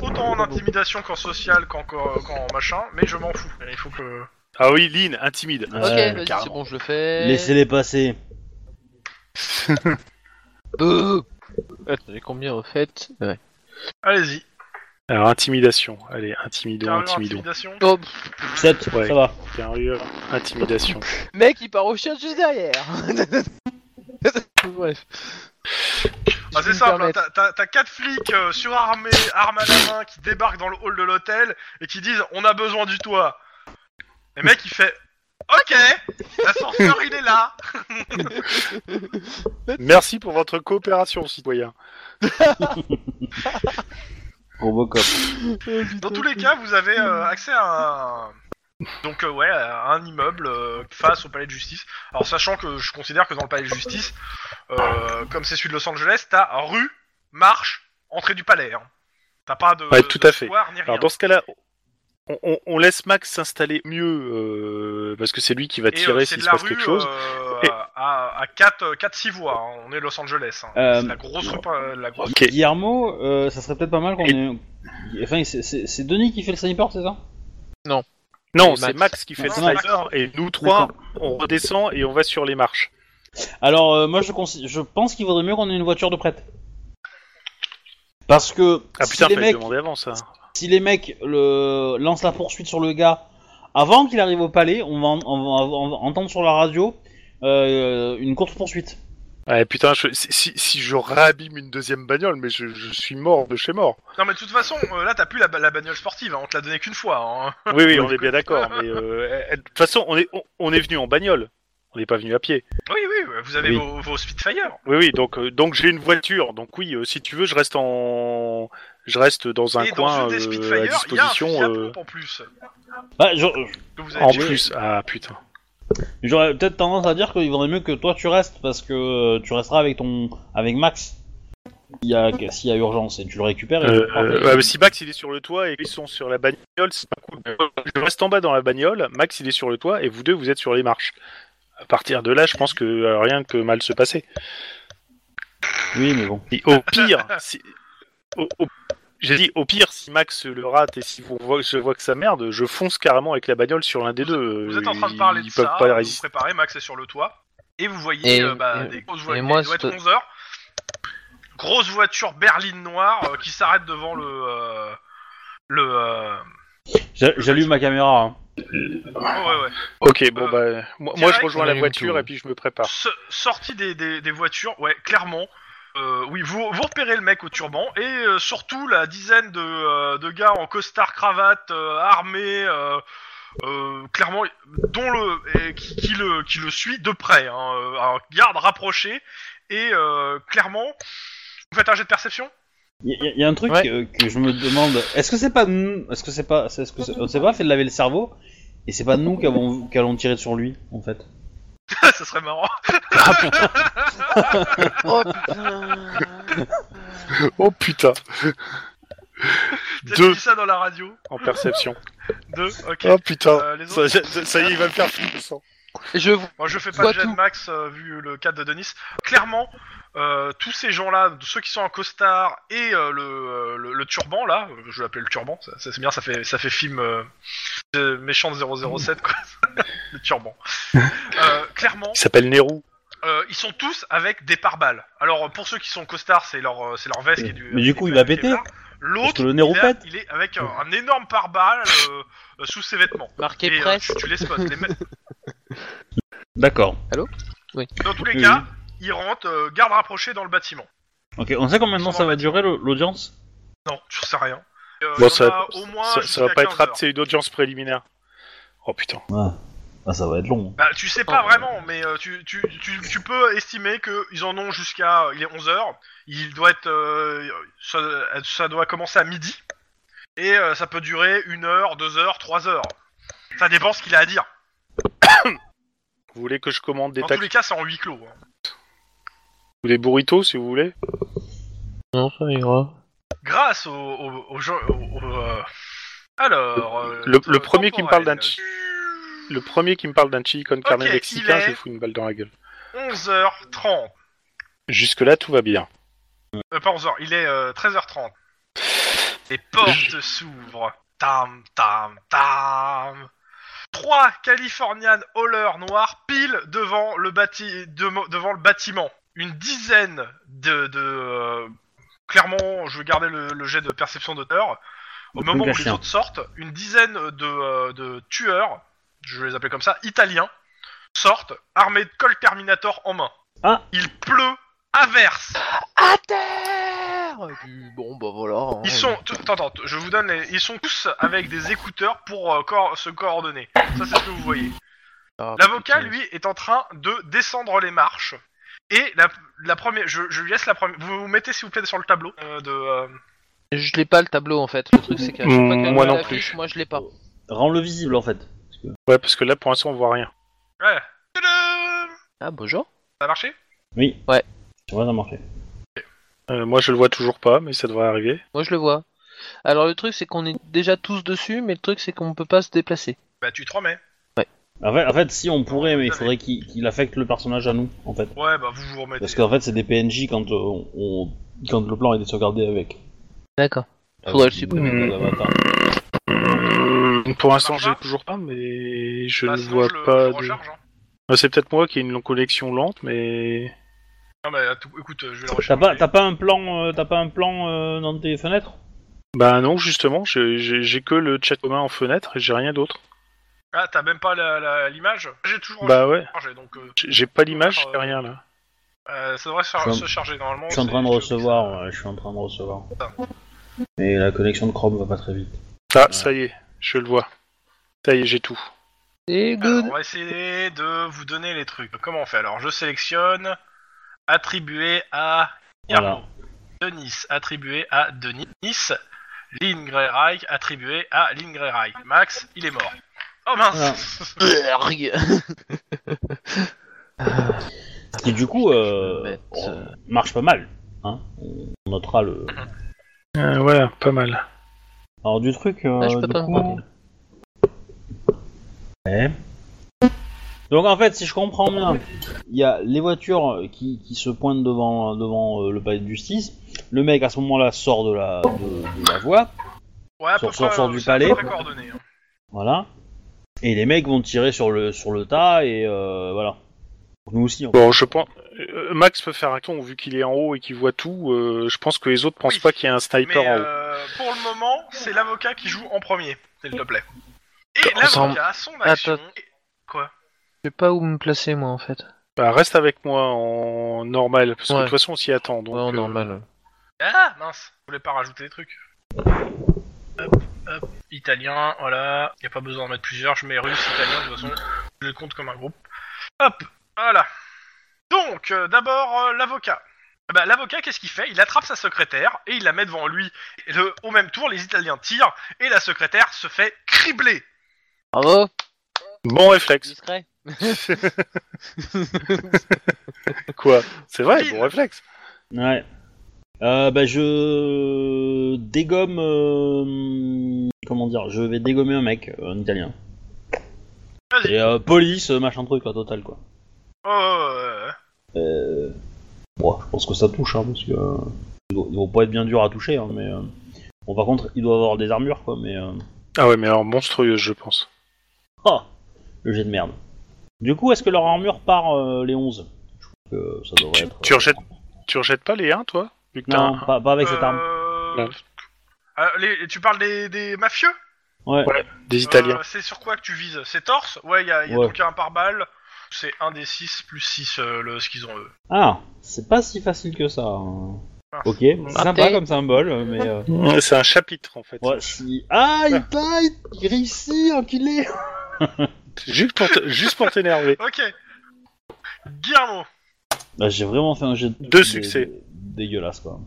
S2: Autant en intimidation qu'en social, qu'en qu'en- qu'en machin, mais je m'en fous. Il faut que
S3: Ah oui, Lynn, intimide.
S1: Ouais,
S4: Ok, vas-y, c'est
S3: carrément.
S4: bon, je le fais.
S1: Laissez-les passer.
S4: Euh, Attends, J'ai combien au fait ouais.
S2: allez-y.
S3: Alors, intimidation. Allez, intimidons,
S2: Carrure,
S3: intimidons.
S2: intimidation.
S4: Oh, pff,
S1: 7,
S3: Ouais.
S1: ça va.
S3: Carrure,
S2: [LAUGHS]
S3: intimidation.
S4: mec, il part au chien juste derrière. [LAUGHS] Bref.
S2: Ah,
S4: Je vais
S2: c'est
S4: me
S2: simple, hein,
S4: permettre.
S2: t'as- t'as t'as quatre flics euh, surarmés, armes à la main, qui débarquent dans le hall de l'hôtel et qui disent on a besoin du toit. Le mec il fait ok, l'ascenseur il est là.
S3: Merci pour votre coopération, citoyen.
S1: Robocop.
S2: Dans tous les cas, vous avez euh, accès à un... donc euh, ouais à un immeuble euh, face au palais de justice. Alors sachant que je considère que dans le palais de justice, euh, comme c'est celui de Los Angeles, t'as rue, marche, entrée du palais. hein. T'as pas de,
S3: Ouais, tout
S2: de
S3: à fait.
S2: square ni rien.
S3: Alors, dans ce cas-là, on, on- on laisse Max s'installer mieux, euh, parce que c'est lui qui va
S2: Et euh,
S3: tirer
S2: c'est
S3: s'il
S2: de
S3: se
S2: la
S3: passe
S2: rue
S3: quelque chose.
S2: euh,
S3: Et-
S2: à, à 4-6 voies. hein. On est Los Angeles. hein.
S1: Euh,
S2: c'est la grosse rue. euh, La grosse...
S3: Ok.
S1: Guillermo, euh, ça serait peut-être pas mal qu'on
S3: Et-
S1: ait. Enfin, c'est- c'est c'est Denis qui fait le sniper, c'est ça
S3: Non,
S4: Et
S3: c'est
S4: Max.
S3: Max qui fait le
S1: Non,
S2: Max.
S3: sniper, et nous trois, on redescend et on va sur les marches.
S1: Alors, euh, moi, je, consi- je pense qu'il vaudrait mieux qu'on ait une voiture de prête. Parce que
S3: Ah
S1: si,
S3: putain,
S1: les
S3: fallait
S1: mecs,
S3: demander avant ça.
S1: si les mecs le... lancent la poursuite sur le gars avant qu'il arrive au palais, on va, en- on va- on va entendre sur la radio euh, une course poursuite.
S3: Ouais, putain, je- si, si- si je réabîme une deuxième bagnole, mais je, je suis mort de chez mort.
S2: Non, mais de toute façon, euh, là, t'as plus la, ba- la bagnole sportive. hein. On te l'a donnée qu'une fois. hein.
S3: Oui, oui, on est bien d'accord, mais euh, elle- elle- de toute façon, on est, on, on est venu en bagnole. On n'est pas venu à pied.
S2: Oui, oui, ouais, vous avez
S3: Oui.
S2: Vos, vos Spitfire.
S3: Oui, oui, donc, euh, donc j'ai une voiture. Donc oui, euh, si tu veux, je reste en, je reste dans un
S2: et dans
S3: coin
S2: une des
S3: euh,
S2: Spitfire, il
S3: à
S2: y a un fusil
S3: disposition.
S2: à
S3: euh,
S2: pompe en plus.
S1: Bah, je-
S2: Que vous avez
S3: en
S2: déjà eu.
S3: plus, ah putain.
S1: j'aurais peut-être tendance à dire qu'il vaudrait mieux que toi tu restes parce que euh, tu resteras avec ton avec Max. Il y a- S'il y, a urgence et tu le récupères. et
S3: Euh,
S1: tu pars.
S3: euh, ouais, mais si Max il est sur le toit et qu'ils sont sur la bagnole, c'est pas cool. Je reste en bas dans la bagnole. Max il est sur le toit et vous deux vous êtes sur les marches. À partir de là, je pense que euh, rien que mal se passer.
S1: Oui, mais bon.
S3: Et
S2: [LAUGHS]
S3: au pire, si... au- au- j'ai dit au pire si Max le rate et si vous voit- je vois que ça merde, je fonce carrément avec la bagnole sur l'un des deux.
S2: Vous êtes en train de
S3: Ils-
S2: parler de
S3: euh, ils peuvent
S2: ça.
S3: pas
S2: vous vous
S3: résister.
S2: préparez, Max est sur le toit. Et vous voyez
S4: Et-
S2: euh, bah,
S4: et-
S2: des grosses
S4: et
S2: voitures.
S4: moi,
S2: il doit être
S4: c'est-
S2: 11h. Grosse voiture berline noire euh, qui s'arrête devant le. euh, le. euh,
S1: J'a- J'allume ma caméra. hein.
S2: ouais, ouais, ouais.
S3: Ok, bon bah moi, moi, je
S2: direct,
S3: rejoins
S4: on
S3: la
S4: allume
S3: voiture
S4: tout.
S3: et puis je me prépare.
S2: So- sortie des, des- des voitures, ouais, clairement. Euh, oui, vous, vous repérez le mec au turban et euh, surtout la dizaine de, euh, de gars en costard, cravate, euh, armés, euh, euh, clairement, dont le et qui, qui le qui le suit de près, hein, euh, un garde rapproché et euh, clairement, vous faites un jet de perception. [LAUGHS]
S1: Il y, a- y a un truc
S4: Ouais.
S1: euh, que je me demande. Est-ce que c'est pas nous Est-ce que c'est pas c'est- Est-ce que c'est- on s'est pas fait laver le cerveau Et c'est pas nous qui avons qui allons tirer sur lui en fait.
S2: ça serait marrant.
S4: Oh putain
S3: [LAUGHS] Oh putain
S2: T'as
S3: Deux
S2: dit ça dans la radio
S3: en perception.
S2: Deux, ok.
S3: Oh putain
S2: Euh, les
S3: ça,
S2: autres
S3: ça y est, il va me faire flipper.
S4: Je vous
S2: Moi, je fais
S4: Vois
S2: pas de jet de
S4: tout.
S2: max euh, vu le cas de Denis. Clairement, euh, tous ces gens-là, ceux qui sont en costard et euh, le, euh, le, le turban là, euh, je vais l'appeler le turban, ça, ça, c'est bien, ça fait ça fait film euh, de méchant de 007 quoi, [LAUGHS] le turban. Euh, clairement,
S3: Il s'appelle Nero.
S2: euh, ils sont tous avec des pare-balles. Alors pour ceux qui sont costards, c'est leur euh, c'est leur veste qui est du.
S1: Mais du coup, il va péter. Parce
S2: L'autre,
S1: que le nez
S2: il, a-
S1: roupette.
S2: il est avec un, un énorme pare-balles euh, euh, sous ses vêtements.
S4: marquez
S2: euh,
S4: presse.
S2: tu, tu les spots. Les, me-
S1: D'accord.
S2: Dans tous les
S1: Oui,
S2: cas, il rentre euh, garde rapprochée dans le bâtiment.
S1: Ok, on sait combien de temps
S2: Sûrement
S1: ça va durer le- l'audience
S2: Non, je sais rien. Euh,
S3: Bon,
S2: il y en
S3: ça-
S2: a au moins
S3: ça, ça va
S2: jusqu'à
S3: pas être
S2: 15
S3: rapide,
S2: heures.
S3: c'est une audience préliminaire. Oh putain.
S1: Ah, ça va être long.
S2: Bah, tu sais pas
S4: Oh.
S2: vraiment, mais euh, tu, tu, tu, tu peux estimer qu'ils en ont jusqu'à. euh, Il est 11h, il doit être. euh, ça, ça doit commencer à midi, et euh, ça peut durer une heure, deux heures, trois heures. Ça dépend ce qu'il a à dire.
S3: Vous voulez que je commande des
S2: Dans tous
S3: tacos
S2: les cas, c'est en huis clos. hein.
S3: ou des burritos si vous voulez
S4: Non, ça ira.
S2: Grâce au. au, au, jeu- au- au, euh, Alors. euh,
S3: Le- le premier qui me parle d'un
S2: temporel,
S3: Le premier qui me parle d'un chili con carne
S2: Ok,
S3: mexicain,
S2: il est-
S3: je lui fous une balle dans la gueule.
S2: euh, 11h30.
S3: Jusque-là, tout va bien.
S2: Euh, pas 11h, il est euh, 13h30. Les portes s'ouvrent. Tam, tam, tam. Trois Californian haulers noirs pile devant le, bâti- de- devant le bâtiment. Une dizaine de... de, euh, clairement, je vais garder le, le jet de perception d'auteur. Au
S1: Donc,
S2: moment où les
S1: Gachien.
S2: autres sortent, une dizaine de, euh, de tueurs, je vais les appeler comme ça, italiens, sortent armés de col Terminator en main.
S1: Ah.
S2: Il pleut, averse,
S4: À terre Et puis, Bon, bah voilà. hein.
S2: Ils sont, t- attends, attends, je vous donne les, ils sont tous avec des écouteurs pour euh, cor- se coordonner. Ça c'est ce que vous voyez.
S4: Ah,
S2: L'avocat
S4: putain.
S2: lui est en train de descendre les marches et la, la première, je, je lui laisse la première. Vous vous mettez s'il vous plaît sur le tableau euh, de. euh,
S4: Je l'ai pas le tableau en fait. Le truc c'est qu'à chaque fois qu'elle
S3: Mmh, Moi
S4: me
S3: non
S4: l'affiche, Moi je l'ai pas.
S1: Rends-le visible en fait. Parce que-
S3: Ouais, parce que là, pour l'instant, on voit rien.
S2: Ouais. Tadam
S4: Ah bonjour.
S2: Ça a marché
S1: Oui.
S4: Ouais.
S1: Tu vois, ça marché.
S3: Euh, moi, je le vois toujours pas, mais ça devrait arriver.
S4: Moi je le vois. Alors le truc c'est qu'on est déjà tous dessus, mais le truc c'est qu'on peut pas se déplacer.
S2: Bah tu te remets.
S1: En fait, en fait, si on pourrait, mais il faudrait qu'il qu'il affecte le personnage à nous, en fait.
S2: Ouais, bah vous vous remettez.
S1: Parce qu'en fait, c'est des PNJ quand, euh, on, on- quand le plan il est sauvegardé avec.
S4: D'accord. Faudrait le supprimer.
S1: Avec les avatars.
S3: Pour l'instant,
S2: marche
S3: je l'ai
S2: pas
S3: toujours pas, mais je
S2: Hmm. Bah,
S3: ne
S2: sinon,
S3: vois
S2: je le- je
S3: pas
S2: le
S3: de.
S2: recharge, hein.
S3: Ah, C'est peut-être moi qui ai une connexion lente, mais.
S2: Non mais tout- écoute, euh, je vais le
S1: T'as
S2: recharger.
S1: pas, t'as pas un plan, euh, t'as pas un plan euh, dans tes fenêtres
S3: Bah non, justement, j'ai- j'ai j'ai que le chat commun en fenêtre et j'ai rien d'autre.
S2: Ah t'as même pas la- la- l'image. J'ai toujours
S3: Bah ouais,
S2: rechargé donc euh,
S3: j'ai j'ai pas l'image,
S2: Euh,
S3: j'ai rien là.
S2: euh, ça devrait se,
S1: Je
S2: faire,
S1: suis en-
S2: se charger normalement.
S1: Je suis en
S2: c'est-
S1: train de
S2: je-
S1: recevoir, ouais, je suis en train de recevoir.
S2: Ah.
S1: Mais la connexion de Chrome va pas très vite.
S3: Ah, ça y est, je le vois. Ça y est, j'ai tout.
S4: C'est
S2: Alors,
S4: good.
S2: on va essayer de vous donner les trucs. Comment on fait Alors, je sélectionne attribué à Yarno. Denis, attribué à Denis. Lynn Greyreich, attribué à Lynn Greyreich. Max, il est mort. Oh mince
S4: Berg.
S1: Qui du coup euh,
S4: [LAUGHS] Bête.
S2: oh.
S1: on- marche pas mal. Hein on notera le.
S3: Euh, voilà, pas mal.
S1: Alors du truc. euh,
S4: Ah, je peux
S1: du
S4: pas
S1: coup-
S4: me parler.
S1: Ouais. Donc en fait, si je comprends bien, il y a les voitures qui, qui se pointent devant, devant euh, le palais de justice. Le mec à ce moment-là sort de la, de- de la voie.
S2: [LAUGHS] Ouais, à peu
S1: Sort- sort-
S2: près,
S1: sort
S2: euh,
S1: du
S2: c'est à peu
S1: palais.
S2: près coordonné, hein.
S1: Voilà. Et les mecs vont tirer sur le, sur le tas et euh, voilà. Nous aussi. hein. en fait.
S3: Bon, je pense. euh, Max peut faire un con vu qu'il est en haut et qu'il voit tout. euh, je pense que les autres pensent
S2: Oui.
S3: pas qu'il y a un sniper
S2: Mais
S3: en haut.
S2: euh, pour le moment, c'est l'avocat qui joue en premier, s'il te plaît. Et
S4: Attends,
S2: l'avocat, son action...
S4: attends. Je sais pas où me placer moi en fait.
S3: Bah, reste avec moi en normal, parce que
S4: Ouais.
S3: de toute façon on s'y attend. Donc,
S4: ouais,
S2: Oh,
S4: en
S3: euh,
S4: normal.
S2: Ah mince, je voulais pas rajouter des trucs. Hop, hop, italien, voilà. Y a pas besoin d'en mettre plusieurs, je mets russe, italien, de toute façon, je le compte comme un groupe. Hop, voilà. Donc, euh, d'abord, euh, l'avocat. Ah Bah, l'avocat, qu'est-ce qu'il fait Il attrape sa secrétaire et il la met devant lui. Et le- au même tour, les Italiens tirent et la secrétaire se fait cribler.
S4: Bravo.
S3: Bon réflexe.
S1: [LAUGHS]
S3: [LAUGHS]
S4: Discret.
S3: Quoi C'est vrai, bon réflexe.
S1: Ouais. Euh, bah, je dégomme. euh, Comment dire Je vais dégommer un mec, euh, un italien.
S2: Vas-y.
S1: Et euh, police, euh, machin truc, quoi, total, quoi.
S2: Oh, euh,
S1: Euh... Bon, je pense que ça touche, hein, parce que. euh, Ils vont- ils vont pas être bien durs à toucher, hein, mais. euh, Bon, par contre, il doit avoir des armures, quoi, mais. euh,
S3: Ah ouais, mais alors monstrueuse, je pense.
S1: Ah Le jet de merde. Du coup, est-ce que leur armure part euh, les 11 Je crois que ça devrait
S3: Tu-
S1: être. euh,
S3: tu rejettes- Tu rejettes pas les 1, toi Vu que t'as
S1: Non,
S3: un-
S1: pas, pas avec cette arme.
S2: euh,
S3: Non.
S2: euh, les- tu parles des, des mafieux
S1: Ouais.
S3: ouais. des Italiens.
S2: Euh, c'est sur quoi que tu vises C'est torse Ouais, il y a, il y a
S1: Ouais.
S2: donc un pare-balles. C'est un des 6 plus 6 le, ce qu'ils ont eux.
S1: Ah C'est pas si facile que ça. hein.
S2: Ah.
S1: Ok, c'est sympa
S4: Raté.
S1: comme symbole, euh, mais. euh,
S3: Ouais, C'est un chapitre en fait.
S1: Ouais, je suis. Ah, il taille Il réussit, enculé
S3: Juste pour te- juste pour
S1: [LAUGHS]
S3: t'énerver.
S2: Ok. Guillermo.
S1: Bah, j'ai vraiment fait un jet de.
S3: Deux succès.
S1: dé- Dégueulasse, quoi.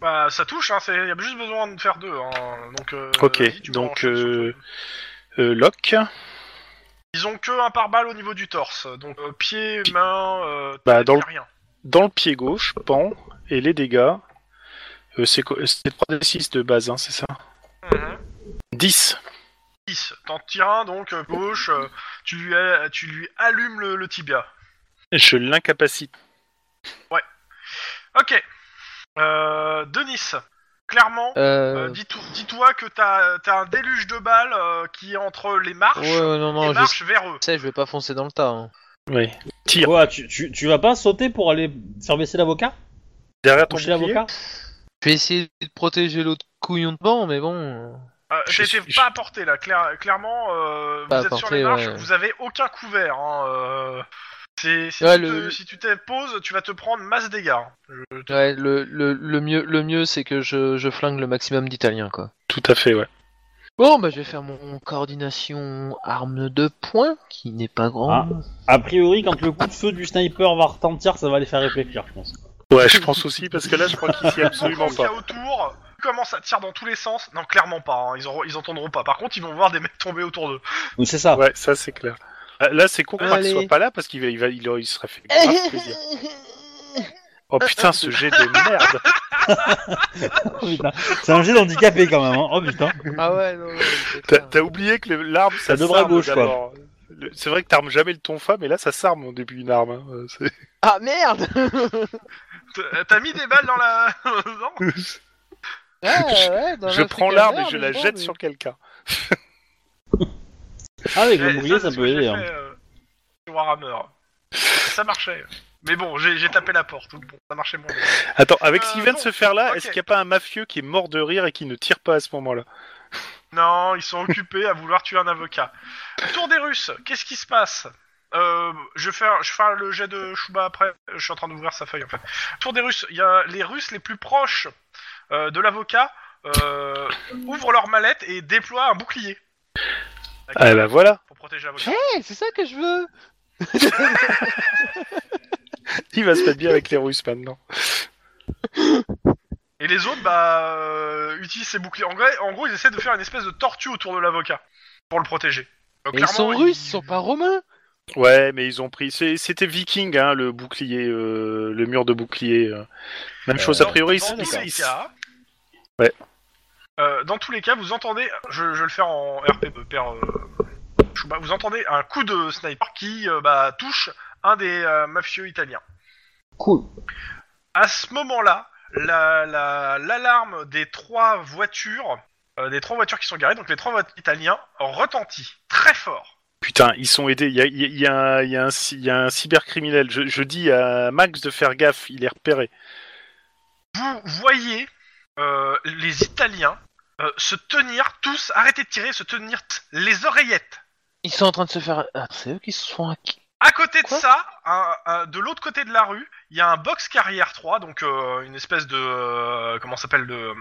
S2: Bah, ça touche, hein, c'est... y a juste besoin de faire deux. Hein. Donc, euh,
S3: Ok,
S2: vas-y, tu peux
S3: donc,
S2: enchaîner sur
S3: euh,
S2: toi.
S3: Euh, Locke,
S2: Ils ont que un pare-balles au niveau du torse. Donc, euh, pied, main, euh,
S3: Bah,
S2: tête,
S3: dans
S2: y a
S3: le-
S2: rien.
S3: dans le pied gauche, pan, et les dégâts. Euh, c'est quoi- c'est 3d6 de base, hein, c'est ça 10.
S2: 10. Mhm. T'en tires un, donc, euh, gauche, euh, tu, lui, a- tu lui allumes le, le tibia.
S3: Je l'incapacite.
S2: Ok. Euh, Denis, clairement,
S4: Euh,
S2: Euh, dis-tou- Dis-toi que t'as t'as un déluge de balles euh, qui est entre les marches,
S4: ouais, ouais, non,
S2: les
S4: non, je
S2: marches vers eux.
S4: sais, je vais pas foncer dans le tas. hein.
S3: Oui. Tire.
S1: Quoi, tu, tu, tu vas pas sauter pour aller faire baisser l'avocat
S3: Derrière ton
S1: Toucher
S3: bouclier.
S1: l'avocat
S4: Je vais essayer de protéger l'autre couillon de banc, mais bon. euh,
S2: Euh,
S3: Je
S2: T'étais
S3: suis-
S2: pas à portée là, clair- clairement, euh, vous
S4: Pas à
S2: êtes sur
S4: portée,
S2: les marches,
S4: ouais.
S2: vous avez aucun couvert. Hein, euh, c'est- si,
S4: Ouais,
S2: tu
S4: le-
S2: te, si tu te poses, tu vas te prendre masse dégâts. hein. Je-
S4: Ouais, le, le, le mieux, le mieux c'est que je, je flingue le maximum d'Italiens, quoi.
S3: Tout à fait, ouais.
S4: Bon, bah je vais faire mon coordination arme de poing, qui n'est pas
S3: Ah.
S4: grand.
S1: A priori, quand le coup de feu du sniper va retentir, ça va les faire réfléchir, je pense.
S3: Ouais, je pense aussi, parce que là, je crois qu'il s'y est
S2: Absolument ce qu'il
S3: absolument
S2: y a
S3: pas.
S2: autour, tu commences à tirer dans tous les sens. Non, clairement pas, hein, ils, en- ils entendront pas. Par contre, ils vont voir des mecs tomber autour d'eux.
S1: Donc c'est ça.
S3: Ouais, ça, c'est clair. Ah, Là, c'est con qu'il
S4: Allez.
S3: soit pas là, parce qu'il va, il va, il aurait- il serait fait
S4: Ah,
S3: grave Ah, plaisir. Oh putain, ce jet de merde
S1: Oh, putain. C'est un jet d'handicapé quand même. Hein. Oh putain.
S4: ah ouais, non, non, c'est
S3: T'as
S4: clair.
S3: t'as oublié que le- l'arme, ça
S1: Ça devrait à
S3: s'arme
S1: gauche, quoi.
S3: d'abord. Le- C'est vrai que t'armes jamais le tonfa, mais là, ça s'arme au début une arme. hein. Euh, c'est-
S4: Ah merde [LAUGHS]
S2: T'as- T'as mis des balles dans la. [LAUGHS] non
S3: Je prends l'arme et je la jette sur quelqu'un.
S1: Ah, avec
S2: Eh,
S1: le bouclier,
S2: c'est
S1: ça
S2: ce
S1: peut
S2: que
S1: aider.
S2: j'ai
S1: hein.
S2: fait, euh, sur Warhammer. Ça marchait. Mais bon, j'ai j'ai tapé la porte. donc bon, ça marchait moins. bien.
S3: Attends, avec
S2: Euh,
S3: ce qu'il vient de
S2: non.
S3: se faire là,
S2: Ok.
S3: est-ce qu'il n'y a pas un mafieux qui est mort de rire et qui ne tire pas à ce moment-là
S2: Non, ils sont occupés à vouloir tuer un avocat. Tour des Russes, qu'est-ce qui se passe Euh, je fais, un- je fais un- le jet de Chouba après. Je suis en train d'ouvrir sa feuille en fait. Tour des Russes, il y a les Russes les plus proches euh, de l'avocat euh, ouvrent leur mallette et déploient un bouclier
S3: Ah bah voilà
S2: pour protéger l'avocat.
S4: Hey, c'est ça que je veux
S3: Il va se mettre bien avec les Russes maintenant.
S2: Et les autres, bah, euh, utilisent ces boucliers. En, vrai- en gros, ils essaient de faire une espèce de tortue autour de l'avocat pour le protéger. Donc,
S4: Mais Ils sont
S2: clairement,
S4: russes, ils sont pas romains
S3: Ouais, mais ils ont pris. c'est- C'était viking, hein, le bouclier, euh, le mur de bouclier. euh. Même chose,
S1: Euh,
S3: a priori,
S2: dans
S3: ils-
S2: tous les
S3: ils-
S2: cas.
S3: Ouais.
S2: Euh, dans tous les cas, vous entendez, je, je vais le faire en RP, euh, père, euh, Chouba, vous entendez un coup de sniper qui euh, bah, touche un des euh, mafieux italiens.
S1: Cool.
S2: À ce moment-là, la- la- l'alarme des trois voitures, euh, des trois voitures qui sont garées, donc les trois voitures italiens, retentit très fort.
S3: Putain, ils sont aidés. Il y a, il y a- il y a un- il y a un cy- il y a un cybercriminel. Je, je dis à Max de faire gaffe, il est repéré.
S2: vous voyez euh, les Italiens euh, se tenir tous, arrêter de tirer, se tenir t- les oreillettes.
S4: Ils sont en train de se faire... Ah, c'est eux qui se sont acquis.
S2: À côté de
S4: Quoi
S2: ça, un- un- de l'autre côté de la rue, il y a un box carrière 3, donc euh, une espèce de euh, comment ça s'appelle de,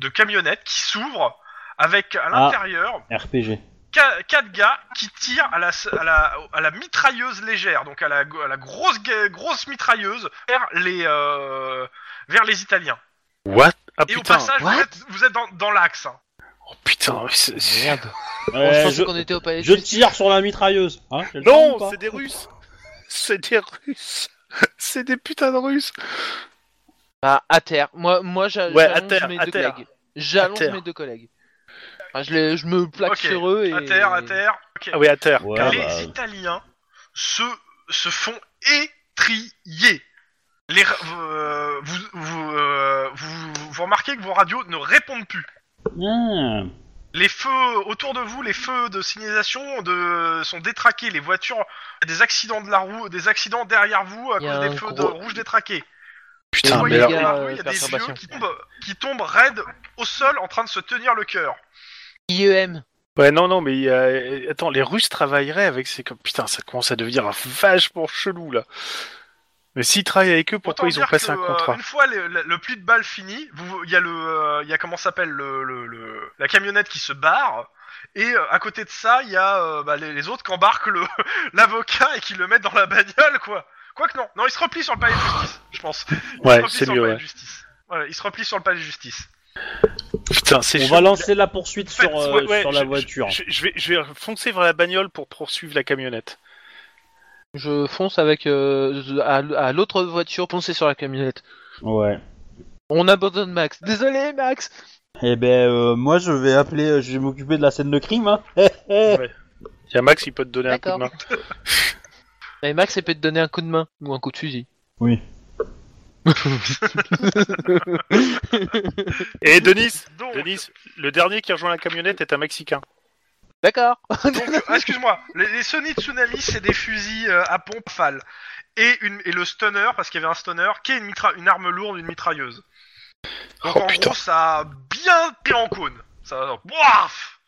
S2: de camionnette qui s'ouvre avec
S4: Ah.
S2: à l'intérieur
S1: RPG.
S2: qua- quatre gars qui tirent à la, s- à la, à la mitrailleuse légère, donc à la, go- à la grosse ga- grosse mitrailleuse vers les euh, vers les Italiens.
S3: What Ah
S2: Et au
S3: putain,
S2: passage, vous
S4: what
S2: êtes, vous êtes dans, dans l'axe. hein.
S3: Oh putain, mais c'est- c'est-
S4: Merde. je
S1: Euh,
S4: pensais
S1: je,
S4: qu'on était au palais de
S1: je
S4: justice.
S1: tire sur la mitrailleuse. Hein, j'ai le temps ou
S3: Non,
S1: pas
S3: c'est des Russes C'est des Russes [LAUGHS] C'est des putains de Russes
S4: Bah, à terre. Moi, moi j'a-
S3: Ouais,
S4: j'allonge
S3: à terre,
S4: mes
S3: à
S4: deux
S3: terre.
S4: collègues. J'allonge
S3: À terre.
S4: mes deux collègues. Enfin, je, les- je me plaque
S2: Ok,
S4: sur eux et.
S2: À terre, à terre. Ok.
S3: Ah oui, à terre.
S1: Ouais,
S2: les
S1: bah,
S2: Italiens se, se font étrier. Les, ra- euh, vous, vous, euh, vous, vous remarquez que vos radios ne répondent plus.
S1: ah.
S2: Les feux autour de vous, les feux de signalisation de, sont détraqués. Les voitures, des accidents de la roue, des accidents derrière vous à
S4: Il y a
S2: cause des
S4: un
S2: feux de
S4: gros-
S2: rouge détraqués.
S3: Putain,
S2: Vous
S4: Oui,
S3: mais
S2: voyez
S3: là...
S2: dans la
S4: euh,
S2: rue, il y a des
S4: perturbation.
S2: vieux qui tombent, qui tombent raides au sol en train de se tenir le cœur.
S4: IEM.
S3: Ouais, non, non, mais il y a- attends, les Russes travailleraient avec ces... com- Putain, ça commence à devenir vachement chelou, là. Mais s'ils travaillent avec eux,
S2: Autant
S3: pourquoi ils ont
S2: dire
S3: passé
S2: que,
S3: un
S2: euh,
S3: contrat
S2: Une fois le, le- le pli de balle fini, vous- il y a le, euh, il y a comment ça s'appelle le, le- le- la camionnette qui se barre. Et euh, à côté de ça, il y a euh, bah, les, les autres qui embarquent le- [LAUGHS] l'avocat et qui le mettent dans la bagnole, quoi. Quoique non, non, ils se replient sur le palais de justice, je pense. Ils se
S3: Ouais,
S2: replient
S3: c'est
S2: sur le
S3: mieux,
S2: palais
S3: ouais.
S2: de justice. Voilà, ils se replient sur le palais de justice.
S3: Putain, c'est
S1: On
S3: chelou.
S1: va lancer la poursuite
S2: Faites-
S1: sur, euh,
S3: Ouais, ouais,
S1: sur la
S3: je-
S1: voiture.
S3: Je, je vais, je vais foncer vers la bagnole pour poursuivre la camionnette.
S4: Je fonce avec. euh, je- à, l- à l'autre voiture, foncée sur la camionnette.
S1: Ouais.
S4: On abandonne Max. Désolé, Max.
S1: Eh ben, euh, moi, je vais appeler, euh, je vais m'occuper de la scène de crime. Hein. [LAUGHS]
S3: Y a Max, il peut te donner un coup de
S4: D'accord.
S3: main.
S4: Et Max, il peut te donner un coup de main ou un coup de fusil.
S3: Et Denis,
S2: Donc,
S3: Denis, le dernier qui rejoint la camionnette est un Mexicain.
S4: D'accord.
S2: donc, euh, excuse-moi, les, les Sony Tsunami, c'est des fusils euh, à pompe fale. Et, une, et le stunner, parce qu'il y avait un stunner, qui est une, mitra- une arme lourde, une mitrailleuse. Donc
S3: Oh,
S2: en
S3: putain.
S2: gros, ça a bien pris en cône. Ça, boaf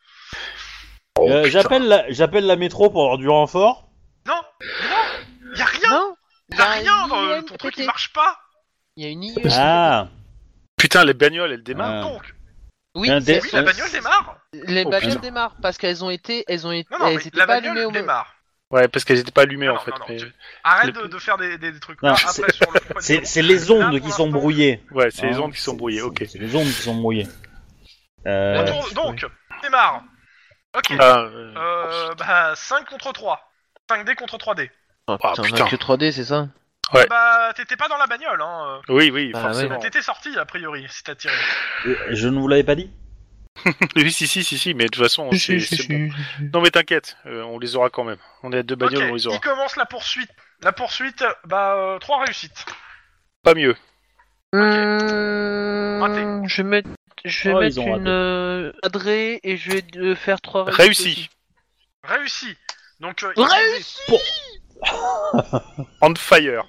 S3: Oh,
S1: Euh, j'appelle, la, j'appelle la métro pour avoir du renfort.
S2: Non, non, y a rien,
S4: Non.
S2: y a
S4: il y a
S2: rien
S4: une E
S2: dans le-
S4: IEM
S2: ton truc,
S4: pété.
S2: il marche pas.
S4: Il y a une E IEM.
S1: Ah.
S3: Putain, les bagnoles, elles démarrent.
S1: Ah.
S2: Donc,
S4: Oui,
S1: Un
S4: c'est-
S1: dé-
S2: oui, la bagnole démarre.
S4: les
S3: Oh,
S4: bagnoles
S3: putain.
S4: démarrent parce qu'elles ont été, elles ont été,
S2: Non, non,
S4: elles
S2: mais
S4: étaient
S2: la
S4: eh, pas allumées
S2: bagnole
S4: au moment.
S2: démarre.
S3: Ouais, parce qu'elles étaient pas allumées
S2: Non,
S3: en
S2: non,
S3: fait.
S2: non, non,
S3: mais-
S2: tu- Arrête
S3: Le-
S2: de, de faire des, des trucs
S1: Non,
S2: là, après sur le point de
S1: C'est,
S2: vue.
S1: c'est les ondes
S2: Là, pour
S1: qui sont
S2: l'instant-
S1: brouillées.
S3: Ouais, c'est les
S1: Hein,
S3: ondes qui sont brouillées,
S1: c'est-
S3: ok.
S1: C'est les ondes qui sont brouillées. Euh,
S4: Ouais.
S2: Autour- Donc, démarre. Ok,
S3: Ah, euh,
S2: euh, bah 5 contre 3. 5D contre 3D.
S4: Oh,
S3: Ah,
S4: putain,
S3: putain.
S4: que 3D, c'est ça
S2: Bah, t'étais pas dans la bagnole, hein.
S3: Oui, oui,
S4: Bah,
S3: forcément.
S2: euh, T'étais sorti, a priori, si t'as tiré.
S1: euh, Je ne vous l'avais pas dit
S3: Oui, si, si, si, si, mais de toute façon, Oh, c'est c'est bon. Non, mais t'inquiète, euh, on les aura quand même. On est à deux bagnoles,
S2: Ok,
S3: on les aura.
S2: il commence la poursuite. La poursuite, bah, 3 réussites.
S3: Pas mieux.
S4: Mmh, Je vais mettre, je vais
S1: Oh, ils
S4: mettre
S1: ont raté.
S4: une euh, cadrée et je vais euh, faire trois réussites
S3: Réussi.
S2: Réussi. Donc, euh, il-
S4: Réussi
S3: On fire.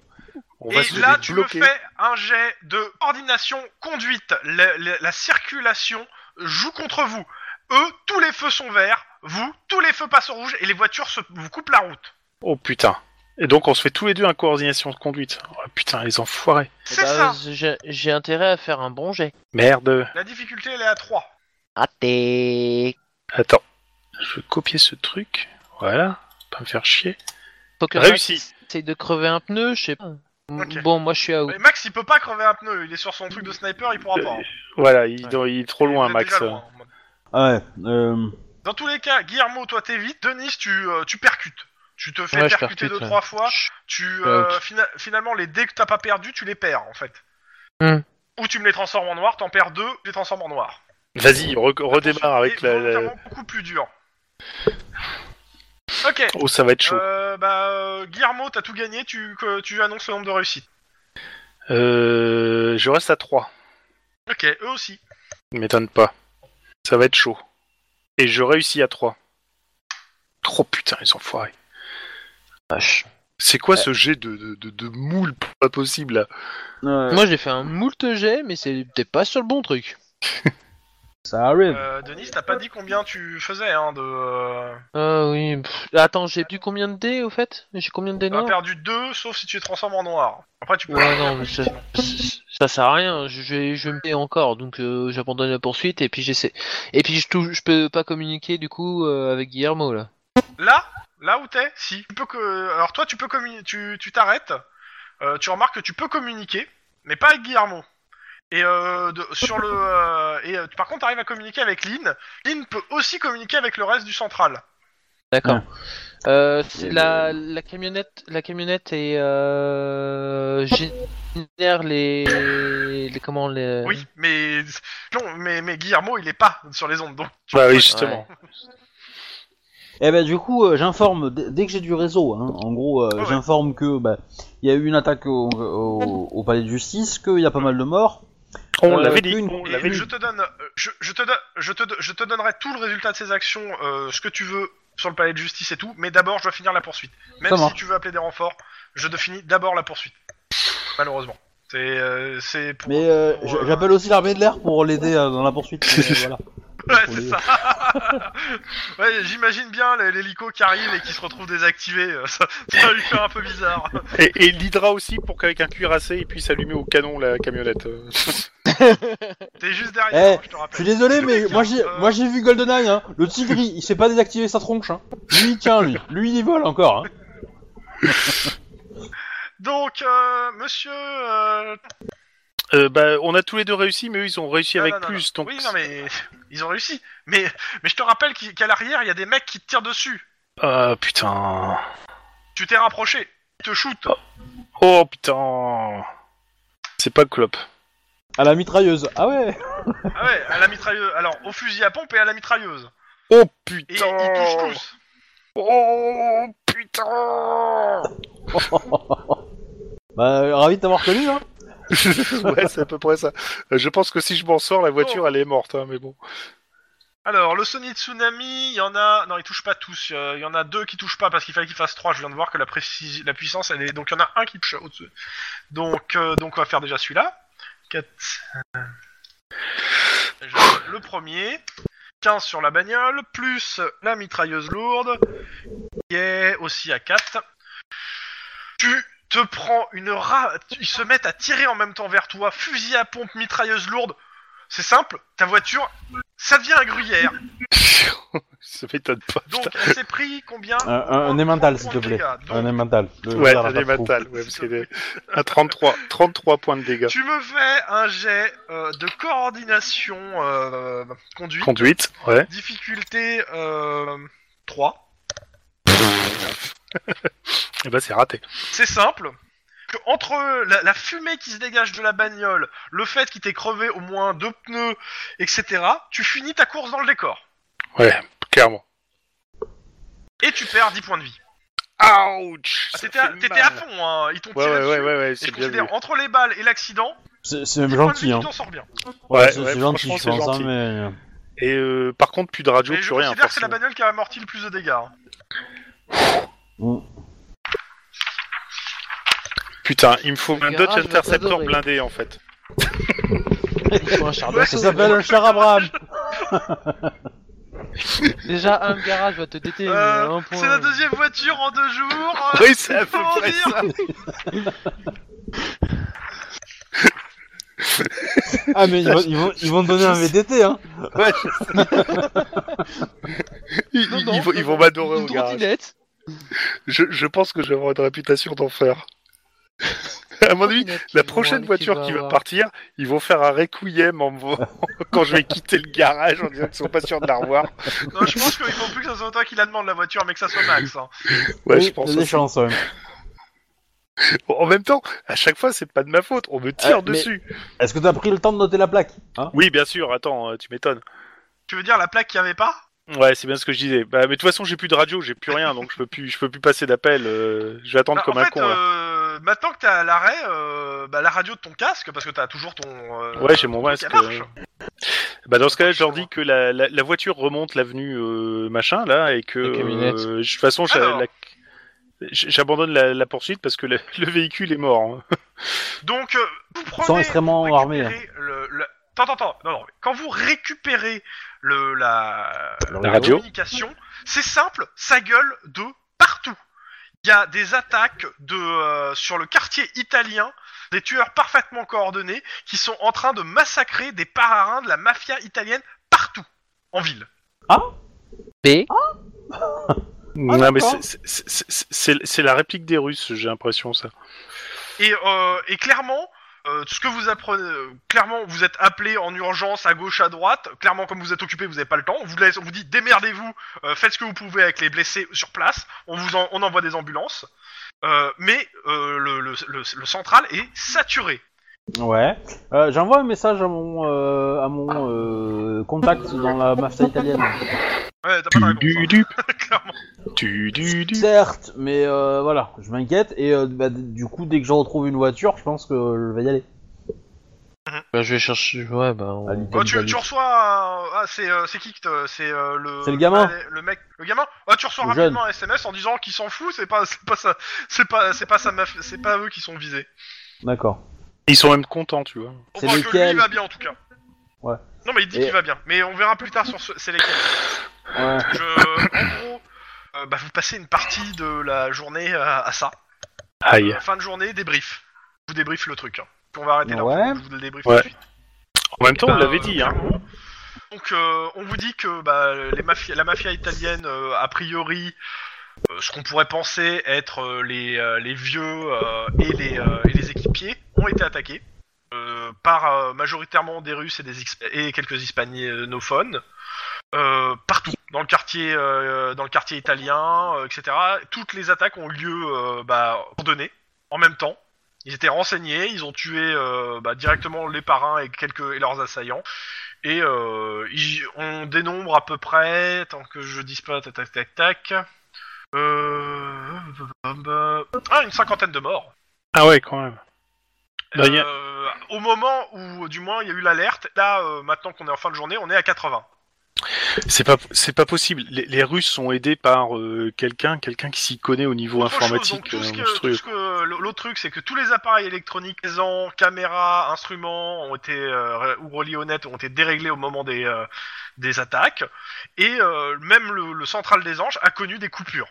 S3: On va
S2: Et
S3: se
S2: là,
S3: les
S2: tu me
S3: bloquer.
S2: fais un jet de coordination, conduite. La, la- la circulation joue contre vous. Eux, tous les feux sont verts. Vous, tous les feux passent au rouge et les voitures se, vous coupent la route.
S3: Oh putain. Et donc, on se fait tous les deux un coordination de conduite. Oh putain, les enfoirés.
S4: Eh
S2: C'est
S4: bah,
S2: ça.
S4: j'ai- J'ai intérêt à faire un bon jet.
S3: Merde.
S2: La difficulté, elle est à 3.
S4: Raté
S3: Attends. Je vais copier ce truc. Voilà. Pas me faire chier.
S4: Faut que
S3: Réussi.
S4: Max essaye de crever un pneu, je sais pas. M-
S2: Ok.
S4: Bon, moi je suis à où
S2: Mais Max, il peut pas crever un pneu. Il est sur son truc de sniper, il pourra pas. hein.
S3: Voilà, il,
S2: Ouais.
S3: il est trop loin,
S2: Il est
S3: Max.
S2: déjà loin.
S1: Ah ouais. euh,
S2: Dans tous les cas, Guillermo, toi t'es vite, Denis, tu, euh, tu percutes. Tu te fais
S4: Ouais, je
S2: percuter
S4: percute,
S2: deux,
S4: ouais.
S2: trois fois. Tu, euh,
S4: ok.
S2: fina- finalement, les dés que t'as pas perdu, tu les perds en fait.
S4: Hmm.
S2: Ou tu me les transformes en noir, t'en perds deux, tu les transformes en noir.
S3: Vas-y, re- redémarre avec
S2: Et
S3: la. la-
S2: volontairement beaucoup plus
S3: [LAUGHS]
S2: dur. Ok.
S3: Oh, ça va être chaud.
S2: Euh, bah, euh, Guillermo, t'as tout gagné, tu, que- tu annonces le nombre de réussites.
S3: Euh, je reste à 3.
S2: Ok, eux aussi.
S3: M'étonne pas. Ça va être chaud. Et je réussis à 3. Oh putain, les enfoirés.
S4: Vache.
S3: C'est quoi
S2: Euh.
S3: ce jet de, de, de, de moule pas possible là
S1: euh,
S4: Moi j'ai fait un moult jet, mais c'est t'es pas sur le bon truc.
S1: Ça arrive.
S2: Euh, Denis, t'as pas dit combien tu faisais, hein, de... euh,
S4: Ah oui. pff. Attends, j'ai plus combien de dés au fait J'ai combien de dés
S2: T'as
S4: noirs
S2: perdu deux, sauf si tu les transformes en noir. Après, tu peux...
S4: Ouais, non, mais ça, ça- ça sert à rien. Je, je vais, je vais me payer encore, donc euh, j'abandonne la poursuite et puis j'essaie. Et puis je, tou- je peux pas communiquer du coup euh, avec Guillermo là.
S2: Là, là où t'es, si. Tu peux que... Alors toi, tu peux communi- tu tu t'arrêtes. Euh, tu remarques que tu peux communiquer, mais pas avec Guillermo. Et euh, de- sur le euh, et euh, par contre, t'arrives à communiquer avec Lynn. Lynn peut aussi communiquer avec le reste du central.
S4: D'accord. Euh, c'est
S1: Et
S4: la, la camionnette, la camionnette est, euh, génère les, les comment les.
S2: Oui, mais non, mais mais Guillermo, il est pas sur les ondes, donc
S3: Bah oui, justement.
S1: Eh ben du coup, euh, j'informe d- dès que j'ai du réseau. hein, en gros, euh,
S2: Ah ouais.
S1: j'informe que bah, il y a eu une attaque au, au- au palais de justice, qu'il y a pas mal de morts.
S3: On
S1: Euh,
S3: l'avait dit.
S1: une-
S3: on
S2: Et
S3: l'avait
S2: je
S3: dit.
S2: te donne, euh, je, je te donne, je te, do- je te donnerai tout le résultat de ces actions, euh, ce que tu veux sur le palais de justice et tout. Mais d'abord, je dois finir la poursuite. Même
S1: Ça
S2: si
S1: marche.
S2: tu veux appeler des renforts, je dois finis d'abord la poursuite. Malheureusement, c'est, euh, c'est pour.
S1: Mais euh,
S2: pour,
S1: j-
S2: euh,
S1: j'appelle aussi l'armée de l'air pour l'aider euh, dans la poursuite.
S3: [LAUGHS]
S1: euh, voilà.
S2: Ouais,
S1: pour
S2: c'est
S1: les-
S2: ça. [LAUGHS] ouais, j'imagine bien les- l'hélico qui arrive et qui se retrouve désactivé. euh, [LAUGHS] Ça, ça va lui faire un peu bizarre.
S3: Et, et l'Hydra aussi pour qu'avec un cuirassé il puisse allumer au canon la camionnette. [LAUGHS] euh.
S2: T'es juste derrière.
S1: Eh,
S2: hein, je te rappelle.
S1: Je suis désolé, mais moi j'ai
S2: Euh,
S1: moi j'ai vu GoldenEye. Hein. Le Tigri, il sait pas désactiver sa tronche. Hein. Lui, tiens, lui, lui, il vole encore. Hein.
S2: Donc, euh, monsieur. euh,
S3: Euh, bah, on a tous les deux réussi, mais eux ils ont réussi
S2: Ah Non,
S3: avec
S2: non, non,
S3: plus.
S2: non.
S3: Donc,
S2: Oui, non, mais [LAUGHS] ils ont réussi. Mais, mais je te rappelle qu'il- qu'à l'arrière, il y a des mecs qui te tirent dessus.
S3: Ah putain.
S2: Tu t'es rapproché. Ils te shootent.
S3: Oh putain. C'est pas Clop.
S1: À la mitrailleuse. Ah ouais.
S2: Ah ouais, à la mitrailleuse. Alors, au fusil à pompe et à la mitrailleuse.
S3: Oh
S2: Et
S3: putain.
S2: ils touchent tous.
S3: Oh putain.
S1: Bah, euh, ravi de t'avoir connu. Hein.
S3: [LAUGHS] ouais, c'est à peu près ça. Euh, Je pense que si je m'en sors, la
S2: Oh.
S3: voiture elle est morte, hein, mais bon. [LAUGHS]
S2: Alors, le Sony Tsunami, il y en a. Non, ils touchent pas tous. Euh, Il y en a deux qui touchent pas parce qu'il fallait qu'ils fassent trois. Je viens de voir que la, précis... la puissance, elle est. Donc, il y en a un qui touche au-dessus. Donc, euh, donc, on va faire déjà celui-là. Quatre. Euh, déjà, Le premier. 15 sur la bagnole, plus la mitrailleuse lourde, qui est aussi à 4. Tu te prends une ra... Ils se mettent à tirer en même temps vers toi. Fusil à pompe, mitrailleuse lourde. C'est simple, ta voiture, ça devient un gruyère.
S3: ça m'étonne pas.
S2: Donc,
S3: putain.
S2: elle s'est pris combien
S1: Un, un, un Emmental, s'il te plaît. Un Emmental. Le-
S3: Ouais,
S1: le-
S3: un
S1: le-
S3: mental. Ouais, parce qu'il est à 33, 33 points de dégâts.
S2: Tu me fais un jet euh, de coordination euh, conduite.
S3: Conduite, ouais.
S2: Difficulté euh, 3.
S3: Et bah c'est raté.
S2: C'est simple. Que Entre la, la fumée qui se dégage de la bagnole, le fait qu'il t'ait crevé au moins deux pneus, etc., tu finis ta course dans le décor.
S3: Ouais, clairement.
S2: Et tu perds 10 points de vie.
S3: Ouch
S2: Ah,
S3: ça
S2: T'étais à,
S3: fait
S2: t'étais
S3: mal.
S2: à fond, hein. ils t'ont
S3: Ouais,
S2: tiré
S3: ouais,
S2: dessus.
S3: ouais, ouais, ouais,
S2: Et
S3: c'est
S2: je
S3: bien vu.
S2: considère, entre les balles et l'accident,
S1: C'est c'est même
S2: tes points de
S1: gentil.
S2: vie,
S1: Hein.
S2: tu t'en sors bien.
S1: Ouais,
S3: Ouais,
S1: c'est
S3: ouais,
S1: c'est gentil,
S3: franchement,
S1: je
S3: c'est
S1: pense. Hein,
S3: gentil.
S1: mais...
S3: Et euh, par contre, plus de radio,
S2: Mais je
S3: plus rien.
S2: considère que c'est la
S3: forcément.
S2: bagnole qui a amorti le plus de dégâts. hein.
S1: Mm.
S3: Putain, il me faut un
S4: Le
S3: Dodge
S4: garage va
S3: Interceptor
S4: t'adorer.
S3: blindé en fait.
S4: Il faut un char
S2: Ouais,
S1: Ça
S4: d'assaut.
S1: s'appelle un char Abraham.
S4: Déjà un garage va te déter.
S2: Euh,
S4: mais un point.
S2: c'est la deuxième voiture en deux jours.
S3: Oui, c'est à peu
S2: Comment
S3: près
S2: dire
S3: ça.
S1: [LAUGHS] Ah, mais ils vont, ils vont, ils vont te donner un VTT, hein.
S3: Ouais, je- ils,
S4: Non,
S3: ils-
S4: non,
S3: ils vont, ils
S4: non,
S3: vont
S4: non,
S3: m'adorer
S4: une
S3: au garage.
S4: trottinette.
S3: Je, je pense que je vais avoir une réputation d'enfer. [LAUGHS] à mon avis,
S4: Trottinette
S3: la
S4: qu'ils vont-
S3: prochaine
S4: qu'ils
S3: voiture qui va
S4: avoir.
S3: partir, ils vont faire un requiem en me voyant [LAUGHS] quand je vais quitter le garage en disant qu'ils sont pas sûrs de la revoir.
S2: Non, je pense qu'il faut plus que ça soit toi qui la demande la voiture, mais que ça soit Max. hein.
S3: Ouais,
S1: Oui,
S3: je
S1: Il
S3: pense.
S1: y a des
S3: aussi.
S1: chances, ouais.
S3: En même temps, à chaque fois, c'est pas de ma faute. On me tire
S1: Ah, mais-
S3: dessus.
S1: Est-ce que t'as pris le temps de noter la plaque hein
S3: Oui, bien sûr. Attends, euh, tu m'étonnes.
S2: Tu veux dire la plaque qu'il y avait pas
S3: Ouais, c'est bien ce que je disais. Bah, mais de toute façon, j'ai plus de radio, j'ai plus rien, donc je peux plus, je peux plus passer d'appel. euh, je vais attendre
S2: Bah,
S3: comme
S2: En
S3: un
S2: fait,
S3: con. là.
S2: euh, maintenant que t'es à l'arrêt, euh, bah, la radio de ton casque, parce que t'as toujours ton. euh, hein.
S3: Ouais, j'ai mon
S2: ton
S3: masque,
S2: truc à marche.
S3: euh, Bah dans ce cas-là, je leur dis que la, la, la voiture remonte l'avenue euh, machin là et que
S4: La camionnette.
S3: euh, de toute façon j'a-
S2: Alors.
S3: la- j'abandonne la, la poursuite parce que le, [LAUGHS] le véhicule est mort. hein.
S2: Donc, euh, vous
S1: Ils sont
S2: prenez.
S1: extrêmement
S2: vous
S1: armés. hein.
S2: récupérez le, le- Attends, attends, attends. Non, non, mais Quand vous récupérez le, la,
S1: La
S3: radio.
S2: communication, c'est simple, ça gueule de partout. Il y a des attaques de, euh, sur le quartier italien, des tueurs parfaitement coordonnés qui sont en train de massacrer des pararins de la mafia italienne partout en ville.
S4: B.
S3: non mais
S1: d'accord.
S3: c'est- c'est- c'est c'est- c'est la réplique des Russes, j'ai l'impression ça.
S2: Et, euh, et clairement, Euh, ce que vous apprenez, euh, clairement, vous êtes appelé en urgence à gauche, à droite. Clairement, comme vous êtes occupé, vous n'avez pas le temps. On vous, laisse- on vous dit démerdez-vous, euh, faites ce que vous pouvez avec les blessés sur place. On vous en- on envoie des ambulances. Euh, mais euh, le, le- le- le central est saturé.
S1: Ouais. Euh, J'envoie un message à mon, euh, à mon euh, contact dans la mafia italienne.
S2: Ouais, t'as pas de réponse.
S3: du,
S2: hein, [LAUGHS] clairement.
S3: du, du, du.
S1: Certes, mais euh, voilà, je m'inquiète et euh, bah, du coup, dès que je retrouve une voiture, je pense que je vais y aller.
S4: Bah, je vais chercher. Ouais, bah. on-
S1: à l'Italie.
S2: Oh, tu, tu reçois. euh, ah, c'est euh, c'est qui que t'as- C'est euh, le.
S1: C'est le gamin.
S2: ah, le mec. Le gamin Ah, tu reçois
S1: Le
S2: rapidement un SMS en disant qu'il s'en fout, c'est pas, c'est pas ça. C'est pas, c'est pas, sa maf- c'est pas eux qui sont visés.
S1: D'accord.
S3: Ils sont même contents, tu vois.
S1: C'est
S2: Enfin, que lui,
S1: lequel
S2: il va bien en tout cas.
S1: Ouais.
S2: Non, mais il dit
S1: Et-
S2: qu'il va bien. Mais on verra plus tard sur ce... c'est lesquels.
S1: Ouais.
S2: Je... En gros, euh, bah, vous passez une partie de la journée à, à ça. Euh,
S3: Aïe.
S2: Fin de journée, débrief. Je vous débrief le truc. hein. On va arrêter là.
S1: Ouais.
S2: Je vous le débrief
S3: Ouais.
S2: tout de suite.
S3: En même temps, on
S2: Bah,
S3: l'avait
S2: euh,
S3: dit, hein.
S2: clairement. Donc, euh, on vous dit que bah, les mafias- la mafia italienne, euh, a priori, euh, ce qu'on pourrait penser être euh, les, euh, les vieux euh, et, les, euh, et les équipiers, ont été attaqués euh, par euh, majoritairement des Russes et, des Hisp- et quelques hispanophones. euh, partout dans le quartier euh, dans le quartier italien euh, etc toutes les attaques ont eu lieu euh, bah, ordonnées en même temps ils étaient renseignés, ils ont tué euh, bah, directement les parrains et quelques et leurs assaillants. Et euh, ils- on dénombre à peu près, tant que je dis pas, tac tac tac tac. Euh... Ah, une cinquantaine de morts.
S3: Ah ouais, quand même. Bah, y a-
S2: Euh, Au moment où, du moins, il y a eu l'alerte, là, euh, maintenant qu'on est en fin de journée, on est à 80.
S3: C'est pas, c'est pas possible. Les, les Russes sont aidés par euh, quelqu'un, quelqu'un qui s'y connaît au niveau
S2: Autre chose,
S3: informatique
S2: donc, tout ce
S3: euh,
S2: que-
S3: monstrueux.
S2: tout ce que- l'autre truc, c'est que tous les appareils électroniques présents, caméras, instruments ont été euh, ré- ou reliés au net ont été déréglés au moment des euh, des attaques, et euh, même le, le central des anges a connu des coupures.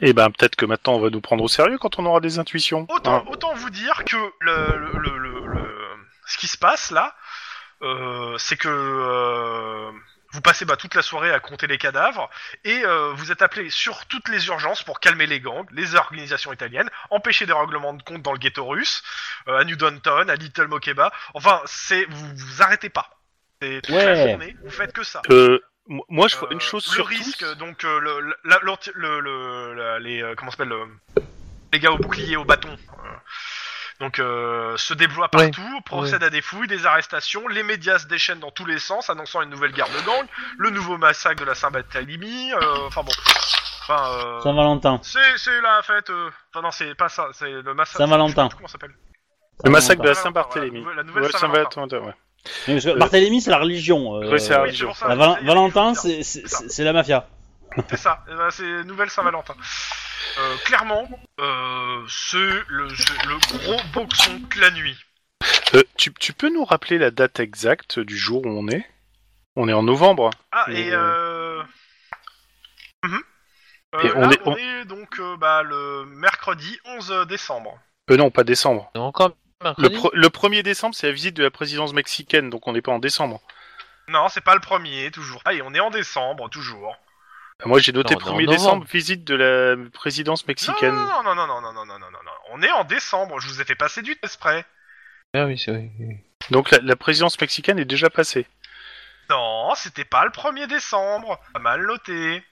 S3: Eh ben, peut-être que maintenant, on va nous prendre au sérieux quand on aura des intuitions.
S2: Autant
S3: Hein.
S2: autant vous dire que le, le- le- le- le- ce qui se passe là, euh, c'est que euh, vous passez bah, toute la soirée à compter les cadavres et euh, vous êtes appelé sur toutes les urgences pour calmer les gangs, les organisations italiennes, empêcher des règlements de compte dans le ghetto russe, euh, à New Downton, à Little Mokeba. Enfin, c'est vous vous arrêtez pas. C'est toute la
S1: Ouais.
S2: journée, vous faites que ça.
S3: Euh, m- moi, je vois
S2: Euh,
S3: une chose
S2: le
S3: sur
S2: risque,
S3: tous.
S2: donc euh, le, la- l'anti- le- le- la- les euh, comment s'appelle le- les gars au bouclier au bâton. euh, donc euh, se déploie
S4: Ouais,
S2: partout, procède à des fouilles, des arrestations, les médias se déchaînent dans tous les sens, annonçant une nouvelle guerre de gang, le nouveau massacre de la Saint-Barthélemy. euh, Enfin bon, enfin euh,
S1: Saint-Valentin.
S2: c'est c'est la fête. euh, Enfin non, c'est pas ça, c'est le massacre.
S1: Saint-Valentin.
S2: je sais plus Comment ça s'appelle
S3: Le massacre de la
S2: Saint-Valentin,
S3: Saint-Barthélemy.
S2: voilà, la nouvelle hein.
S3: Ouais,
S2: Saint-Valentin.
S3: Saint-Valentin, ouais.
S1: Mais parce que
S3: Euh,
S1: Barthélemy, c'est la religion. euh,
S3: ouais, c'est la
S1: la
S2: Oui, c'est pour ça,
S1: Val-
S2: il y a-
S1: Valentin, c'est c'est- c'est- c'est la mafia.
S2: C'est ça, eh ben, c'est Nouvelle Saint-Valentin. Euh, clairement, euh, c'est le, c'est le gros boxon de la nuit.
S3: Euh, tu, tu peux nous rappeler la date exacte du jour où on est On est en novembre.
S2: Ah,
S3: Et,
S2: et... Euh... mhm. Euh,
S3: et on
S2: là,
S3: est-
S2: on
S3: on-
S2: est donc euh, bah, le mercredi 11 décembre.
S3: Euh, non, pas décembre.
S4: Et Encore
S3: Le,
S4: mercredi.
S3: pro- le 1er décembre, c'est la visite de la présidence mexicaine, donc on n'est pas en décembre.
S2: Non, c'est pas le premier, toujours. Ah, et on est en décembre, toujours.
S3: Euh, Moi, j'ai noté
S4: Non, on est en
S3: 1er
S4: novembre. Ah
S3: décembre, visite de la présidence
S2: Non,
S3: mexicaine.
S2: non, non, non, non, non, non, non, non, non, non. On est en décembre, je vous ai fait passer du test près.
S4: Ah oui, c'est vrai.
S3: Donc la, la présidence mexicaine est déjà passée.
S2: Non, c'était pas le 1er décembre. Pas mal noté.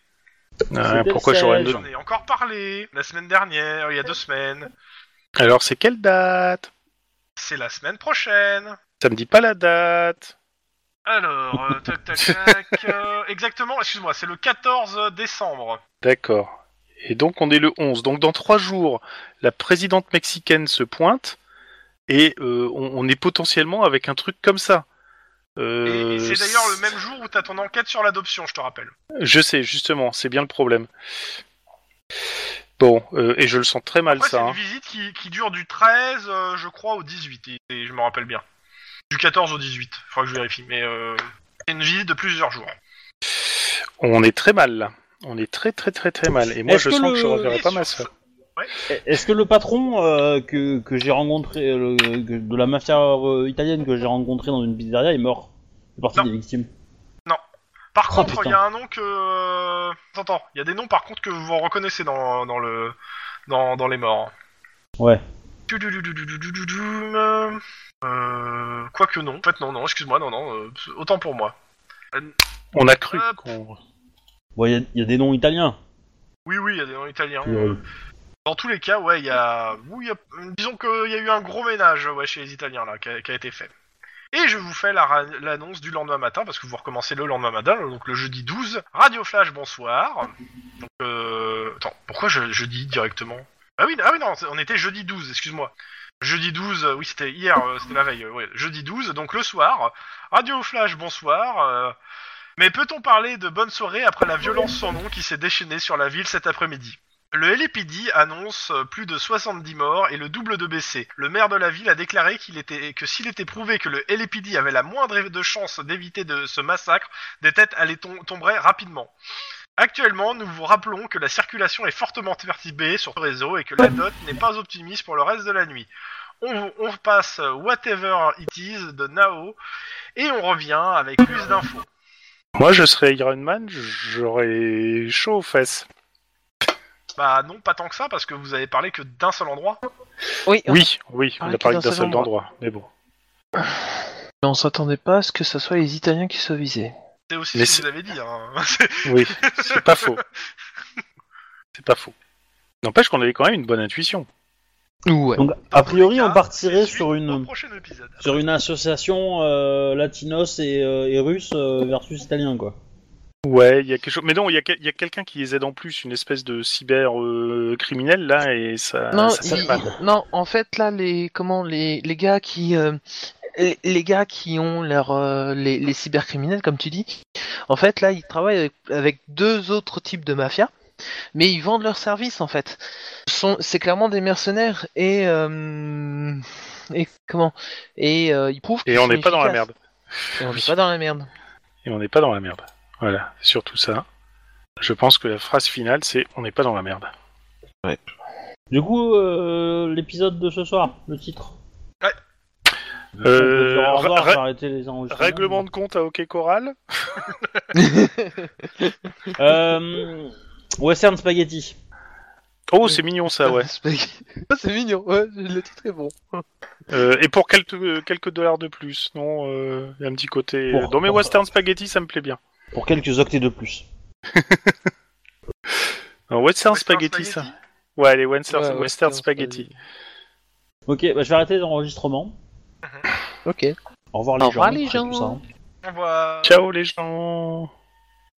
S3: Ah,
S1: C'était
S3: pourquoi
S1: le
S3: j'aurais
S1: 16.
S3: une...
S2: J'en ai encore parlé la semaine dernière, il y a deux semaines.
S3: Alors, c'est quelle date
S2: C'est la semaine prochaine.
S3: Ça me dit pas la date.
S2: Alors, euh, tac tac tac. euh, exactement, excuse-moi, c'est le 14 décembre.
S3: D'accord. Et donc, on est le 11. Donc, dans trois jours, la présidente mexicaine se pointe et euh, on, on est potentiellement avec un truc comme ça.
S2: Et-
S3: Euh,
S2: et c'est d'ailleurs le même jour où t'as ton enquête sur l'adoption, je te rappelle.
S3: Je sais, justement, c'est bien le problème. Bon, euh, et je le sens très mal,
S2: Après, c'est
S3: ça.
S2: une
S3: hein.
S2: visite qui, qui dure du 13, euh, je crois, au 18, et, et je me rappelle bien. Du 14 au 18, faudra que je vérifie, mais euh, c'est une visite de plusieurs jours.
S3: hein. On est très mal, là. On est très, très, très, très mal. Et moi,
S1: Est-ce
S3: je
S1: que
S3: sens
S1: le-
S3: que je reverrai
S2: Et
S3: pas
S2: sur
S3: ma
S2: ce-
S3: soeur.
S1: E-, Est-ce que le patron euh, que, que j'ai rencontré, euh, le- que- de la mafia euh, italienne que j'ai rencontré dans une pizzeria, est mort Il est parti
S2: Non.
S1: des victimes.
S2: Par
S1: Oh,
S2: contre,
S1: putain.
S2: il y a un nom que. euh, T'entends, il y a des noms par contre que vous reconnaissez dans, dans le. Dans, dans les morts.
S1: Ouais.
S2: Tududududududududoum. Euh, Quoique non, en fait non, non, excuse-moi, non, non, euh, autant pour moi.
S3: On a cru
S2: Hop.
S3: qu'on...
S1: Bon, il y a- il y, a des noms italiens.
S2: Oui, oui, il y a des noms italiens.
S3: Euh,
S1: Oui.
S2: Dans tous les cas, ouais, il y a. oui, il y a- Disons qu'il y a eu un gros ménage ouais, chez les Italiens là, qui a, qui a été fait. Et je vous fais la ra- l'annonce du lendemain matin, parce que vous recommencez le lendemain matin, donc le jeudi 12. Radio Flash, bonsoir. Donc, euh... Attends, pourquoi je, je dis directement ah oui, ah oui, non, c'est- on était jeudi 12, excuse-moi. Jeudi 12, euh, oui, c'était hier, euh, c'était la veille, euh, ouais. Jeudi 12, donc le soir. Radio Flash, bonsoir. euh, mais peut-on parler de bonne soirée après la violence sans nom qui s'est déchaînée sur la ville cet après-midi Le LAPD annonce euh, plus de 70 morts et le double de blessés. Le maire de la ville a déclaré qu'il était, que s'il était prouvé que le LAPD avait la moindre de chance d'éviter de ce massacre, des têtes allaient tom- tomber rapidement. Actuellement, nous vous rappelons que la circulation est fortement perturbée sur le réseau et que la note n'est pas optimiste pour le reste de la nuit. On, on passe euh, Whatever It Is de Nao et on revient avec plus d'infos.
S3: Moi, je serais Iron Man, j'aurais chaud aux fesses.
S2: Bah non, pas tant que ça, parce que vous avez parlé que d'un seul endroit.
S4: Oui,
S3: Oui, oui, on
S4: Ah,
S3: a parlé
S4: qui est
S3: d'un
S4: dans
S3: seul
S4: cet endroit.
S3: endroit, mais bon.
S4: Mais on s'attendait pas à ce que ce soit les Italiens qui soient visés.
S2: C'est aussi
S3: Mais
S2: ce
S3: c'est-
S2: que vous avez dit. Hein.
S3: Oui, c'est pas faux. C'est pas faux. N'empêche qu'on avait quand même une bonne intuition.
S4: Ouais.
S1: Donc, a priori,
S2: Dans tous les
S1: on
S2: cas,
S1: partirait
S2: c'est suite
S1: sur
S2: Au
S1: une,
S2: prochain épisode.
S1: sur une association euh, latinos et, euh, et russe euh, versus italien, quoi.
S3: Ouais, il y a quelque chose. Mais non, il y a, quel- il y a quelqu'un qui les aide en plus, une espèce de cyber euh, criminel là, et ça.
S4: non,
S3: Euh, ça fait
S4: il-
S3: mal.
S4: non, en fait là les comment les, les gars qui euh, les, les gars qui ont leur euh, les, les cybercriminels comme tu dis, en fait là ils travaillent avec, avec deux autres types de mafias, mais ils vendent leurs services en fait. Ce sont- C'est clairement des mercenaires et euh, et comment et euh, ils prouvent
S3: Et
S4: qu'ils
S3: on
S4: sont
S3: n'est pas dans la
S4: efficaces.
S3: merde.
S4: Et on n'est pas dans la
S3: [LAUGHS]
S4: merde.
S3: Et on n'est pas dans la merde. Voilà, surtout ça. Je pense que la phrase finale, c'est on n'est pas dans la merde.
S1: Du coup, euh, l'épisode de ce soir, le titre.
S2: Ouais.
S3: Euh,
S1: Au revoir,
S3: ra-
S1: j'ai arrêté les enregistrements.
S3: Règlement de compte à Hockey Coral
S1: Euh, Western Spaghetti.
S3: Oh, c'est mignon
S4: [LAUGHS]
S3: ça, ouais.
S4: C'est mignon, ouais, le titre est bon.
S3: Euh, et pour quelques, quelques dollars de plus, non euh, Il y a un petit côté.
S1: Pour-
S3: dans mes
S1: pour-
S3: western spaghetti, ça me plaît bien.
S1: Pour quelques octets de plus.
S3: Non, western,
S2: Western
S3: spaghetti, ça.
S2: spaghetti
S3: Ouais, les western,
S4: Ouais,
S3: western,
S4: western
S3: spaghetti.
S1: Ok, bah, je vais arrêter les enregistrements.
S4: Ok.
S1: Au revoir les
S4: Au
S1: gens.
S4: revoir, les
S1: c'est tout
S4: gens.
S1: ça, hein.
S2: On voit.
S3: Ciao les gens